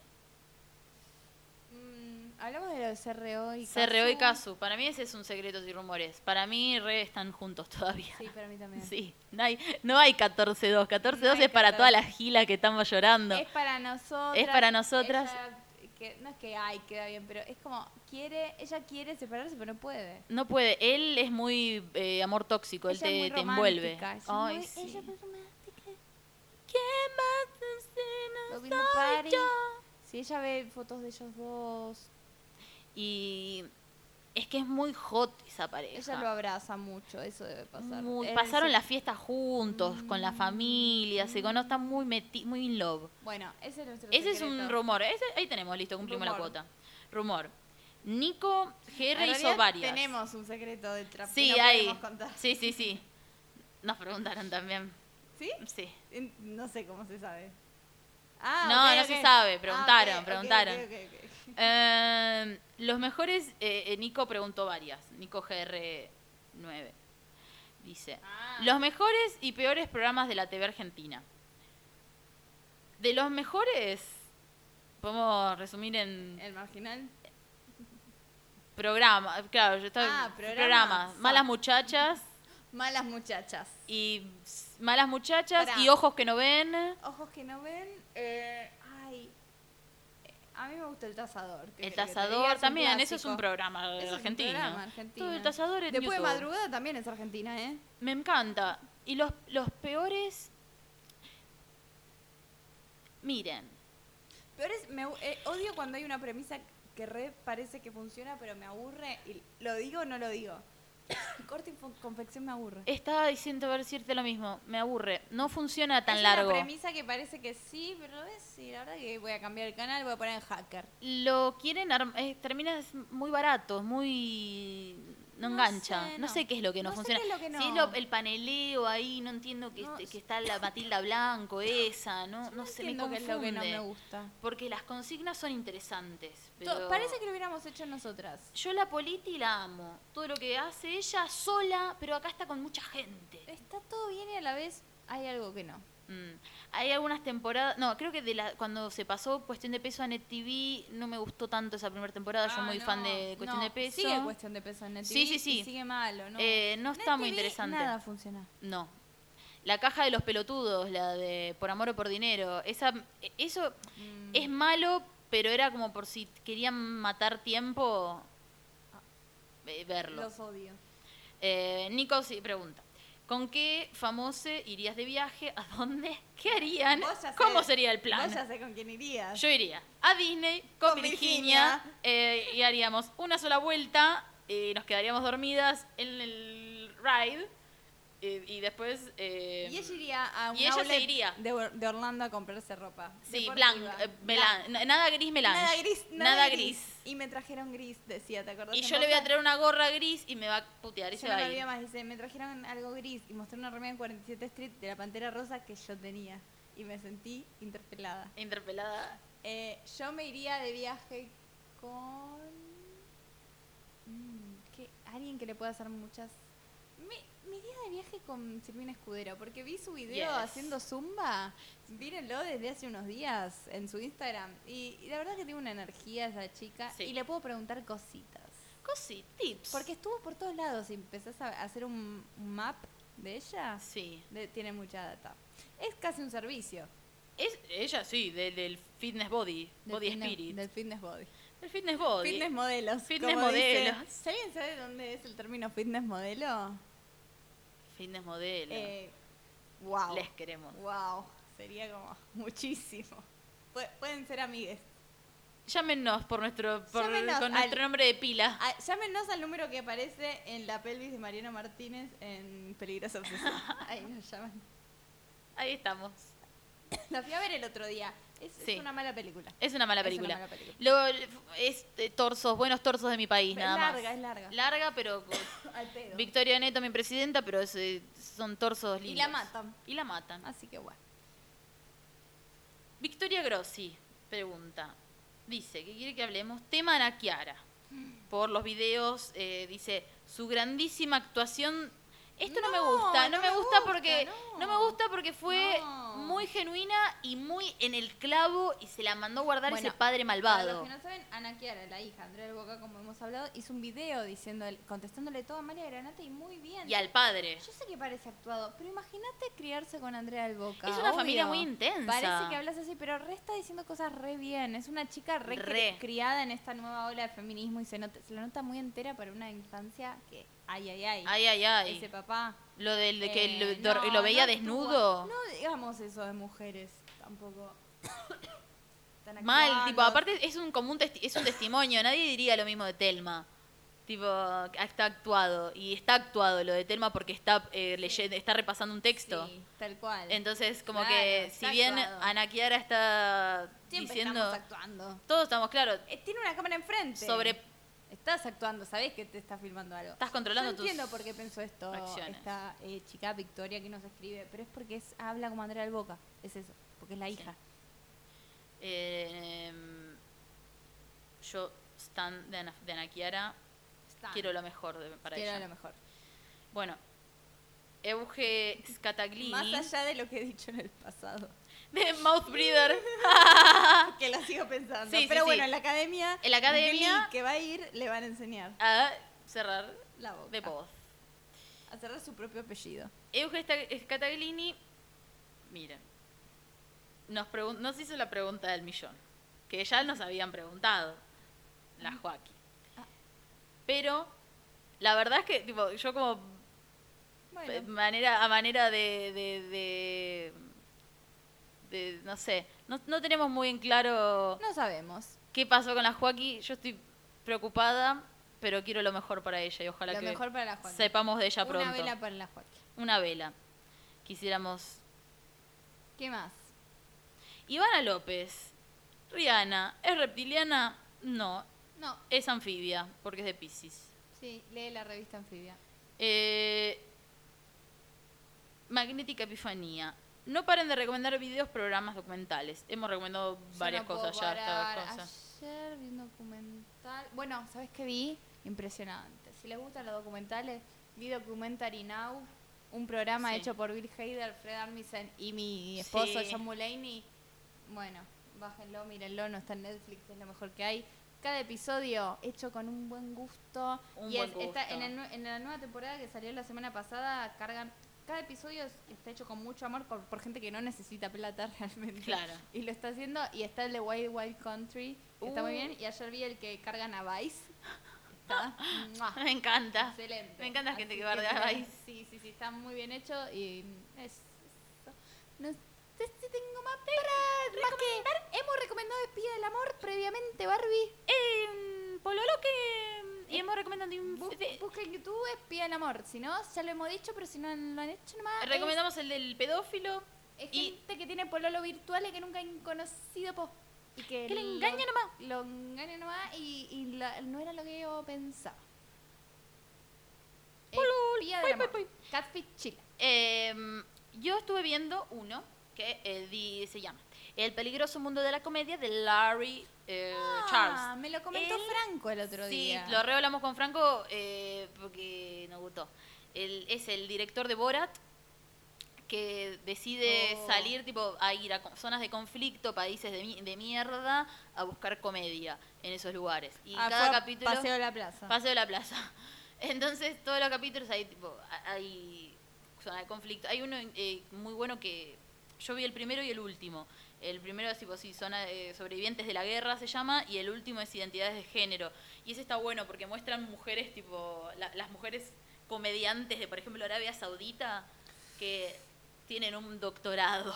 Speaker 2: Mm, hablamos de lo de CRO y
Speaker 1: CRO y Casu. Para mí ese es un secretos y rumores. Para mí re están juntos todavía. <laughs>
Speaker 2: Sí, para mí también.
Speaker 1: Sí, no hay, no hay 14-2. 14-2
Speaker 2: No
Speaker 1: es
Speaker 2: hay
Speaker 1: para
Speaker 2: 14-2.
Speaker 1: todas las gilas que estamos llorando.
Speaker 2: Es para nosotras.
Speaker 1: Es para nosotras.
Speaker 2: ella- que, no es que, ay, queda bien, pero es como, quiere, ella quiere separarse, pero no puede.
Speaker 1: No puede, él es muy eh, amor tóxico, él
Speaker 2: Ella
Speaker 1: te,
Speaker 2: es muy
Speaker 1: te envuelve.
Speaker 2: romántica, ella es
Speaker 1: Ay,
Speaker 2: muy-
Speaker 1: sí.
Speaker 2: ella es muy romántica.
Speaker 1: ¿Quién más asesino
Speaker 2: Lo vi en un
Speaker 1: soy
Speaker 2: party.
Speaker 1: yo?
Speaker 2: Si ella ve fotos de ellos dos,
Speaker 1: Y es que es muy hot esa pareja.
Speaker 2: ella lo abraza mucho, eso debe pasar.
Speaker 1: Muy-
Speaker 2: Él
Speaker 1: pasaron
Speaker 2: se-
Speaker 1: las fiestas juntos, con la familia,
Speaker 2: Mm.
Speaker 1: se conocen, están muy, meti muy in love.
Speaker 2: Bueno, ese es nuestro
Speaker 1: Ese es
Speaker 2: secreto.
Speaker 1: un rumor, ese, ahí tenemos, listo, cumplimos la
Speaker 2: Rumor.
Speaker 1: cuota. Rumor. Nico
Speaker 2: En
Speaker 1: GR hizo
Speaker 2: realidad
Speaker 1: varias.
Speaker 2: Tenemos un secreto del trap
Speaker 1: Sí,
Speaker 2: que no
Speaker 1: hay.
Speaker 2: podemos contar.
Speaker 1: Sí, sí, sí. Nos preguntaron también.
Speaker 2: ¿Sí?
Speaker 1: Sí.
Speaker 2: En- No sé cómo se sabe. Ah,
Speaker 1: No,
Speaker 2: ok,
Speaker 1: no
Speaker 2: ok.
Speaker 1: se sabe,
Speaker 2: Ah, ok,
Speaker 1: preguntaron,
Speaker 2: ok, ok,
Speaker 1: preguntaron.
Speaker 2: ok, ok.
Speaker 1: Eh, los mejores, eh, eh, Nico preguntó varias. Nico GR9. Dice:
Speaker 2: Ah.
Speaker 1: Los mejores y peores programas de la TV argentina. De los mejores, podemos resumir en
Speaker 2: El marginal.
Speaker 1: programa. Claro, yo estaba.
Speaker 2: Ah, programas.
Speaker 1: programas. Malas muchachas
Speaker 2: Malas muchachas.
Speaker 1: y. s- Malas muchachas
Speaker 2: Pará.
Speaker 1: y ojos que no ven.
Speaker 2: Ojos que no ven. eh, ay. Eh, A mí me gusta el tazador. ¿qué
Speaker 1: El
Speaker 2: querés que te
Speaker 1: Tazador
Speaker 2: diga? un
Speaker 1: también, eso es un
Speaker 2: clásico.
Speaker 1: programa
Speaker 2: Eso es un
Speaker 1: argentino.
Speaker 2: programa argentino.
Speaker 1: Todo el Tazador en
Speaker 2: Después de
Speaker 1: YouTube.
Speaker 2: madrugada también es Argentina, ¿eh?
Speaker 1: Me encanta. Y los, los peores. Miren,
Speaker 2: Pero es, me, eh, odio cuando hay una premisa que re parece que funciona, pero me aburre. Y lo digo o no lo digo. <coughs> Corte y fo- confección me aburre.
Speaker 1: estaba diciendo a ver decirte lo mismo. Me aburre. No funciona tan
Speaker 2: es
Speaker 1: largo.
Speaker 2: una premisa que parece que sí, pero es sí, la verdad que voy a cambiar el canal, voy a poner hacker.
Speaker 1: Lo quieren. arm- eh, termina es muy barato, es muy. No,
Speaker 2: No
Speaker 1: engancha.
Speaker 2: sé,
Speaker 1: no.
Speaker 2: no.
Speaker 1: sé qué es lo que no,
Speaker 2: No sé
Speaker 1: funciona.
Speaker 2: qué es lo que
Speaker 1: Si es
Speaker 2: no.
Speaker 1: lo- el paneleo ahí, no entiendo que,
Speaker 2: No
Speaker 1: este- que
Speaker 2: sé.
Speaker 1: está la Matilda Blanco, esa, no, no sé, me
Speaker 2: Entiendo qué
Speaker 1: confunde.
Speaker 2: es lo que no me gusta.
Speaker 1: Porque las consignas son interesantes.
Speaker 2: To-
Speaker 1: Pero...
Speaker 2: Parece que lo hubiéramos hecho nosotras.
Speaker 1: Yo la Politi la amo. Todo lo que hace ella sola, pero acá está con mucha gente.
Speaker 2: Está todo bien y a la vez hay algo que no.
Speaker 1: Mm. Hay algunas temporadas. No, creo que de la, cuando se pasó Cuestión de Peso a NetTV, no me gustó tanto esa primera temporada. Yo muy fan de Cuestión
Speaker 2: Ah, No,
Speaker 1: de Peso.
Speaker 2: Sigue cuestión de peso en NetTV.
Speaker 1: Sí, sí, sí.
Speaker 2: y Sigue malo, ¿no?
Speaker 1: Eh, no está muy
Speaker 2: NetTV
Speaker 1: interesante.
Speaker 2: Nada funciona.
Speaker 1: No. La caja de los pelotudos, la de Por amor o por dinero. Esa, eh, eso
Speaker 2: Mm.
Speaker 1: es malo, pero era como por si querían matar tiempo. eh, verlo.
Speaker 2: Los odio.
Speaker 1: Eh, Nico sí, pregunta. ¿Con qué famoso irías de viaje? ¿A dónde? <laughs> ¿Qué harían?
Speaker 2: Vos ya sé-
Speaker 1: ¿Cómo sería el
Speaker 2: Vos ya
Speaker 1: plan?
Speaker 2: sé con quién irías.
Speaker 1: Yo iría a Disney con,
Speaker 2: Con
Speaker 1: Virginia,
Speaker 2: Virginia.
Speaker 1: eh, y haríamos una sola vuelta, eh, nos quedaríamos dormidas en el ride eh, y después... eh,
Speaker 2: y ella iría a un
Speaker 1: y ella se
Speaker 2: outlet
Speaker 1: iría.
Speaker 2: De, Or- de Orlando a comprarse ropa.
Speaker 1: Sí,
Speaker 2: Deportiva.
Speaker 1: blanc, eh, melan- na- nada gris melange.
Speaker 2: Nada gris. Nada,
Speaker 1: gris.
Speaker 2: Y me trajeron gris, decía, ¿te acordás?
Speaker 1: Y
Speaker 2: en
Speaker 1: yo le voy a
Speaker 2: Boca?
Speaker 1: traer una gorra gris y me va a putear y
Speaker 2: Yo
Speaker 1: se
Speaker 2: no
Speaker 1: va
Speaker 2: la
Speaker 1: a
Speaker 2: vi
Speaker 1: ir.
Speaker 2: más, dice, me trajeron algo gris y mostré una remera en 47 Street de la Pantera Rosa que yo tenía y me sentí interpelada.
Speaker 1: Interpelada.
Speaker 2: Eh, yo me iría de viaje con... Mm, ¿qué? Alguien que le pueda hacer muchas... Me, me iría de viaje con Silvina Escudero porque vi su video
Speaker 1: Yes.
Speaker 2: haciendo zumba, mírenlo desde hace unos días en su Instagram y, y la verdad que tiene una energía esa chica
Speaker 1: Sí.
Speaker 2: y le puedo preguntar cositas.
Speaker 1: Cosi, tips.
Speaker 2: Porque estuvo por todos lados y empezás a hacer un, un map de ella.
Speaker 1: Sí.
Speaker 2: de- tiene mucha data. Es casi un servicio.
Speaker 1: Es, ella sí, del, del fitness body,
Speaker 2: del
Speaker 1: body
Speaker 2: fitness-
Speaker 1: spirit.
Speaker 2: Del fitness body.
Speaker 1: Del fitness body.
Speaker 2: Fitness modelos.
Speaker 1: Fitness
Speaker 2: como dice.
Speaker 1: modelos.
Speaker 2: ¿Si ¿Alguien sabe dónde es el término fitness modelo?
Speaker 1: Fitness modelo.
Speaker 2: Eh, wow.
Speaker 1: Les queremos.
Speaker 2: Wow. Sería como muchísimo. Pu- pueden ser amigues.
Speaker 1: Llámenos por nuestro, por-
Speaker 2: Llámenos
Speaker 1: con
Speaker 2: al-
Speaker 1: nuestro nombre de pila.
Speaker 2: Ah, llámenos al número que aparece en la pelvis de Mariano Martínez en Peligrosa
Speaker 1: <laughs>
Speaker 2: Obsesión. Ahí nos llaman.
Speaker 1: Ahí estamos.
Speaker 2: La fui a ver el otro día. Es, es
Speaker 1: Sí.
Speaker 2: una mala película.
Speaker 1: Es una mala
Speaker 2: Es una
Speaker 1: película.
Speaker 2: mala película.
Speaker 1: Lo, es eh, torsos, buenos torsos de mi país,
Speaker 2: Es
Speaker 1: nada más.
Speaker 2: larga, es larga.
Speaker 1: Larga,
Speaker 2: <coughs>
Speaker 1: pero con-
Speaker 2: Al pedo.
Speaker 1: Victoria Neto, mi presidenta, pero es, eh, son torsos lindos.
Speaker 2: Y la matan.
Speaker 1: Y la matan.
Speaker 2: Así que bueno.
Speaker 1: Victoria Grossi pregunta, dice que quiere que hablemos tema Ana Chiara. Por los videos eh, dice su grandísima actuación. Esto no, me
Speaker 2: No,
Speaker 1: gusta, no,
Speaker 2: no
Speaker 1: me
Speaker 2: me
Speaker 1: gusta,
Speaker 2: gusta,
Speaker 1: porque no.
Speaker 2: no.
Speaker 1: me gusta porque fue
Speaker 2: No.
Speaker 1: muy genuina y muy en el clavo y se la mandó guardar
Speaker 2: Bueno,
Speaker 1: ese padre
Speaker 2: Para
Speaker 1: malvado.
Speaker 2: los que no saben, Ana Chiara, la hija de Andrea del Boca, como hemos hablado, hizo un video diciendo, contestándole todo a María Granata y muy bien.
Speaker 1: Y al padre.
Speaker 2: Yo sé que parece actuado, pero imagínate criarse con Andrea del Boca.
Speaker 1: Es una
Speaker 2: obvio.
Speaker 1: familia muy intensa.
Speaker 2: Parece que hablas así, pero re está diciendo cosas re bien. Es una chica re, cri-
Speaker 1: Re.
Speaker 2: criada en esta nueva ola de feminismo y se, nota, se la nota muy entera para una infancia que, ay, ay, ay.
Speaker 1: Ay, ay, ay.
Speaker 2: Ese papá.
Speaker 1: Lo del de que
Speaker 2: eh,
Speaker 1: lo, dor-
Speaker 2: no,
Speaker 1: lo veía
Speaker 2: no estuvo-
Speaker 1: desnudo.
Speaker 2: No digamos eso de mujeres tampoco. <coughs> Tan
Speaker 1: Mal,
Speaker 2: actuando.
Speaker 1: tipo, aparte es un común testi- es un testimonio, nadie diría lo mismo de Telma. Tipo, está actuado y está actuado lo de Telma porque está eh, leyendo, está repasando un texto.
Speaker 2: Sí, tal cual.
Speaker 1: Entonces, como
Speaker 2: Claro,
Speaker 1: que si
Speaker 2: está
Speaker 1: bien
Speaker 2: actuado.
Speaker 1: Ana Kiara está
Speaker 2: Siempre
Speaker 1: diciendo
Speaker 2: estamos actuando.
Speaker 1: todos estamos claro,
Speaker 2: Eh, tiene una cámara enfrente.
Speaker 1: Sobre-
Speaker 2: Estás actuando, sabés que te está filmando algo.
Speaker 1: estás controlando
Speaker 2: Yo
Speaker 1: tus
Speaker 2: entiendo por qué pensó esto
Speaker 1: acciones.
Speaker 2: esta eh, chica Victoria que nos escribe, pero es porque es, habla como Andrea del Boca, es eso, porque es la hija.
Speaker 1: eh, yo stan de Ana, de Ana Kiara,
Speaker 2: Está.
Speaker 1: quiero lo mejor de- para
Speaker 2: Quiero
Speaker 1: ella.
Speaker 2: lo mejor.
Speaker 1: Bueno, Euge Scataglini
Speaker 2: Más allá de lo que he dicho en el pasado,
Speaker 1: de Mouthbreeder.
Speaker 2: <laughs> que lo sigo pensando.
Speaker 1: Ah. Sí, sí,
Speaker 2: pero
Speaker 1: sí.
Speaker 2: bueno, en la academia,
Speaker 1: En la academia-
Speaker 2: Glee, que va a ir, le van a enseñar
Speaker 1: a cerrar
Speaker 2: la boca.
Speaker 1: de voz.
Speaker 2: A cerrar su propio apellido.
Speaker 1: Euge Sta- Scataglini, miren, nos, pregun- nos hizo la pregunta del millón, que ya nos habían preguntado, la Joaquín.
Speaker 2: Ah.
Speaker 1: Pero la verdad es que tipo, yo como
Speaker 2: Bueno,
Speaker 1: eh, manera, a manera de, de, de- de, no sé, no, no tenemos muy en claro
Speaker 2: no sabemos.
Speaker 1: qué pasó con la Joaquín. Yo estoy preocupada, pero quiero lo mejor para ella y ojalá
Speaker 2: Lo
Speaker 1: que
Speaker 2: mejor para la Joaquín.
Speaker 1: sepamos de ella pronto.
Speaker 2: Una vela para la Joaquín.
Speaker 1: Una vela. Quisiéramos.
Speaker 2: ¿Qué más?
Speaker 1: Ivana López. Rihanna. ¿Es reptiliana? No.
Speaker 2: No,
Speaker 1: Es anfibia, porque es de Pisces.
Speaker 2: sí, lee la revista Anfibia.
Speaker 1: Eh, Magnética Epifanía. No paren de recomendar videos, programas, documentales. Hemos recomendado
Speaker 2: Yo
Speaker 1: varias
Speaker 2: no puedo
Speaker 1: cosas ya.
Speaker 2: parar.
Speaker 1: estas cosas.
Speaker 2: Ayer vi un documental. Bueno, ¿sabes qué vi? Impresionante. Si les gustan los documentales, vi Documentary Now, un programa
Speaker 1: Sí.
Speaker 2: hecho por Bill Hader, Fred Armisen y mi esposo
Speaker 1: Sí.
Speaker 2: John Mulaney. Bueno, bájenlo, mírenlo, no está en Netflix, es lo mejor que hay. Cada episodio hecho con un buen gusto.
Speaker 1: Un
Speaker 2: y
Speaker 1: buen
Speaker 2: es- está
Speaker 1: gusto.
Speaker 2: en, el nue- en la nueva temporada que salió la semana pasada, cargan. Cada episodio es- está hecho con mucho amor por, por gente que no necesita plata <laughs> realmente.
Speaker 1: Claro. <laughs>
Speaker 2: Y lo está haciendo, y está el de Wild Wild Country, que está muy
Speaker 1: Uh.
Speaker 2: bien. Y ayer vi el que cargan a Vice. Está ¡mua!
Speaker 1: <laughs> Me encanta.
Speaker 2: excelente.
Speaker 1: Me encanta la gente que
Speaker 2: guarda
Speaker 1: bardea a Vice.
Speaker 2: Sí, sí, sí, está muy bien hecho y es eso. No sé si tengo más para más que hemos recomendado Espía del Amor previamente, Barbie.
Speaker 1: Eh, Pololoque. eh, Y hemos recomendado.
Speaker 2: Bu- busca en YouTube Espía del Amor. Si no, ya lo hemos dicho, pero si no lo han hecho nomás. es-
Speaker 1: Recomendamos el del pedófilo.
Speaker 2: Es
Speaker 1: Y-
Speaker 2: gente que tiene pololo virtual y que nunca han conocido, po. Y que,
Speaker 1: Que le
Speaker 2: lo-
Speaker 1: engaña nomás.
Speaker 2: Lo engaña nomás y, y la- no era lo que yo pensaba. Espía del
Speaker 1: Pui,
Speaker 2: amor.
Speaker 1: pui,
Speaker 2: Catfish Chile.
Speaker 1: Eh, yo estuve viendo uno que eh, di- se llama El peligroso mundo de la comedia de Larry eh,
Speaker 2: Ah,
Speaker 1: Charles.
Speaker 2: me lo comentó
Speaker 1: Él-
Speaker 2: Franco el otro
Speaker 1: Sí,
Speaker 2: día.
Speaker 1: lo rehablamos con Franco eh, porque nos gustó. Él es el director de Borat que decide
Speaker 2: Oh.
Speaker 1: salir tipo a ir a con- zonas de conflicto, países de, mi- de mierda, a buscar comedia en esos lugares. Y
Speaker 2: Ah,
Speaker 1: cada
Speaker 2: fue a
Speaker 1: capítulo
Speaker 2: Paseo de la Plaza.
Speaker 1: Paseo de la Plaza. <laughs> Entonces, todos los capítulos hay tipo, a- hay zona de conflicto. Hay uno eh, muy bueno que yo vi el primero y el último. El primero es tipo, sí, zona de sobrevivientes de la guerra se llama, y el último es identidades de género. Y ese está bueno porque muestran mujeres tipo, la- las mujeres comediantes de, por ejemplo, Arabia Saudita, que tienen un doctorado.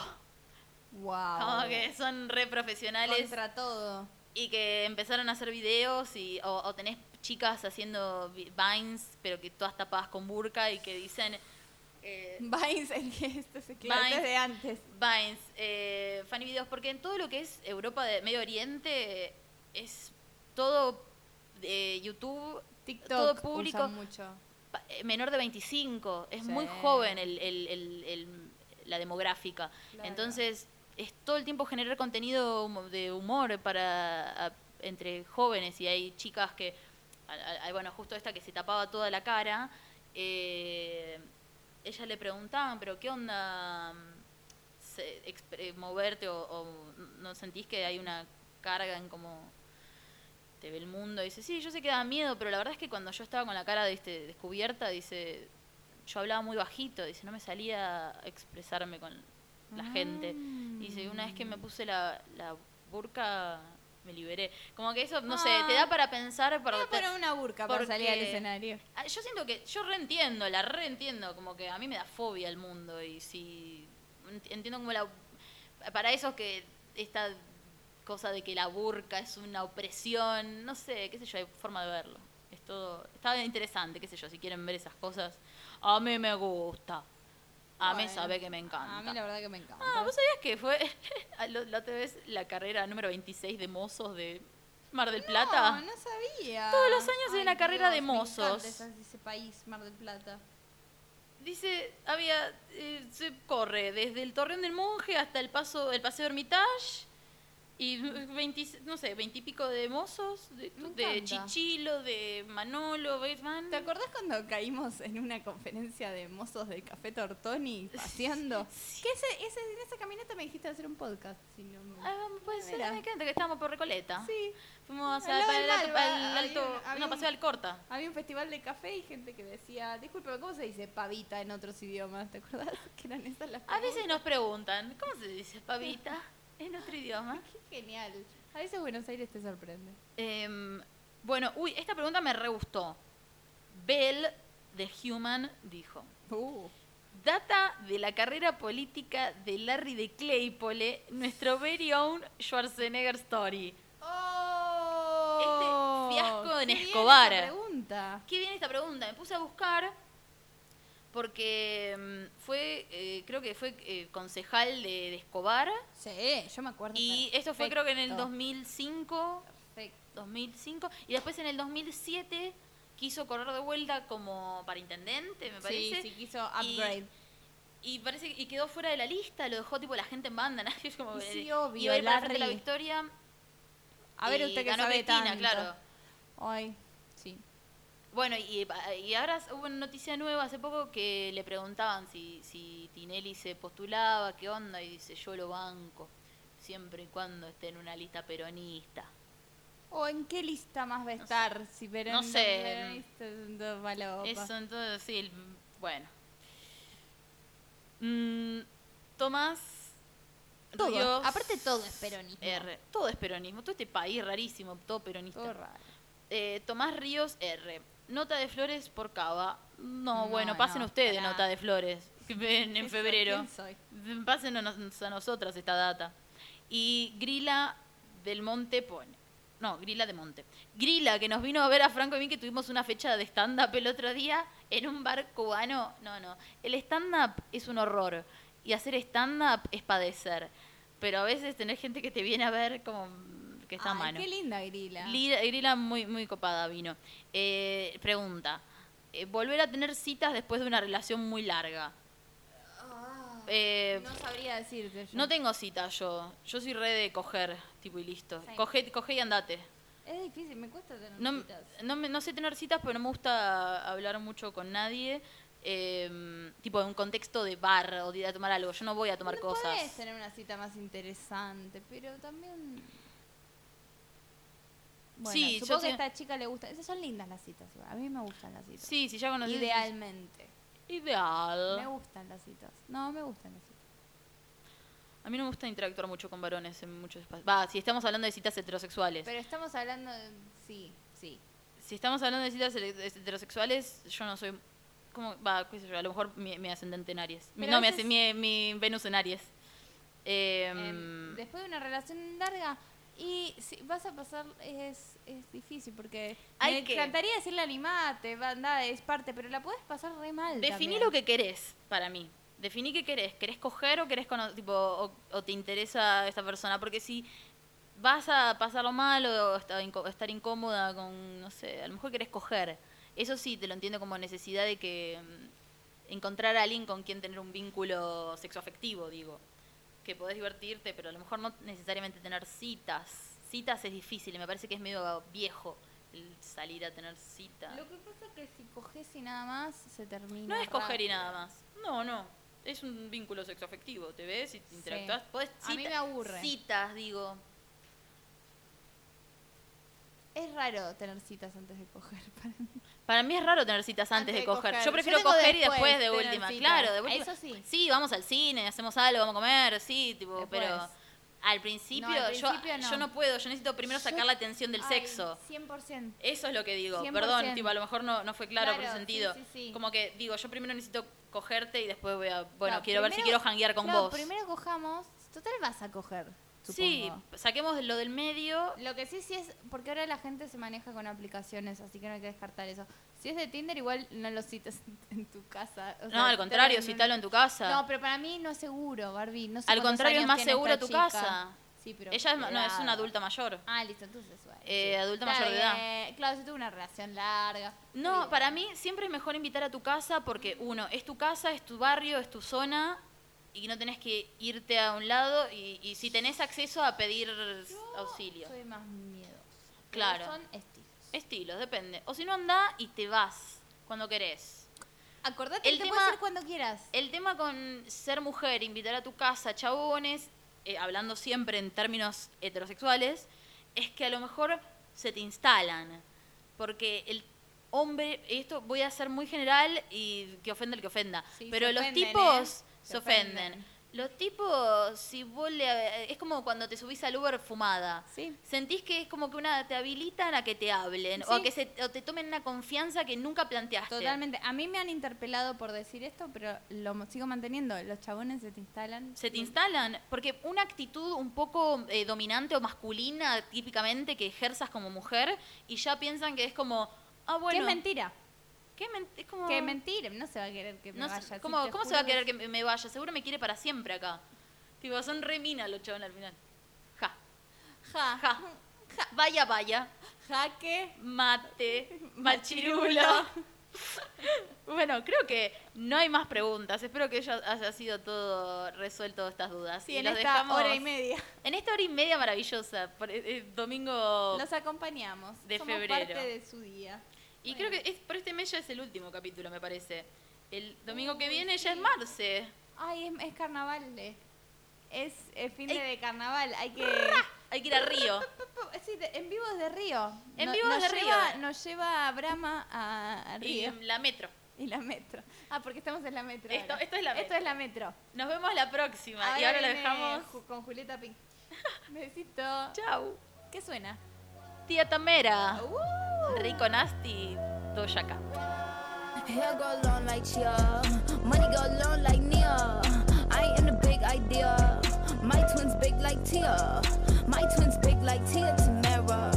Speaker 2: wow.
Speaker 1: Como que son re profesionales <laughs>
Speaker 2: Contra todo.
Speaker 1: y que empezaron a hacer videos y, o, o tenés chicas haciendo vi- vines, pero que todas tapadas con burka y que dicen eh,
Speaker 2: Vines, el que
Speaker 1: este
Speaker 2: esto se claro,
Speaker 1: Vines.
Speaker 2: esto es de antes.
Speaker 1: vines, eh, funny videos, porque en todo lo que es Europa de Medio Oriente eh, es todo eh, YouTube,
Speaker 2: TikTok
Speaker 1: todo público,
Speaker 2: usan mucho.
Speaker 1: pa- eh, menor de 25, es
Speaker 2: Sí.
Speaker 1: muy joven el- el- el- el- la demográfica.
Speaker 2: Claro.
Speaker 1: Entonces es todo el tiempo generar contenido humo- de humor para a- entre jóvenes y hay chicas que, a- a- a- bueno, justo esta que se tapaba toda la cara, eh, ella le preguntaban, pero ¿qué onda mm, se- exp- eh, moverte o, o no sentís que hay una carga en cómo te ve el mundo? Y dice, sí, yo sé que da miedo, pero la verdad es que cuando yo estaba con la cara este, descubierta, dice, yo hablaba muy bajito, dice, no me salía a expresarme con la gente. Dice, una vez que me puse la, la burka, me liberé. Como que eso, no sé,
Speaker 2: Ah.
Speaker 1: te da para pensar. Para
Speaker 2: Voy a poner Ah, una burca para
Speaker 1: porque-
Speaker 2: salir al escenario.
Speaker 1: Ah, Yo siento que, yo reentiendo, la reentiendo, como que a mí me da fobia el mundo y si ent- entiendo como la... Para esos que esta cosa de que la burka es una opresión, no sé, qué sé yo, hay forma de verlo. Es todo, está interesante, qué sé yo, si quieren ver esas cosas. A mí me gusta. A mí
Speaker 2: Bueno,
Speaker 1: sabe que me encanta.
Speaker 2: A mí la verdad que me encanta.
Speaker 1: Ah, ¿vos sabías que fue <laughs> a lo- la otra vez la carrera número 26 de mozos de Mar del Plata?
Speaker 2: No, no sabía.
Speaker 1: Todos los años hay
Speaker 2: Ay,
Speaker 1: una carrera
Speaker 2: Dios,
Speaker 1: de mozos.
Speaker 2: Me encanta esa- ese país, Mar del Plata.
Speaker 1: Dice, había, eh, se corre desde el Torreón del Monje hasta el paso, el Paseo Hermitage y <laughs> 20, no sé, veintipico de mozos, de,
Speaker 2: Me
Speaker 1: de
Speaker 2: encanta.
Speaker 1: Chichilo, de Manolo, Bateman.
Speaker 2: ¿Te acordás cuando caímos en una conferencia de mozos del Café Tortoni
Speaker 1: <laughs>
Speaker 2: paseando? Que ese, ese- en esa caminata me dijiste hacer un podcast, si no me...
Speaker 1: Ah, puede ser,
Speaker 2: Mira.
Speaker 1: me encanta que estábamos por Recoleta.
Speaker 2: Sí,
Speaker 1: Fuimos
Speaker 2: Al
Speaker 1: hacia
Speaker 2: lado
Speaker 1: para
Speaker 2: del
Speaker 1: el alto, al
Speaker 2: Malva, había
Speaker 1: alto-
Speaker 2: un- había
Speaker 1: no,
Speaker 2: un-
Speaker 1: paseo al corta.
Speaker 2: había un festival de café y gente que decía, disculpa, ¿cómo se dice pavita en otros idiomas? ¿Te acordás que eran esas las
Speaker 1: A veces
Speaker 2: preguntas?
Speaker 1: nos preguntan, ¿cómo se dice
Speaker 2: <laughs>
Speaker 1: pavita? En otro idioma.
Speaker 2: Qué genial. A veces Buenos Aires te sorprende.
Speaker 1: Em, bueno, uy, esta pregunta me re gustó. Bell de Human dijo.
Speaker 2: Uh.
Speaker 1: Data de la carrera política de Larry de Claypole, nuestro very own Schwarzenegger Story.
Speaker 2: ¡Oh!
Speaker 1: Este fiasco en
Speaker 2: Qué bien
Speaker 1: Escobar.
Speaker 2: esa pregunta.
Speaker 1: Qué bien esta pregunta, me puse a buscar porque mm, fue, eh, creo que fue eh, concejal de, de Escobar
Speaker 2: Sí, yo me acuerdo.
Speaker 1: y esto fue creo que en el
Speaker 2: perfecto.
Speaker 1: 2005,
Speaker 2: Perfecto.
Speaker 1: 2005 y después en el 2007 quiso correr de vuelta como para intendente, me parece.
Speaker 2: Sí, sí, quiso upgrade.
Speaker 1: Y parece que y quedó fuera de la lista, lo dejó tipo la gente en banda, <laughs> nadie es como
Speaker 2: Y sí,
Speaker 1: eh,
Speaker 2: obvio,
Speaker 1: iba a ir para frente a la
Speaker 2: Larry.
Speaker 1: victoria.
Speaker 2: A ver
Speaker 1: y
Speaker 2: usted que
Speaker 1: ganó
Speaker 2: sabe
Speaker 1: Cristina,
Speaker 2: tanto.
Speaker 1: claro.
Speaker 2: Ay, sí.
Speaker 1: Bueno, y, y ahora hubo una noticia nueva hace poco que le preguntaban si, si Tinelli se postulaba, qué onda, y dice, yo lo banco, siempre y cuando esté en una lista peronista.
Speaker 2: ¿O en qué lista más va a estar? si Perón
Speaker 1: no sé.
Speaker 2: no está dando falopa.
Speaker 1: Eso entonces, sí, el- bueno. Mm, Tomás
Speaker 2: Todo.
Speaker 1: Ríos
Speaker 2: Aparte todo es peronismo.
Speaker 1: R. Todo es peronismo, todo este país rarísimo, todo peronista.
Speaker 2: Todo raro.
Speaker 1: Eh, Tomás Ríos R. Nota de flores por Cava. No,
Speaker 2: No,
Speaker 1: bueno, pasen
Speaker 2: no,
Speaker 1: ustedes
Speaker 2: pará.
Speaker 1: nota de flores. <laughs> que ven en
Speaker 2: ¿Qué soy?
Speaker 1: febrero.
Speaker 2: ¿Quién soy?
Speaker 1: Pasen a, nos- a nosotras esta data. Y Grila del Monte pone. No, Grila de Monte. Grila, que nos vino a ver a Franco y a mí, que tuvimos una fecha de stand-up el otro día en un bar cubano. No, no. El stand-up es un horror. Y hacer stand-up es padecer. Pero a veces tener gente que te viene a ver como mm, que está a
Speaker 2: Ay,
Speaker 1: mano.
Speaker 2: Qué linda grila.
Speaker 1: Lira- Grila muy, muy copada vino. Eh, pregunta. eh, volver a tener citas después de una relación muy larga. Eh,
Speaker 2: Ah, no sabría decirte yo.
Speaker 1: no tengo citas yo. Yo soy re de coger, tipo, y listo.
Speaker 2: Sí.
Speaker 1: Coge, coge y andate.
Speaker 2: Es difícil, me cuesta tener
Speaker 1: No,
Speaker 2: citas.
Speaker 1: no, me- no sé tener citas, pero no me gusta hablar mucho con nadie. eh, tipo, en un contexto de bar o de ir a tomar algo. Yo no voy a tomar
Speaker 2: No
Speaker 1: cosas.
Speaker 2: podés tener una cita más interesante, pero también. Bueno,
Speaker 1: Sí, yo
Speaker 2: supongo que
Speaker 1: sé-
Speaker 2: a esta chica le gusta. Esas son lindas las citas, igual. a mí me gustan las citas.
Speaker 1: Sí, si ya conoces.
Speaker 2: Idealmente.
Speaker 1: Ideal.
Speaker 2: Me gustan las citas. No, me gustan las citas.
Speaker 1: A mí no me gusta interactuar mucho con varones en muchos espacios. Va, si estamos hablando de citas heterosexuales.
Speaker 2: Pero estamos hablando. de- Sí, sí.
Speaker 1: si estamos hablando de citas he- heterosexuales, yo no soy. ¿Cómo? Va, qué sé yo, a lo mejor mi, mi ascendente en Aries. Mi-
Speaker 2: Pero
Speaker 1: no,
Speaker 2: a
Speaker 1: mi
Speaker 2: veces-
Speaker 1: asc- mi, mi Venus en Aries. Em,
Speaker 2: Em, después de una relación larga. Y si vas a pasar, es, es difícil porque
Speaker 1: Hay
Speaker 2: me
Speaker 1: que-
Speaker 2: encantaría decirle animate, banda, es parte, pero la puedes pasar re mal.
Speaker 1: definí
Speaker 2: también.
Speaker 1: lo que querés para mí. Definí qué querés. ¿Querés coger o querés cono- tipo, o, o te interesa esta persona? Porque si vas a pasarlo mal o esta- inco- estar incómoda con, no sé, a lo mejor querés coger. Eso sí, te lo entiendo como necesidad de que mm, encontrar a alguien con quien tener un vínculo sexoafectivo, digo. que podés divertirte, pero a lo mejor no necesariamente tener citas. Citas es difícil y me parece que es medio viejo el salir a tener citas.
Speaker 2: Lo que pasa es que si coges y nada más, se termina.
Speaker 1: No es coger y
Speaker 2: rápido.
Speaker 1: nada más. No, no. Es un vínculo sexoafectivo. Te ves y te
Speaker 2: Sí.
Speaker 1: interactúas. Podés
Speaker 2: A mí
Speaker 1: cita-
Speaker 2: me aburre.
Speaker 1: Citas, digo.
Speaker 2: Es raro tener citas antes de coger. <laughs> para mí.
Speaker 1: Para mí es raro tener citas antes, de coger. Yo prefiero
Speaker 2: tengo
Speaker 1: coger y después de
Speaker 2: tener
Speaker 1: última.
Speaker 2: citas.
Speaker 1: Claro, de última.
Speaker 2: Eso sí.
Speaker 1: Sí, vamos al cine, hacemos algo, vamos a comer, sí, tipo,
Speaker 2: Después.
Speaker 1: pero al principio,
Speaker 2: No, al
Speaker 1: yo-
Speaker 2: principio
Speaker 1: yo,
Speaker 2: no.
Speaker 1: no. puedo, yo necesito primero
Speaker 2: Yo-
Speaker 1: sacar la atención del
Speaker 2: Ay,
Speaker 1: sexo.
Speaker 2: 100%.
Speaker 1: Eso es lo que digo,
Speaker 2: 100%.
Speaker 1: perdón, tipo, a lo mejor no, no fue claro, por
Speaker 2: Claro,
Speaker 1: ese sentido.
Speaker 2: sí, sí, sí.
Speaker 1: Como que digo, yo primero necesito cogerte y después voy a, bueno,
Speaker 2: No,
Speaker 1: quiero ver si
Speaker 2: primero-
Speaker 1: quiero janguear con
Speaker 2: no,
Speaker 1: vos.
Speaker 2: primero cojamos. Total vas a coger,
Speaker 1: sí,
Speaker 2: supongo.
Speaker 1: saquemos lo del medio.
Speaker 2: Lo que sí, sí es... Porque ahora la gente se maneja con aplicaciones, así que no hay que descartar eso. Si es de Tinder, igual no lo citas en tu casa. o
Speaker 1: no,
Speaker 2: sea,
Speaker 1: al contrario,
Speaker 2: te-
Speaker 1: citalo en tu casa.
Speaker 2: No, pero para mí no es seguro, Barbie. No sé
Speaker 1: Al
Speaker 2: cuántos
Speaker 1: contrario, es
Speaker 2: años
Speaker 1: más
Speaker 2: tiene
Speaker 1: seguro
Speaker 2: esta
Speaker 1: tu
Speaker 2: chica.
Speaker 1: casa.
Speaker 2: Sí, pero...
Speaker 1: Ella es, ma- no, es una
Speaker 2: cuidado.
Speaker 1: adulta mayor.
Speaker 2: Ah, listo, entonces bueno,
Speaker 1: Eh,
Speaker 2: sí.
Speaker 1: adulta
Speaker 2: Está
Speaker 1: mayor de edad.
Speaker 2: bien. Claro, si tuvo una relación larga.
Speaker 1: No, para mí siempre es mejor invitar a tu casa porque uno, es tu casa, es tu barrio, es tu zona y no tenés que irte a un lado y, y si tenés acceso a pedir auxilio.
Speaker 2: Soy más miedo.
Speaker 1: Claro.
Speaker 2: Son estilos.
Speaker 1: Estilos, depende. O si no anda y te vas cuando querés.
Speaker 2: Acordate
Speaker 1: El
Speaker 2: que
Speaker 1: tema-
Speaker 2: puede ser cuando quieras.
Speaker 1: El tema con ser mujer, invitar a tu casa chabones, eh, hablando siempre en términos heterosexuales, es que a lo mejor se te instalan. Porque el hombre, esto voy a ser muy general y que ofenda el que ofenda,
Speaker 2: Sí,
Speaker 1: pero
Speaker 2: se
Speaker 1: los
Speaker 2: ofenden,
Speaker 1: tipos
Speaker 2: ¿eh? Se
Speaker 1: se ofenden.
Speaker 2: ofenden.
Speaker 1: Los tipos, si vos le- Es como cuando te subís al Uber fumada.
Speaker 2: Sí.
Speaker 1: Sentís que es como que una te habilitan a que te hablen o
Speaker 2: Sí.
Speaker 1: a que se, o te tomen una confianza que nunca planteaste.
Speaker 2: Totalmente. A mí me han interpelado por decir esto, pero lo mo- sigo manteniendo. Los chabones se te instalan. Mm.
Speaker 1: Se te instalan, porque una actitud un poco eh, dominante o masculina, típicamente, que ejerzas como mujer, y ya piensan que es como, ah,
Speaker 2: Que
Speaker 1: bueno,
Speaker 2: es mentira.
Speaker 1: ¿qué men- es como,
Speaker 2: Que es mentira. No se va a querer que me
Speaker 1: no sé,
Speaker 2: vaya. sí,
Speaker 1: ¿cómo,
Speaker 2: te
Speaker 1: cómo se
Speaker 2: juro
Speaker 1: va a querer que me me vaya? Seguro me quiere para siempre acá. Tipo, son re minas los chavales al final. Ja,
Speaker 2: Ja,
Speaker 1: ja, ja, vaya, vaya,
Speaker 2: jaque. <laughs>
Speaker 1: mate, machirulo. <laughs> bueno, creo que no hay más preguntas. Espero que ya haya sido todo resuelto estas dudas.
Speaker 2: Sí,
Speaker 1: Y
Speaker 2: en
Speaker 1: los
Speaker 2: esta
Speaker 1: dejamos-
Speaker 2: hora
Speaker 1: <laughs>
Speaker 2: y media.
Speaker 1: En esta hora y media maravillosa, por- eh, eh, domingo.
Speaker 2: Los acompañamos.
Speaker 1: de
Speaker 2: Somos
Speaker 1: febrero.
Speaker 2: parte de su día.
Speaker 1: y creo que es, por este mes ya es el último capítulo, me parece. El domingo que viene ya es Marce.
Speaker 2: Ay, es, es carnaval. eh. Es, eh, fin
Speaker 1: Ey.
Speaker 2: de, de carnaval. Hay que.
Speaker 1: Hay que ir a Río.
Speaker 2: Sí, de- en vivo desde Río.
Speaker 1: En
Speaker 2: No-
Speaker 1: vivo
Speaker 2: nos
Speaker 1: desde
Speaker 2: lleva-
Speaker 1: Río.
Speaker 2: Nos lleva a Brahma <laughs> a, a
Speaker 1: Y
Speaker 2: Río.
Speaker 1: la metro.
Speaker 2: Y la metro. Ah, porque estamos en la metro.
Speaker 1: Esto-
Speaker 2: ahora.
Speaker 1: esto es la
Speaker 2: Esto
Speaker 1: metro.
Speaker 2: es la metro.
Speaker 1: Nos vemos la próxima. y ahora lo
Speaker 2: viene
Speaker 1: dejamos.
Speaker 2: Ju- con
Speaker 1: <laughs>
Speaker 2: Julieta Pink. Besito.
Speaker 1: Chau.
Speaker 2: ¿Qué suena?
Speaker 1: Tía Tamera.
Speaker 2: Uh.
Speaker 1: Rico Nasty. Doja Cat.
Speaker 5: Hair go long like Chia. Money go long like Nia. I am the big idea. My twins big like Tia. My twins big like Tia Tamara.